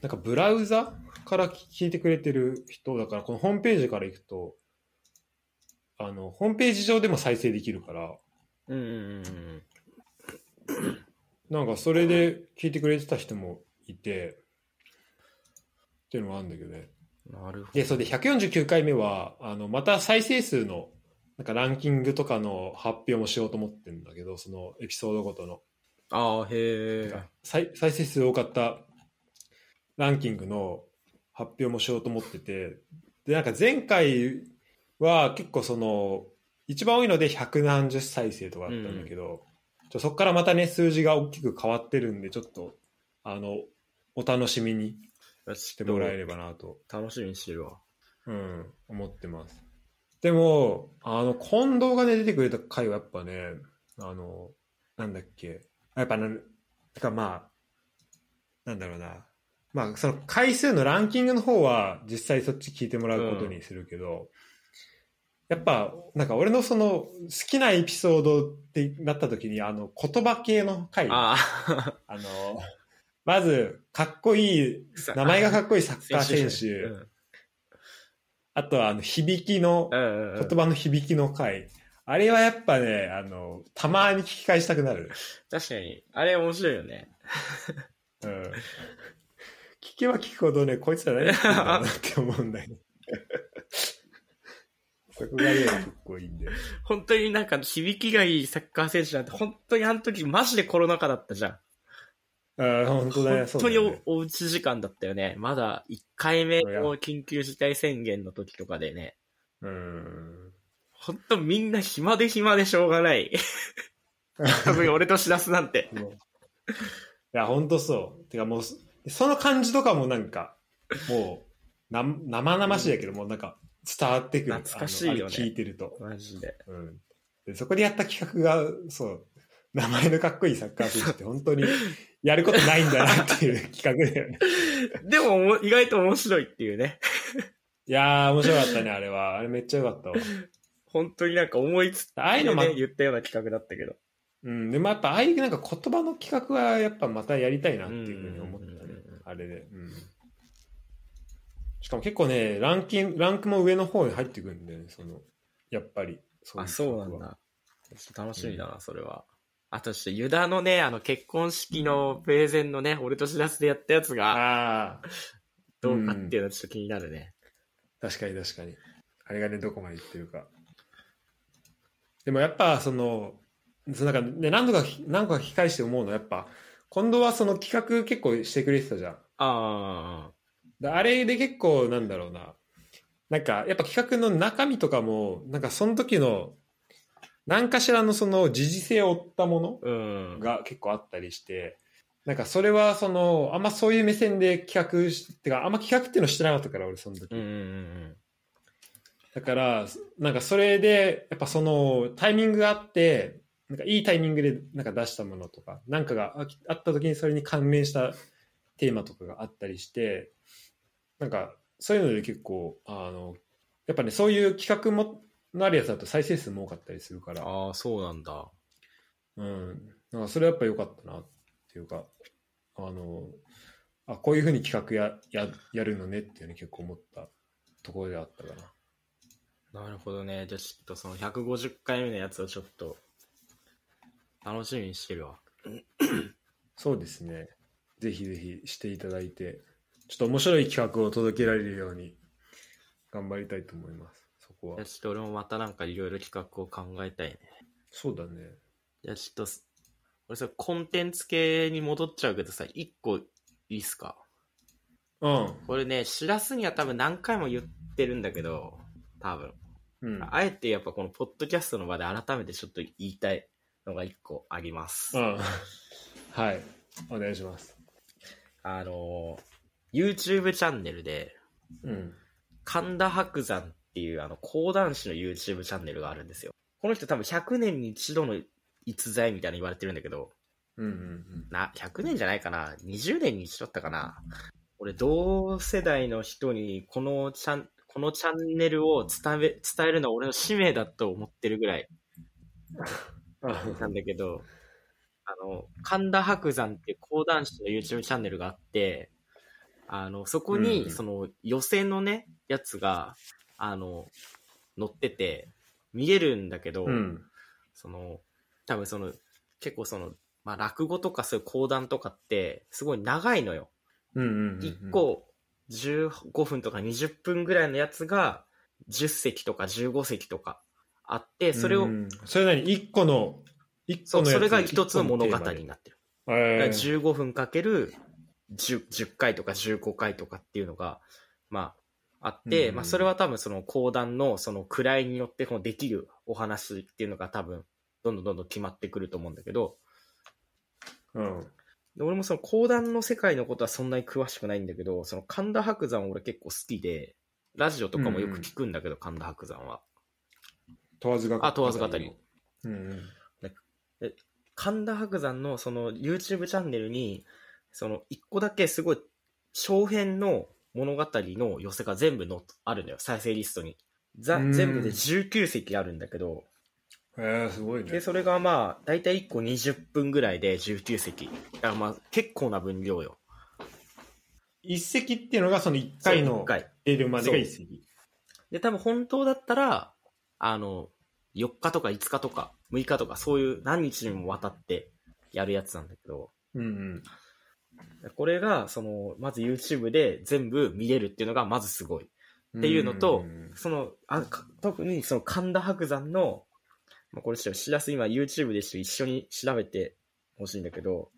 Speaker 1: なんかブラウザから聞いてくれてる人だから、このホームページから行くと、あの、ホームページ上でも再生できるから、
Speaker 3: うんうんうん
Speaker 1: なんかそれで聞いてくれてた人もいて、っていうのもあるんだけどね。
Speaker 3: うん。なるほど。
Speaker 1: で、それで149回目は、あの、また再生数の、なんかランキングとかの発表もしようと思ってるんだけど、そのエピソードごとの。
Speaker 2: ああ、へえ。
Speaker 1: 再再生数多かったランキングの発表もしようと思ってて、で、なんか前回は結構その、一番多いので170再生とかあったんだけど、ちょそこからまたね、数字が大きく変わってるんで、ちょっと、あの、お楽しみに
Speaker 3: し
Speaker 1: してもらえればなと、
Speaker 3: 楽しみにしてるわ。
Speaker 1: うん、思ってます。でも、あの、近藤がね、出てくれた回はやっぱね、あの、なんだっけ、やっぱな、てかまあ、なんだろうな。まあ、その回数のランキングの方は、実際そっち聞いてもらうことにするけど、やっぱ、なんか俺のその、好きなエピソードってなった時に、あの、言葉系の回、あ
Speaker 2: ああ、
Speaker 1: の、まず、かっこいい、 名前がかっこいいサッカー選
Speaker 2: う
Speaker 1: 手、
Speaker 2: ん
Speaker 1: あとは、あの、響きの、
Speaker 2: うんうん。
Speaker 1: 言葉の響きの回。あれはやっぱね、あの、たまに聞き返したくなる。
Speaker 2: 確かに。あれ面白いよね。
Speaker 1: うん。聞けば聞くほどね、こいつら何言ってんだろうなって思うんだよね。 そこがね、結構いいんだよ。
Speaker 2: 本当になんか響きがいいサッカー選手なんて、本当にあの時マジでコロナ禍だったじゃん。
Speaker 1: あ本当だね、そうだ
Speaker 2: 本当に
Speaker 1: よ
Speaker 2: お,、
Speaker 1: ね。
Speaker 2: うち時間だったよね。まだ1回目の緊急事態宣言の時とかでね。
Speaker 1: うん。
Speaker 2: 本当みんな暇で暇でしょう がない。多分俺としらすなんて。
Speaker 1: もういや、本当そう。てかもう、そその感じとかもなんか、もう、な生々しいやけど、もうなんか、伝わってくる。
Speaker 2: 懐かしいよね
Speaker 1: あのあれ聞いてると。
Speaker 2: マジで。
Speaker 1: うんでそこでやった企画が、そう、名前のかっこいいサッカー選手って本当に やることないんだなっていう企画だよね。
Speaker 2: でもおも、意外と面白いっていうね。
Speaker 1: いやー、面白かったね、あれは。あれめっちゃ良かったわ。
Speaker 2: 本当になんか思いつ
Speaker 1: ああいうのも
Speaker 2: ね、言ったような企画だったけど。
Speaker 1: うん、でもやっぱああいうなんか言葉の企画はやっぱまたやりたいなっていうふうに思ったね
Speaker 2: うんうんうんうん。
Speaker 1: あれで。うん。しかも結構ね、ランキング、ランクも上の方に入ってくるんだよね、その、やっぱり。い
Speaker 2: あ、
Speaker 1: 企
Speaker 2: そう
Speaker 1: 画
Speaker 2: なん
Speaker 1: は。
Speaker 2: だ。ちょっと楽しみだな、それは。あとして、ユダのね、あの、結婚式のプレゼンのね、俺と知らずでやったやつ
Speaker 1: あ
Speaker 2: が、
Speaker 1: あ、
Speaker 2: どうかっていうのはちょっと気になるね。
Speaker 1: 確かに確かに。あれがね、どこまでいってるか。でもやっぱその、そのなんかね、何度か、何度か聞き返して思うのはやっぱ、今度はその企画結構してくれてたじゃん。
Speaker 2: あ
Speaker 1: だあれで結構なんだろうななんかやっぱ企画の中身とかもなんかその時の何かしらのその時事性を追ったも
Speaker 2: あ、うん
Speaker 1: の。が結構あったりしてなんかそれはそのあんまそういう目線で企画してかあんま企画っていうのしてなかったから俺その時、
Speaker 2: うんうんうん
Speaker 1: だからなんかそれでやっぱそのタイミングがあってなんかいいタイミングでなんか出したものとかなんかがああった時にそれに関連したテーマとかがあったりしてなんかそういうので結構あのやっぱねそういう企画ものあるやつだと再生数も多かったりするか
Speaker 2: うん。
Speaker 1: ら、
Speaker 2: ああ、そうなんだ。
Speaker 1: うん、なんかそれはやっぱ良かったなっていうかあのあこういうふうに企画やややるのねっていうの結構思ったところではあったかな。
Speaker 2: なるほどね。じゃあちょっとその150回目のやつをちょっと、楽しみにしてるわ。
Speaker 1: そうですね。ぜひぜひしていただいて、ちょっと面白い企画を届けられるように頑張りたいと思います。そこ
Speaker 2: じゃ
Speaker 1: は
Speaker 2: あ。ちょっと俺もまたなんかいろいろ企画を考えたいね。
Speaker 1: そうだね。
Speaker 2: じゃあちょっとす、俺さ、コンテンツ系に戻っちゃうけどさ、一個いいっすか
Speaker 1: うん。
Speaker 2: これね、知らすには多分何回も言ってるんだけど、多分。
Speaker 1: うん。
Speaker 2: あえてやっぱこのポッドキャストの場で改めてちょっと言いたいのが一個あります。
Speaker 1: うん。 はい。お願いします。
Speaker 2: あのー、YouTube チャンネルで、
Speaker 1: うん。
Speaker 2: 神田伯山っていうあの講談師の YouTube チャンネルがあるんですよ。この人多分100年に一度の逸材みたいなの言われてるんだけど、
Speaker 1: うんうん
Speaker 2: な、100年じゃないかな ?20 年に一度だったかな俺、同世代の人に、このチャン、このチャンネルを伝え、伝えるのは俺の使命だと思ってるぐらい
Speaker 1: うん。あ
Speaker 2: なんだけど、あの、神田伯山っていう講談師の YouTube チャンネルがあって、あの、そこ
Speaker 1: う
Speaker 2: に、
Speaker 1: ん
Speaker 2: その、予選のね、やつが、あの、載ってて、見えるんだけど、
Speaker 1: うん。
Speaker 2: その、多分その、結構その、まあ、落語とかそういう講談とかって、すごい長いのよ。
Speaker 1: うんうん。
Speaker 2: 1。個15分とか20分ぐらいのやつが、10席とか15席とかあって、それを、
Speaker 1: うん。それ何 ?1 個の、一
Speaker 2: そ
Speaker 1: 個
Speaker 2: う、
Speaker 1: のやつ
Speaker 2: それが一つの物語に
Speaker 1: 一
Speaker 2: なってる。
Speaker 1: 個のテーマ
Speaker 2: だ
Speaker 1: でえ
Speaker 2: から
Speaker 1: ー
Speaker 2: 15分かける 10, 10回とか15回とかっていうのが、まあ、あって、
Speaker 1: うん
Speaker 2: まあ、それは多分その講談のその位によってこうできるお話っていうのが多分、どんどんどんどん決まってくると思うんだけど、
Speaker 1: うん。
Speaker 2: で俺もその講談の世界のことはそんなに詳しくないんだけど、その神田伯山俺結構好きで、ラジオとかもよく聞くんだけど、神田伯山は。
Speaker 1: 問わず語り。
Speaker 2: あ、問わず語り。。
Speaker 1: うんうん。
Speaker 2: 神田伯山のその YouTube チャンネルに、その一個だけすごい、長編の物語の寄せが全部のあるのよ、再生リストに。ざ
Speaker 1: うん
Speaker 2: 全部で19席あるんだけど、
Speaker 1: えー、すごい
Speaker 2: で、
Speaker 1: ね。
Speaker 2: それがまあ、だいたい1個20分ぐらいで19席。だからまあ、結構な分量よ。
Speaker 1: 一席っていうのがその1回
Speaker 2: そう一
Speaker 1: の
Speaker 2: 回
Speaker 1: 出るまでが一席。
Speaker 2: で、多分本当だったら、あの、4日とか5日とか6日とかそういう何日にもわたってやるやつなんだけど、
Speaker 1: うんうん。
Speaker 2: これが、その、まず YouTube で全部見れるっていうのがまずすごい。っていうのと
Speaker 1: ん
Speaker 2: その、あか特にその神田伯山の、まあ、これちょっと知らす今 YouTube で一緒に調べてほしいんだけど、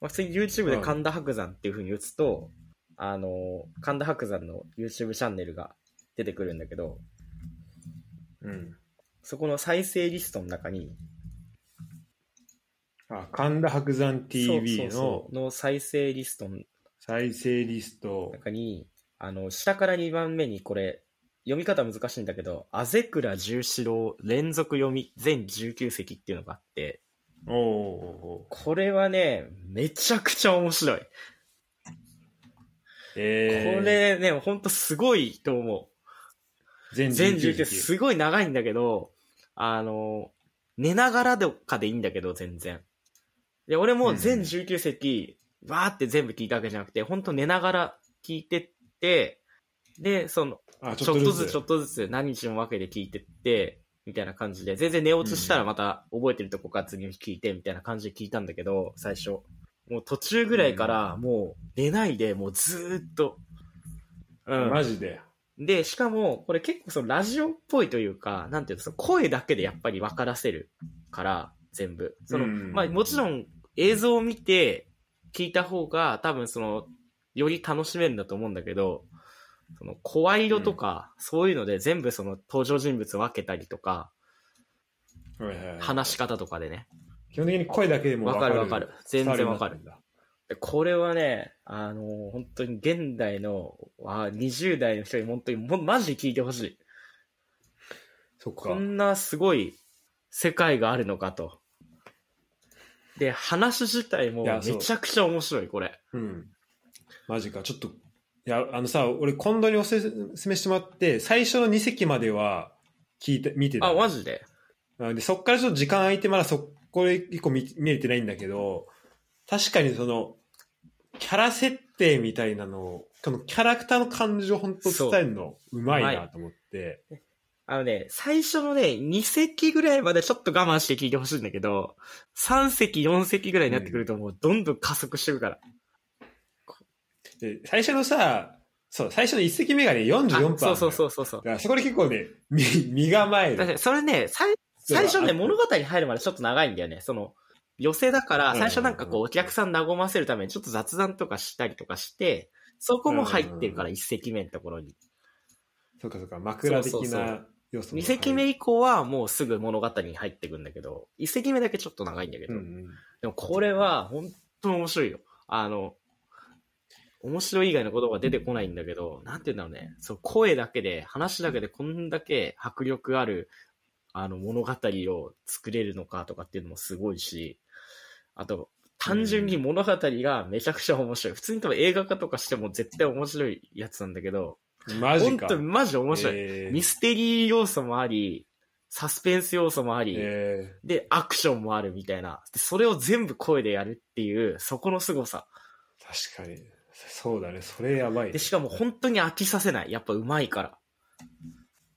Speaker 2: まあ、普通に YouTube で神田伯山っていう風に打つと、あの、神田伯山の YouTube チャンネルが出てくるんだけど、
Speaker 1: うん。
Speaker 2: そこの再生リストの中に、
Speaker 1: あ、神田伯山 TV
Speaker 2: そうそう
Speaker 1: の
Speaker 2: そうの再生リストの
Speaker 1: 再生リスト。
Speaker 2: 中に、あの、下から2番目にこれ、読み方難しいんだけど、あぜくら十四郎連続読み全19席っていうのがあって、
Speaker 1: おお
Speaker 2: これはね、めちゃくちゃ面白い。こ
Speaker 1: えー、
Speaker 2: れね、ほんとすごいと思
Speaker 1: 全
Speaker 2: う。全19席すごい長いんだけど、あの、寝ながらとかでいいんだけど、全然。で、俺も全19席、わーって全部聞いたわけじゃなくて、ほんと寝ながら聞いてって、で、その、
Speaker 1: あ
Speaker 2: ちょっとずつちょ
Speaker 1: っ
Speaker 2: っとずつ何日も分けて聞いてって、みたいな感じで、全然寝落ちしたらまた覚えてるとこから次に聞いて、みたいな感じで聞いたんだけど、最初。もう途中ぐらいからもう寝ないで、もうずーっと。う
Speaker 1: と
Speaker 2: ん。
Speaker 1: マジで。
Speaker 2: で、しかも、これ結構そのラジオっぽいというか、なんていうの、その声だけでやっぱり分からせるから、全部。その、
Speaker 1: うん
Speaker 2: まあもちろん映像を見て聞いた方が多分その、より楽しめるんだと思うんだけど、その声色とか、そういうので全部その登場人物分けたりとか、
Speaker 1: はいはいはい
Speaker 2: 話し方とかでね。
Speaker 1: 基本的に声だけでも
Speaker 2: 分かる分かる。全然分かる
Speaker 1: 伝。わ
Speaker 2: でこれはね、あのー本当に現代の、あー20代の人に本当にもうマジで聞いてほし
Speaker 1: よ
Speaker 2: い。
Speaker 1: うになってんだ。そっ
Speaker 2: こ
Speaker 1: か。
Speaker 2: んなすごい世界があるのかと。で、話自体も
Speaker 1: いやそう
Speaker 2: めちゃくちゃ面白い、これ。
Speaker 1: うん。マジか。ちょっと、いや、あのさ、俺、近藤におすすめしてもらって、最初の2席までは聞いて、見てた。
Speaker 2: あ、マジで
Speaker 1: うんで、そっからちょっと時間空いて、まだそこで一個見見れてないんだけど、確かにその、キャラ設定みたいなのを、このキャラクターの感情を本当伝えるの、うまいなと思って。
Speaker 2: あのね、最初のね、2席ぐらいまでちょっと我慢して聞いてほしいんだけど、3席、4席ぐらいになってくるともうどんどん加速してくから。
Speaker 1: で、最初のさ、そう、最初の1席目がね、44分あるのよ
Speaker 2: あそうそうそうそうそう。
Speaker 1: だからそこで結構ね、み身構え
Speaker 2: だって
Speaker 1: る。
Speaker 2: それね、最最初ね、
Speaker 1: あ
Speaker 2: 物語に入るまでちょっと長いんだよね。その、寄席だから、
Speaker 1: うん
Speaker 2: 最初なんかこう、お客さん和ませるためにちょっと雑談とかしたりとかして、そこも入ってるから、1席目のところに。
Speaker 1: そうかそうか、枕的
Speaker 2: そうそうそ
Speaker 1: な要素も
Speaker 2: 2席目以降はもうすぐ物語に入ってくんだけど、1席目だけちょっと長いんだけ
Speaker 1: う
Speaker 2: ど、
Speaker 1: んうん。
Speaker 2: でもこれは本当に面白いよ。あの、面白い以外の言葉は出てこないんだけど、なんて言うんだろうね。そう、声だけで、話だけでこんだけ迫力ある、あの、物語を作れるのかとかっていうのもすごいし、あと、単純に物語がめちゃくちゃ面白い。普通に多分映画化とかしても絶対面白いやつなんだけど、
Speaker 1: マジ
Speaker 2: 本
Speaker 1: か。
Speaker 2: 当にマジ面白い。
Speaker 1: えー
Speaker 2: ミステリー要素もあり、サスペンス要素もあり、
Speaker 1: え
Speaker 2: で、アクションもあるみたいな。でそれを全部声でやるっていう、そこの凄さ。
Speaker 1: ー確かに。そうだね、それやばい、ね。
Speaker 2: で、しかも本当に飽きさせない。やっぱ上手いから。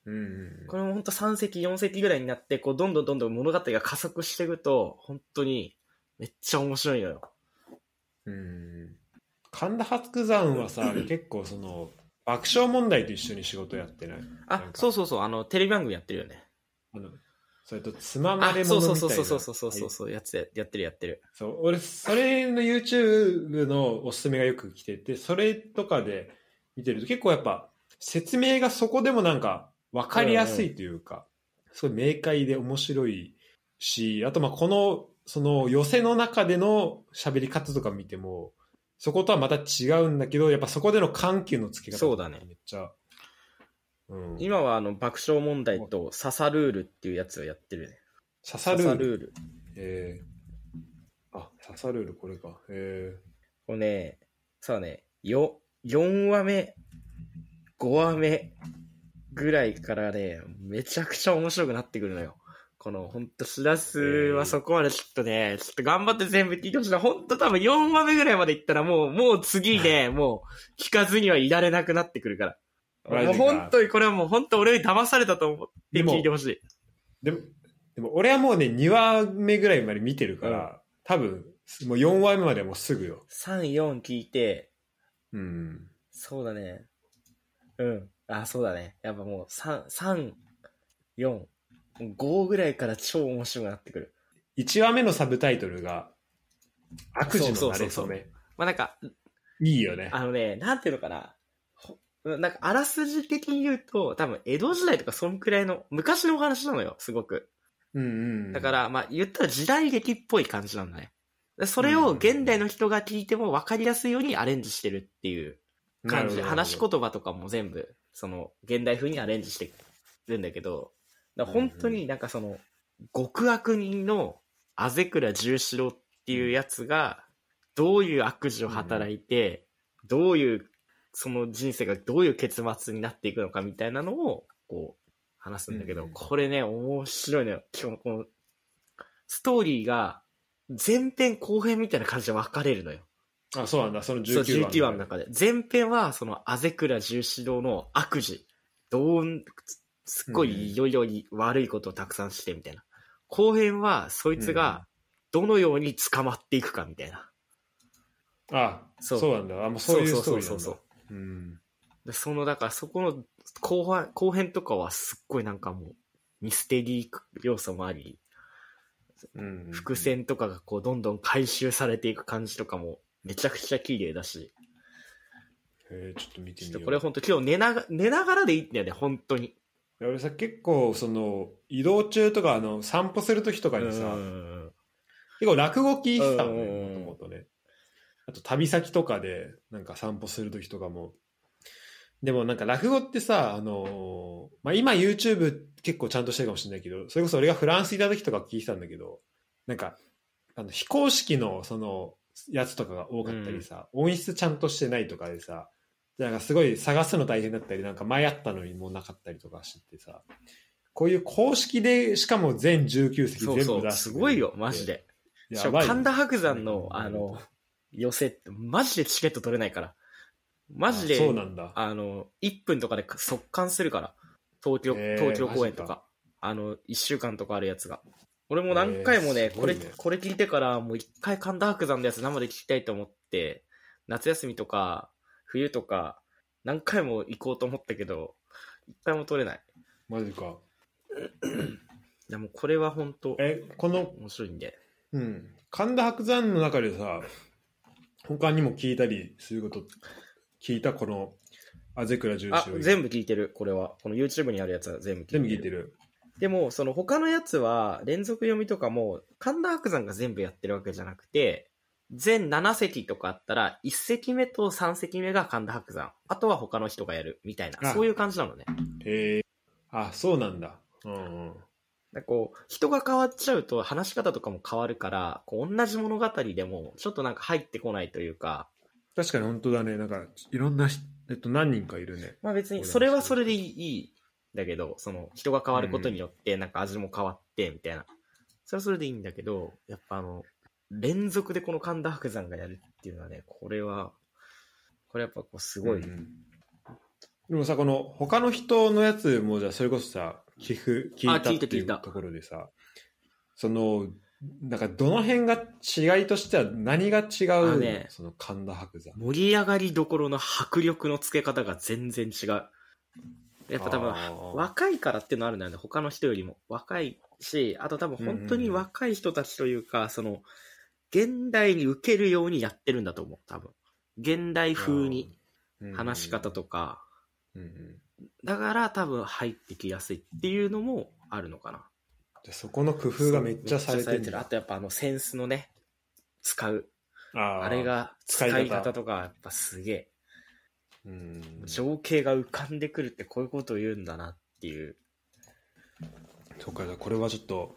Speaker 1: うんうん
Speaker 2: これも本当3席、4席ぐらいになって、こう、どんどんどんどん物語が加速していくと、本当に、めっちゃ面白いのよ。
Speaker 1: うん。うん神田伯山はさ、結構その、爆笑問題と一緒に仕事やってない。
Speaker 2: あ、そうそうそう、あの、テレビ番組やってるよね。
Speaker 1: あのそれと、つまま
Speaker 2: あ
Speaker 1: れ、もの
Speaker 2: そう
Speaker 1: みたい
Speaker 2: そ
Speaker 1: な。
Speaker 2: うそうそうそうそうそう
Speaker 1: はい
Speaker 2: そう、やつやってるやってる。
Speaker 1: そう俺、それの YouTube のおすすめがよく来てて、それとかで見てると結構やっぱ、説明がそこでもなんか、わかりやすいというか、すごい明快で面白いし、あとまあこの、その寄せの中での喋り方とか見ても、そことはまた違うんだけど、やっぱそこでの緩急のつけ方
Speaker 2: そうだね
Speaker 1: めっちゃ。うん、
Speaker 2: 今はあの、爆笑問題と、ササルールっていうやつをやってるね。
Speaker 1: 刺さ
Speaker 2: サ
Speaker 1: る。
Speaker 2: サルール。
Speaker 1: えーあ、刺さるこれか。え
Speaker 2: これね、さあね、よ、4話目、5話目ぐらいからね、めちゃくちゃ面白くなってくるのよ。この、ほんと、しらすはそこまでちょっとね、ちょっと頑張って全部聞いてほしいな。ほんと多分4話目ぐらいまでいったらもう、もう次ね、もう聞かずにはいられなくなってくるか
Speaker 1: マ
Speaker 2: ら。
Speaker 1: ジ
Speaker 2: も
Speaker 1: か
Speaker 2: う本当にこれはもう本当俺に騙されたと思って聞いてほしい。
Speaker 1: ーでも、でも俺はもうね、2話目ぐらいまで見てるから、
Speaker 2: うん
Speaker 1: 多分、もう4話目まではもうすぐよ。
Speaker 2: 3、4聞いて、
Speaker 1: うん。
Speaker 2: そうだね。うん。あ、そうだね。やっぱもう、三三四5ぐらいから超面白くなってくる。
Speaker 1: 1話目のサブタイトルが、悪事のなれ
Speaker 2: そうそうそ
Speaker 1: そう
Speaker 2: そ
Speaker 1: め。
Speaker 2: まあなんか、
Speaker 1: いいよね。
Speaker 2: あのね、なんていうのかな。ほなんか、あらすじ的に言うと、多分、江戸時代とかそんくらいの、昔のお話なのよ、すごく。
Speaker 1: うんうん。
Speaker 2: だか、ら、まあ、言ったら時代劇っぽい感じなんだね。でそれを現代の人が聞いても分かりやすいようにアレンジしてるっていう感じで、話し
Speaker 1: こ
Speaker 2: 言葉とかも全部その、現代風にアレンジしてるんだけど、だから本当になんかその、極悪人のあぜくら十四郎っていうやつが、どういう悪事を働いて、どういう、その人生がどういう結末になっていくのかみたいなのを、こう、話すんだけど、
Speaker 1: うんうん
Speaker 2: これね、面白いのよ。今日この、ストーリーが、前編後編みたいな感じで分かれるのよ。
Speaker 1: あ、そうなんだ。その
Speaker 2: そう
Speaker 1: 19
Speaker 2: 19
Speaker 1: 番。
Speaker 2: 話の中で。前編は、その、あぜくら重視堂の悪事。どう、すっご
Speaker 1: うん
Speaker 2: いいよいよい悪いことをたくさんしてみたいな。後編は、そいつが、どのように捕まっていくかみたいな。
Speaker 1: あ、そ
Speaker 2: そうう
Speaker 1: なんだ。あ、もうそういうストーリーなんだ。
Speaker 2: そうそうそうそう
Speaker 1: うん。
Speaker 2: でその、だからそこの後半、後編とかはすっごいなんかもう、ミステリー要素もあり、
Speaker 1: うん。
Speaker 2: 伏線とかがこう、どんどん回収されていく感じとかも、めちゃくちゃ綺麗だし、
Speaker 1: えーちょっと見て
Speaker 2: ちょ
Speaker 1: み
Speaker 2: っ
Speaker 1: よ
Speaker 2: と
Speaker 1: う。
Speaker 2: これ本当今日寝なが、寝ながらでいいんだよね、本当に。
Speaker 1: いや俺さ、結構、その、移動中とか、あの、散歩するときとかにさ、
Speaker 2: うん
Speaker 1: 結構落語聞いてたのね、
Speaker 2: うんうんうん
Speaker 1: もともとね。あと、旅先とかで、なんか散歩するときとかも。でもなんか落語ってさ、あのーまあ、今 YouTube 結構ちゃんとしてるかもしれないけど、それこそ俺がフランス行った時とか聞いてたんだけど、なんか、あの、非公式のその、やつとかが多かったりさ、音質ちゃんとしてないとかでさ、なんかすごい探すの大変だったり、なんか前あったのにもうなかったりとかしててさ、こういう公式で、しかも全19席全
Speaker 2: そう
Speaker 1: 部出
Speaker 2: そう、
Speaker 1: して
Speaker 2: す
Speaker 1: くれる
Speaker 2: ごい
Speaker 1: って
Speaker 2: よ、マジで。しか
Speaker 1: や
Speaker 2: も
Speaker 1: ばいよ
Speaker 2: 神田伯山
Speaker 1: う
Speaker 2: の、
Speaker 1: ん
Speaker 2: あの、寄せって、マジでチケット取れないから。マジで、
Speaker 1: あそうなんだ。
Speaker 2: あの、1分とかで速乾するから。東京、
Speaker 1: へー
Speaker 2: 東京公演と
Speaker 1: マ
Speaker 2: か
Speaker 1: ジか
Speaker 2: あの、1週間とかあるやつが。俺も何回もね、
Speaker 1: へーす
Speaker 2: こ
Speaker 1: ごい
Speaker 2: れ、
Speaker 1: ね
Speaker 2: これ聞いてから、もう一回神田伯山のやつ生で聞きたいと思って、夏休みとか、冬とか、何回も行こうと思ったけど、一回も取れない。
Speaker 1: マジか。
Speaker 2: でもうこれは本当
Speaker 1: え、この、
Speaker 2: 面白いんで。
Speaker 1: うん。神田伯山の中でさ、他にも聞いたりすること、聞いたこの、あぜくら重
Speaker 2: あ
Speaker 1: 視、
Speaker 2: 全部聞いてる、これは。この YouTube にあるやつは全部聞いて
Speaker 1: 全
Speaker 2: る。
Speaker 1: 部聞いてる。
Speaker 2: でも、その他のやつは、連続読みとかも、神田伯山が全部やってるわけじゃなくて、全7席とかあったら、1席目と3席目が神田伯山。あとは他の人がやる、みたい
Speaker 1: あ
Speaker 2: な。そういう感じなのね。
Speaker 1: へえ。あ、そうなんだ。うんうん。
Speaker 2: なんかこう、人が変わっちゃうと話し方とかも変わるから、こう同じ物語でも、ちょっとなんか入ってこないというか、
Speaker 1: 確かに本当だね。なんか、いろんなし、えっと、何人かいるね。
Speaker 2: まあ別に、それはそれでいい、だけど、その、人が変わることによって、なんか味も変わって、みたいな。それはそれでいいんだけど、やっぱあの、連続でこの神田伯山がやるっていうのはね、これは、これやっぱこうすご
Speaker 1: う
Speaker 2: い。
Speaker 1: んうんでもさ、この、他の人のやつも、じゃあ、それこそさ、聞く、聞いた
Speaker 2: 聞い
Speaker 1: っててい
Speaker 2: 聞いうた
Speaker 1: ところでさ、その、なんか、どの辺が違いとしては、何が違
Speaker 2: あ
Speaker 1: う、
Speaker 2: のね
Speaker 1: その神田伯山。
Speaker 2: 盛り上がりどころの迫力のつけ方が全然違う。やっぱ多分
Speaker 1: あ、ー
Speaker 2: 若いからっていうのあるんだよね、他の人よりも。若いし、あと多分本当に若い人たちというか、その、現代に受けるようにやってるんだと思う、多分。現代風に。
Speaker 1: うん
Speaker 2: 話し方とか、
Speaker 1: うんうん
Speaker 2: だから多分入ってきやすいっていうのもあるのかな。
Speaker 1: じゃあそこの工夫がめっちゃされてるん
Speaker 2: あ
Speaker 1: だ。
Speaker 2: とやっぱあのセンスのね、使う。
Speaker 1: あ
Speaker 2: あ
Speaker 1: ー
Speaker 2: れ、が、
Speaker 1: 使
Speaker 2: 使
Speaker 1: い
Speaker 2: い
Speaker 1: 方
Speaker 2: 方とかやっぱすげえ。
Speaker 1: うん、
Speaker 2: 情景が浮かんでくるってこういうことを言うんだなっていう。
Speaker 1: そうか、じゃあこれはちょっと、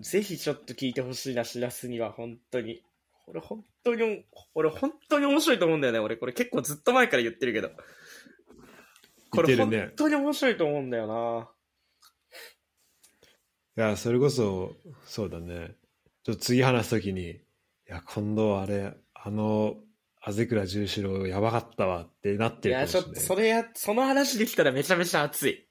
Speaker 2: ぜひちょっと聞いてほしいな、しらすには本当に。これ本当に、これ本当に面白いと思うんだよね。俺これ結構ずっと前から言ってるけど。これ
Speaker 1: 言っ
Speaker 2: 本
Speaker 1: てるね
Speaker 2: 当に面白いと思うんだよな。
Speaker 1: いや、それこそ、そうだね。ちょっと次話すときに、いや、今度あれ、あの、あぜくら重四郎やばかったわってなって
Speaker 2: い
Speaker 1: るか
Speaker 2: や、
Speaker 1: もし
Speaker 2: ち
Speaker 1: れ
Speaker 2: ょっ
Speaker 1: ない。
Speaker 2: とそ れや、その話できたらめちゃめちゃ熱い。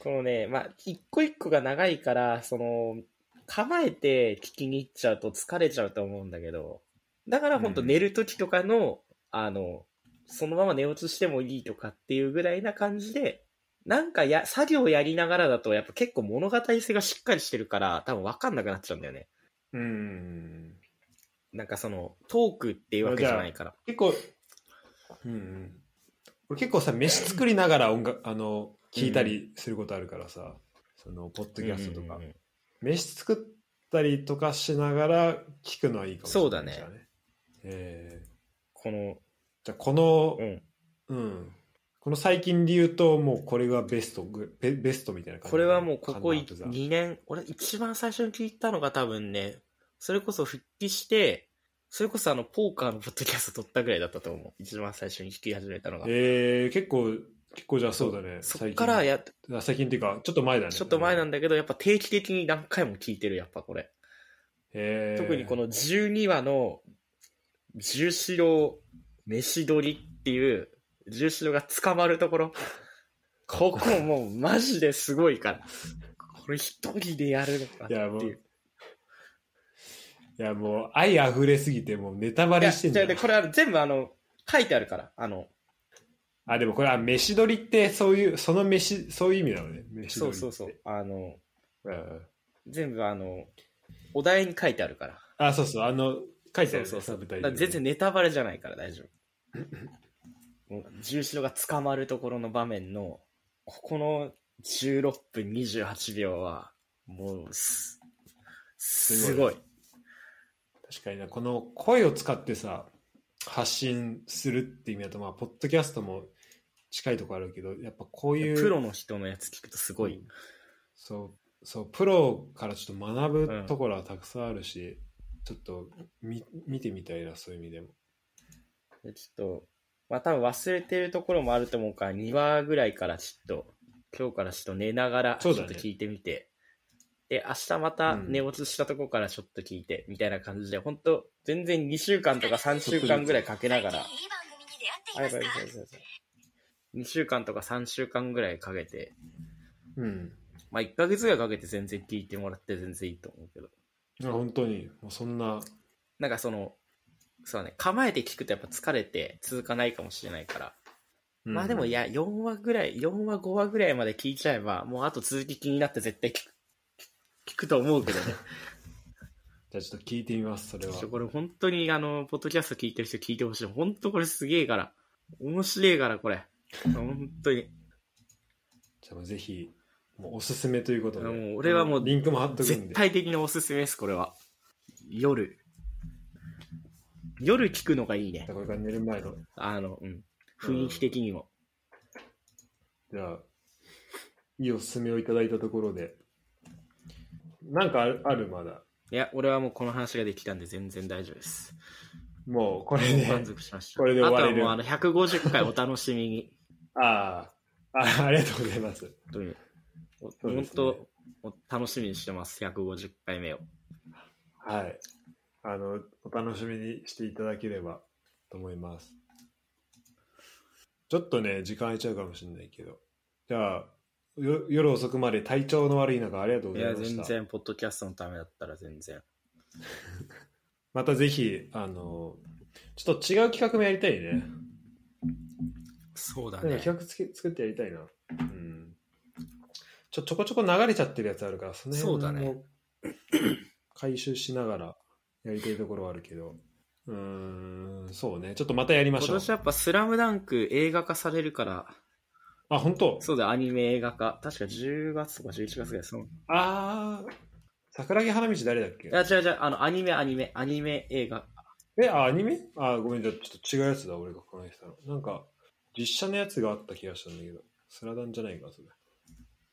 Speaker 2: このね、まあ、一個一個が長いから、その、構えて聞きに行っちゃうと疲れちゃうと思うんだけど、だから本当
Speaker 1: うん
Speaker 2: 寝る時とかの、あの、そのまま寝落ちしてもいいとかっていうぐらいな感じで、なんかや、作業やりながらだとやっぱ結構物語性がしっかりしてるから、多分わかんなくなっちゃうんだよね。
Speaker 1: うん。
Speaker 2: なんかその、トークっていうわけじゃないから。
Speaker 1: 結構、うんうん。俺結構さ、飯作りながら音楽、あの、聞いたりすることあるからさ、その、ポッドキャストとか。
Speaker 2: うんうんうん
Speaker 1: 飯作ったりとかしながら聞くのはいいかもしれない
Speaker 2: そうだね
Speaker 1: じゃあえー
Speaker 2: この、
Speaker 1: じゃあこの
Speaker 2: うん。
Speaker 1: うん。この最近で言うと、もうこれがベストぐ、ベベストみたいな感じ。
Speaker 2: これはもうここ
Speaker 1: カンナーとザ
Speaker 2: 2年、俺一番最初に聞いたのが多分ね、それこそ復帰して、それこそあの、ポーカーのポッドキャスト撮ったぐらいだったと思う。一番最初に聞き始めたのが。
Speaker 1: えー、結構、結構じゃあそうだね。
Speaker 2: そっからや、
Speaker 1: 最近あ最近っていうか、ちょっと前だね。
Speaker 2: ちょっと前なん
Speaker 1: だ。
Speaker 2: だけど、やっぱ定期的に何回も聞いてる、やっぱこれ。
Speaker 1: えー、
Speaker 2: 特にこの12話の、十四郎飯取りっていう、十四郎が捕まるところ。ここもうマジですごいから。これ一人でやるのかって
Speaker 1: いやもう
Speaker 2: いう。
Speaker 1: いや、もう、愛溢れすぎて、もうネタバ
Speaker 2: いや
Speaker 1: レしてんじ
Speaker 2: 違
Speaker 1: ゃ
Speaker 2: うで
Speaker 1: ん。
Speaker 2: これは全部あの、書いてあるから。あの、
Speaker 1: あ、でもこれは、飯取りって、そういう、その飯、そういう意味なのね。飯
Speaker 2: そ
Speaker 1: 取り
Speaker 2: う
Speaker 1: って
Speaker 2: そうそう。。あの、
Speaker 1: うん、
Speaker 2: 全部あの、お題に書いてあるから。
Speaker 1: あ、そうそう、あの、書いてある、ね、
Speaker 2: そうそうそう
Speaker 1: 舞
Speaker 2: だ
Speaker 1: 台
Speaker 2: から全然ネタバレじゃないから大丈夫。もう重視が捕まるところの場面の、ここの16分28秒は、もうす、すごい。
Speaker 1: 確かになこの声を使ってさ発信するって意味だとまあポッドキャストも近いところあるけどやっぱこういう
Speaker 2: プロの人のやつ聞くとすごい。
Speaker 1: そうそうプロからちょっと学ぶところはたくさんあるし、ちょっとみ見てみたいなそういう意味でも
Speaker 2: でちょっと、まあ多分忘れてるところもあると思うから、2話ぐらいからちょっと、今日からちょっと寝ながら、ち
Speaker 1: そ
Speaker 2: ょ
Speaker 1: う
Speaker 2: っ
Speaker 1: だ
Speaker 2: と
Speaker 1: ね
Speaker 2: 聞いてみて、で、明日また
Speaker 1: うん
Speaker 2: 寝落ちしたとこからちょっと聞いて、みたいな感じで、本当全然2週間とか3週間ぐらいかけながら、
Speaker 4: 最近いい番組に出会ってい
Speaker 2: あ、や
Speaker 4: ます
Speaker 2: ばい
Speaker 4: か
Speaker 2: やばいやばいやばい2週間とか3週間ぐらいかけて、
Speaker 1: うん
Speaker 2: まあ1ヶ月ぐらいかけて全然聞いてもらって全然いいと思うけど、
Speaker 1: あ本当にもうそんな
Speaker 2: なんかその、そうだね、構えて聞くとやっぱ疲れて続かないかもしれないから、まあでもい
Speaker 1: や
Speaker 2: や、4話ぐらい、4話5話ぐらいまで聞いちゃえば、もうあと続き気になって絶対聞く、聞くと思うけどね。
Speaker 1: じゃあちょっと聞いてみます それは
Speaker 2: ちょこれ本当にあの、ポッドキャスト聞いてる人聞いてほしい。本当これすげえから。面白いからこれ。本当に。
Speaker 1: じゃあもうぜひもうおすすめということで
Speaker 2: もう俺はもう
Speaker 1: リンクも貼っとくん
Speaker 2: 絶
Speaker 1: で
Speaker 2: 対的におすすめです、これは。夜。夜聞くのがいいね。
Speaker 1: これから寝る前の
Speaker 2: あの、うん。雰囲気的にも。
Speaker 1: じゃあ、いいおすすめをいただいたところで、なんかある、あるまだ。
Speaker 2: いや、俺はもうこの話ができたんで全然大丈夫です。
Speaker 1: もう、これ
Speaker 2: 満
Speaker 1: ね。
Speaker 2: 足しました。
Speaker 1: これで終われる
Speaker 2: あとはもうあの、150回お楽しみに。
Speaker 1: ああ、あありがとうございます。
Speaker 2: 本当に。お
Speaker 1: そうで
Speaker 2: 本
Speaker 1: すね
Speaker 2: 当、お楽しみにしてます、150回目を。
Speaker 1: はい。あの、お楽しみにしていただければと思います。ちょっとね、時間空いちゃうかもしれないけど。じゃあ、よ夜遅くまで体調の悪い中、ありがとう
Speaker 2: い
Speaker 1: ござ
Speaker 2: や、
Speaker 1: いまし
Speaker 2: 全
Speaker 1: た。
Speaker 2: 然、ポッドキャストのためだったら全然。
Speaker 1: またぜひ、あの、ちょっと違う企画もやりたいね。
Speaker 2: そうだ
Speaker 1: なんか企画つけ作ってやりたいな。うん。ちょ、ちょこちょこ流れちゃってるやつあるから、その辺
Speaker 2: そうだね
Speaker 1: も回収しながらやりたいところはあるけど。うーん、そうね。ちょっとまたやりま
Speaker 2: 今
Speaker 1: しょう。
Speaker 2: 年やっぱ、スラムダンク映画化されるから、
Speaker 1: あ、本当
Speaker 2: そうだよ、アニメ映画化。確か10月とか11月ぐらい。そのい
Speaker 1: あー、桜木花道誰だっけ
Speaker 2: や、違う違う、あの、アニメ、アニメ、アニメ映画。
Speaker 1: え、あ、アニメあ、ごめん、じゃあちょっと違うやつだ、俺が考えてたの。なんか、実写のやつがあった気がしたんだけど、スラダンじゃないか、それ。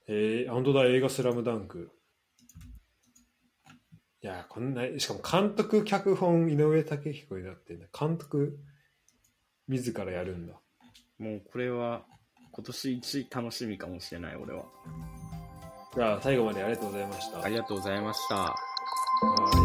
Speaker 1: えー、あ本当だ、映画スラムダンク。いやー、こんな、しかも監督、脚本、井上武彦になってんだ。監督、自らやるんだ。
Speaker 2: もう、これは、今年一楽しみかもしれない、俺は。
Speaker 1: じゃあ、最後までありがとうございました。
Speaker 2: ありがとうございました。
Speaker 1: はい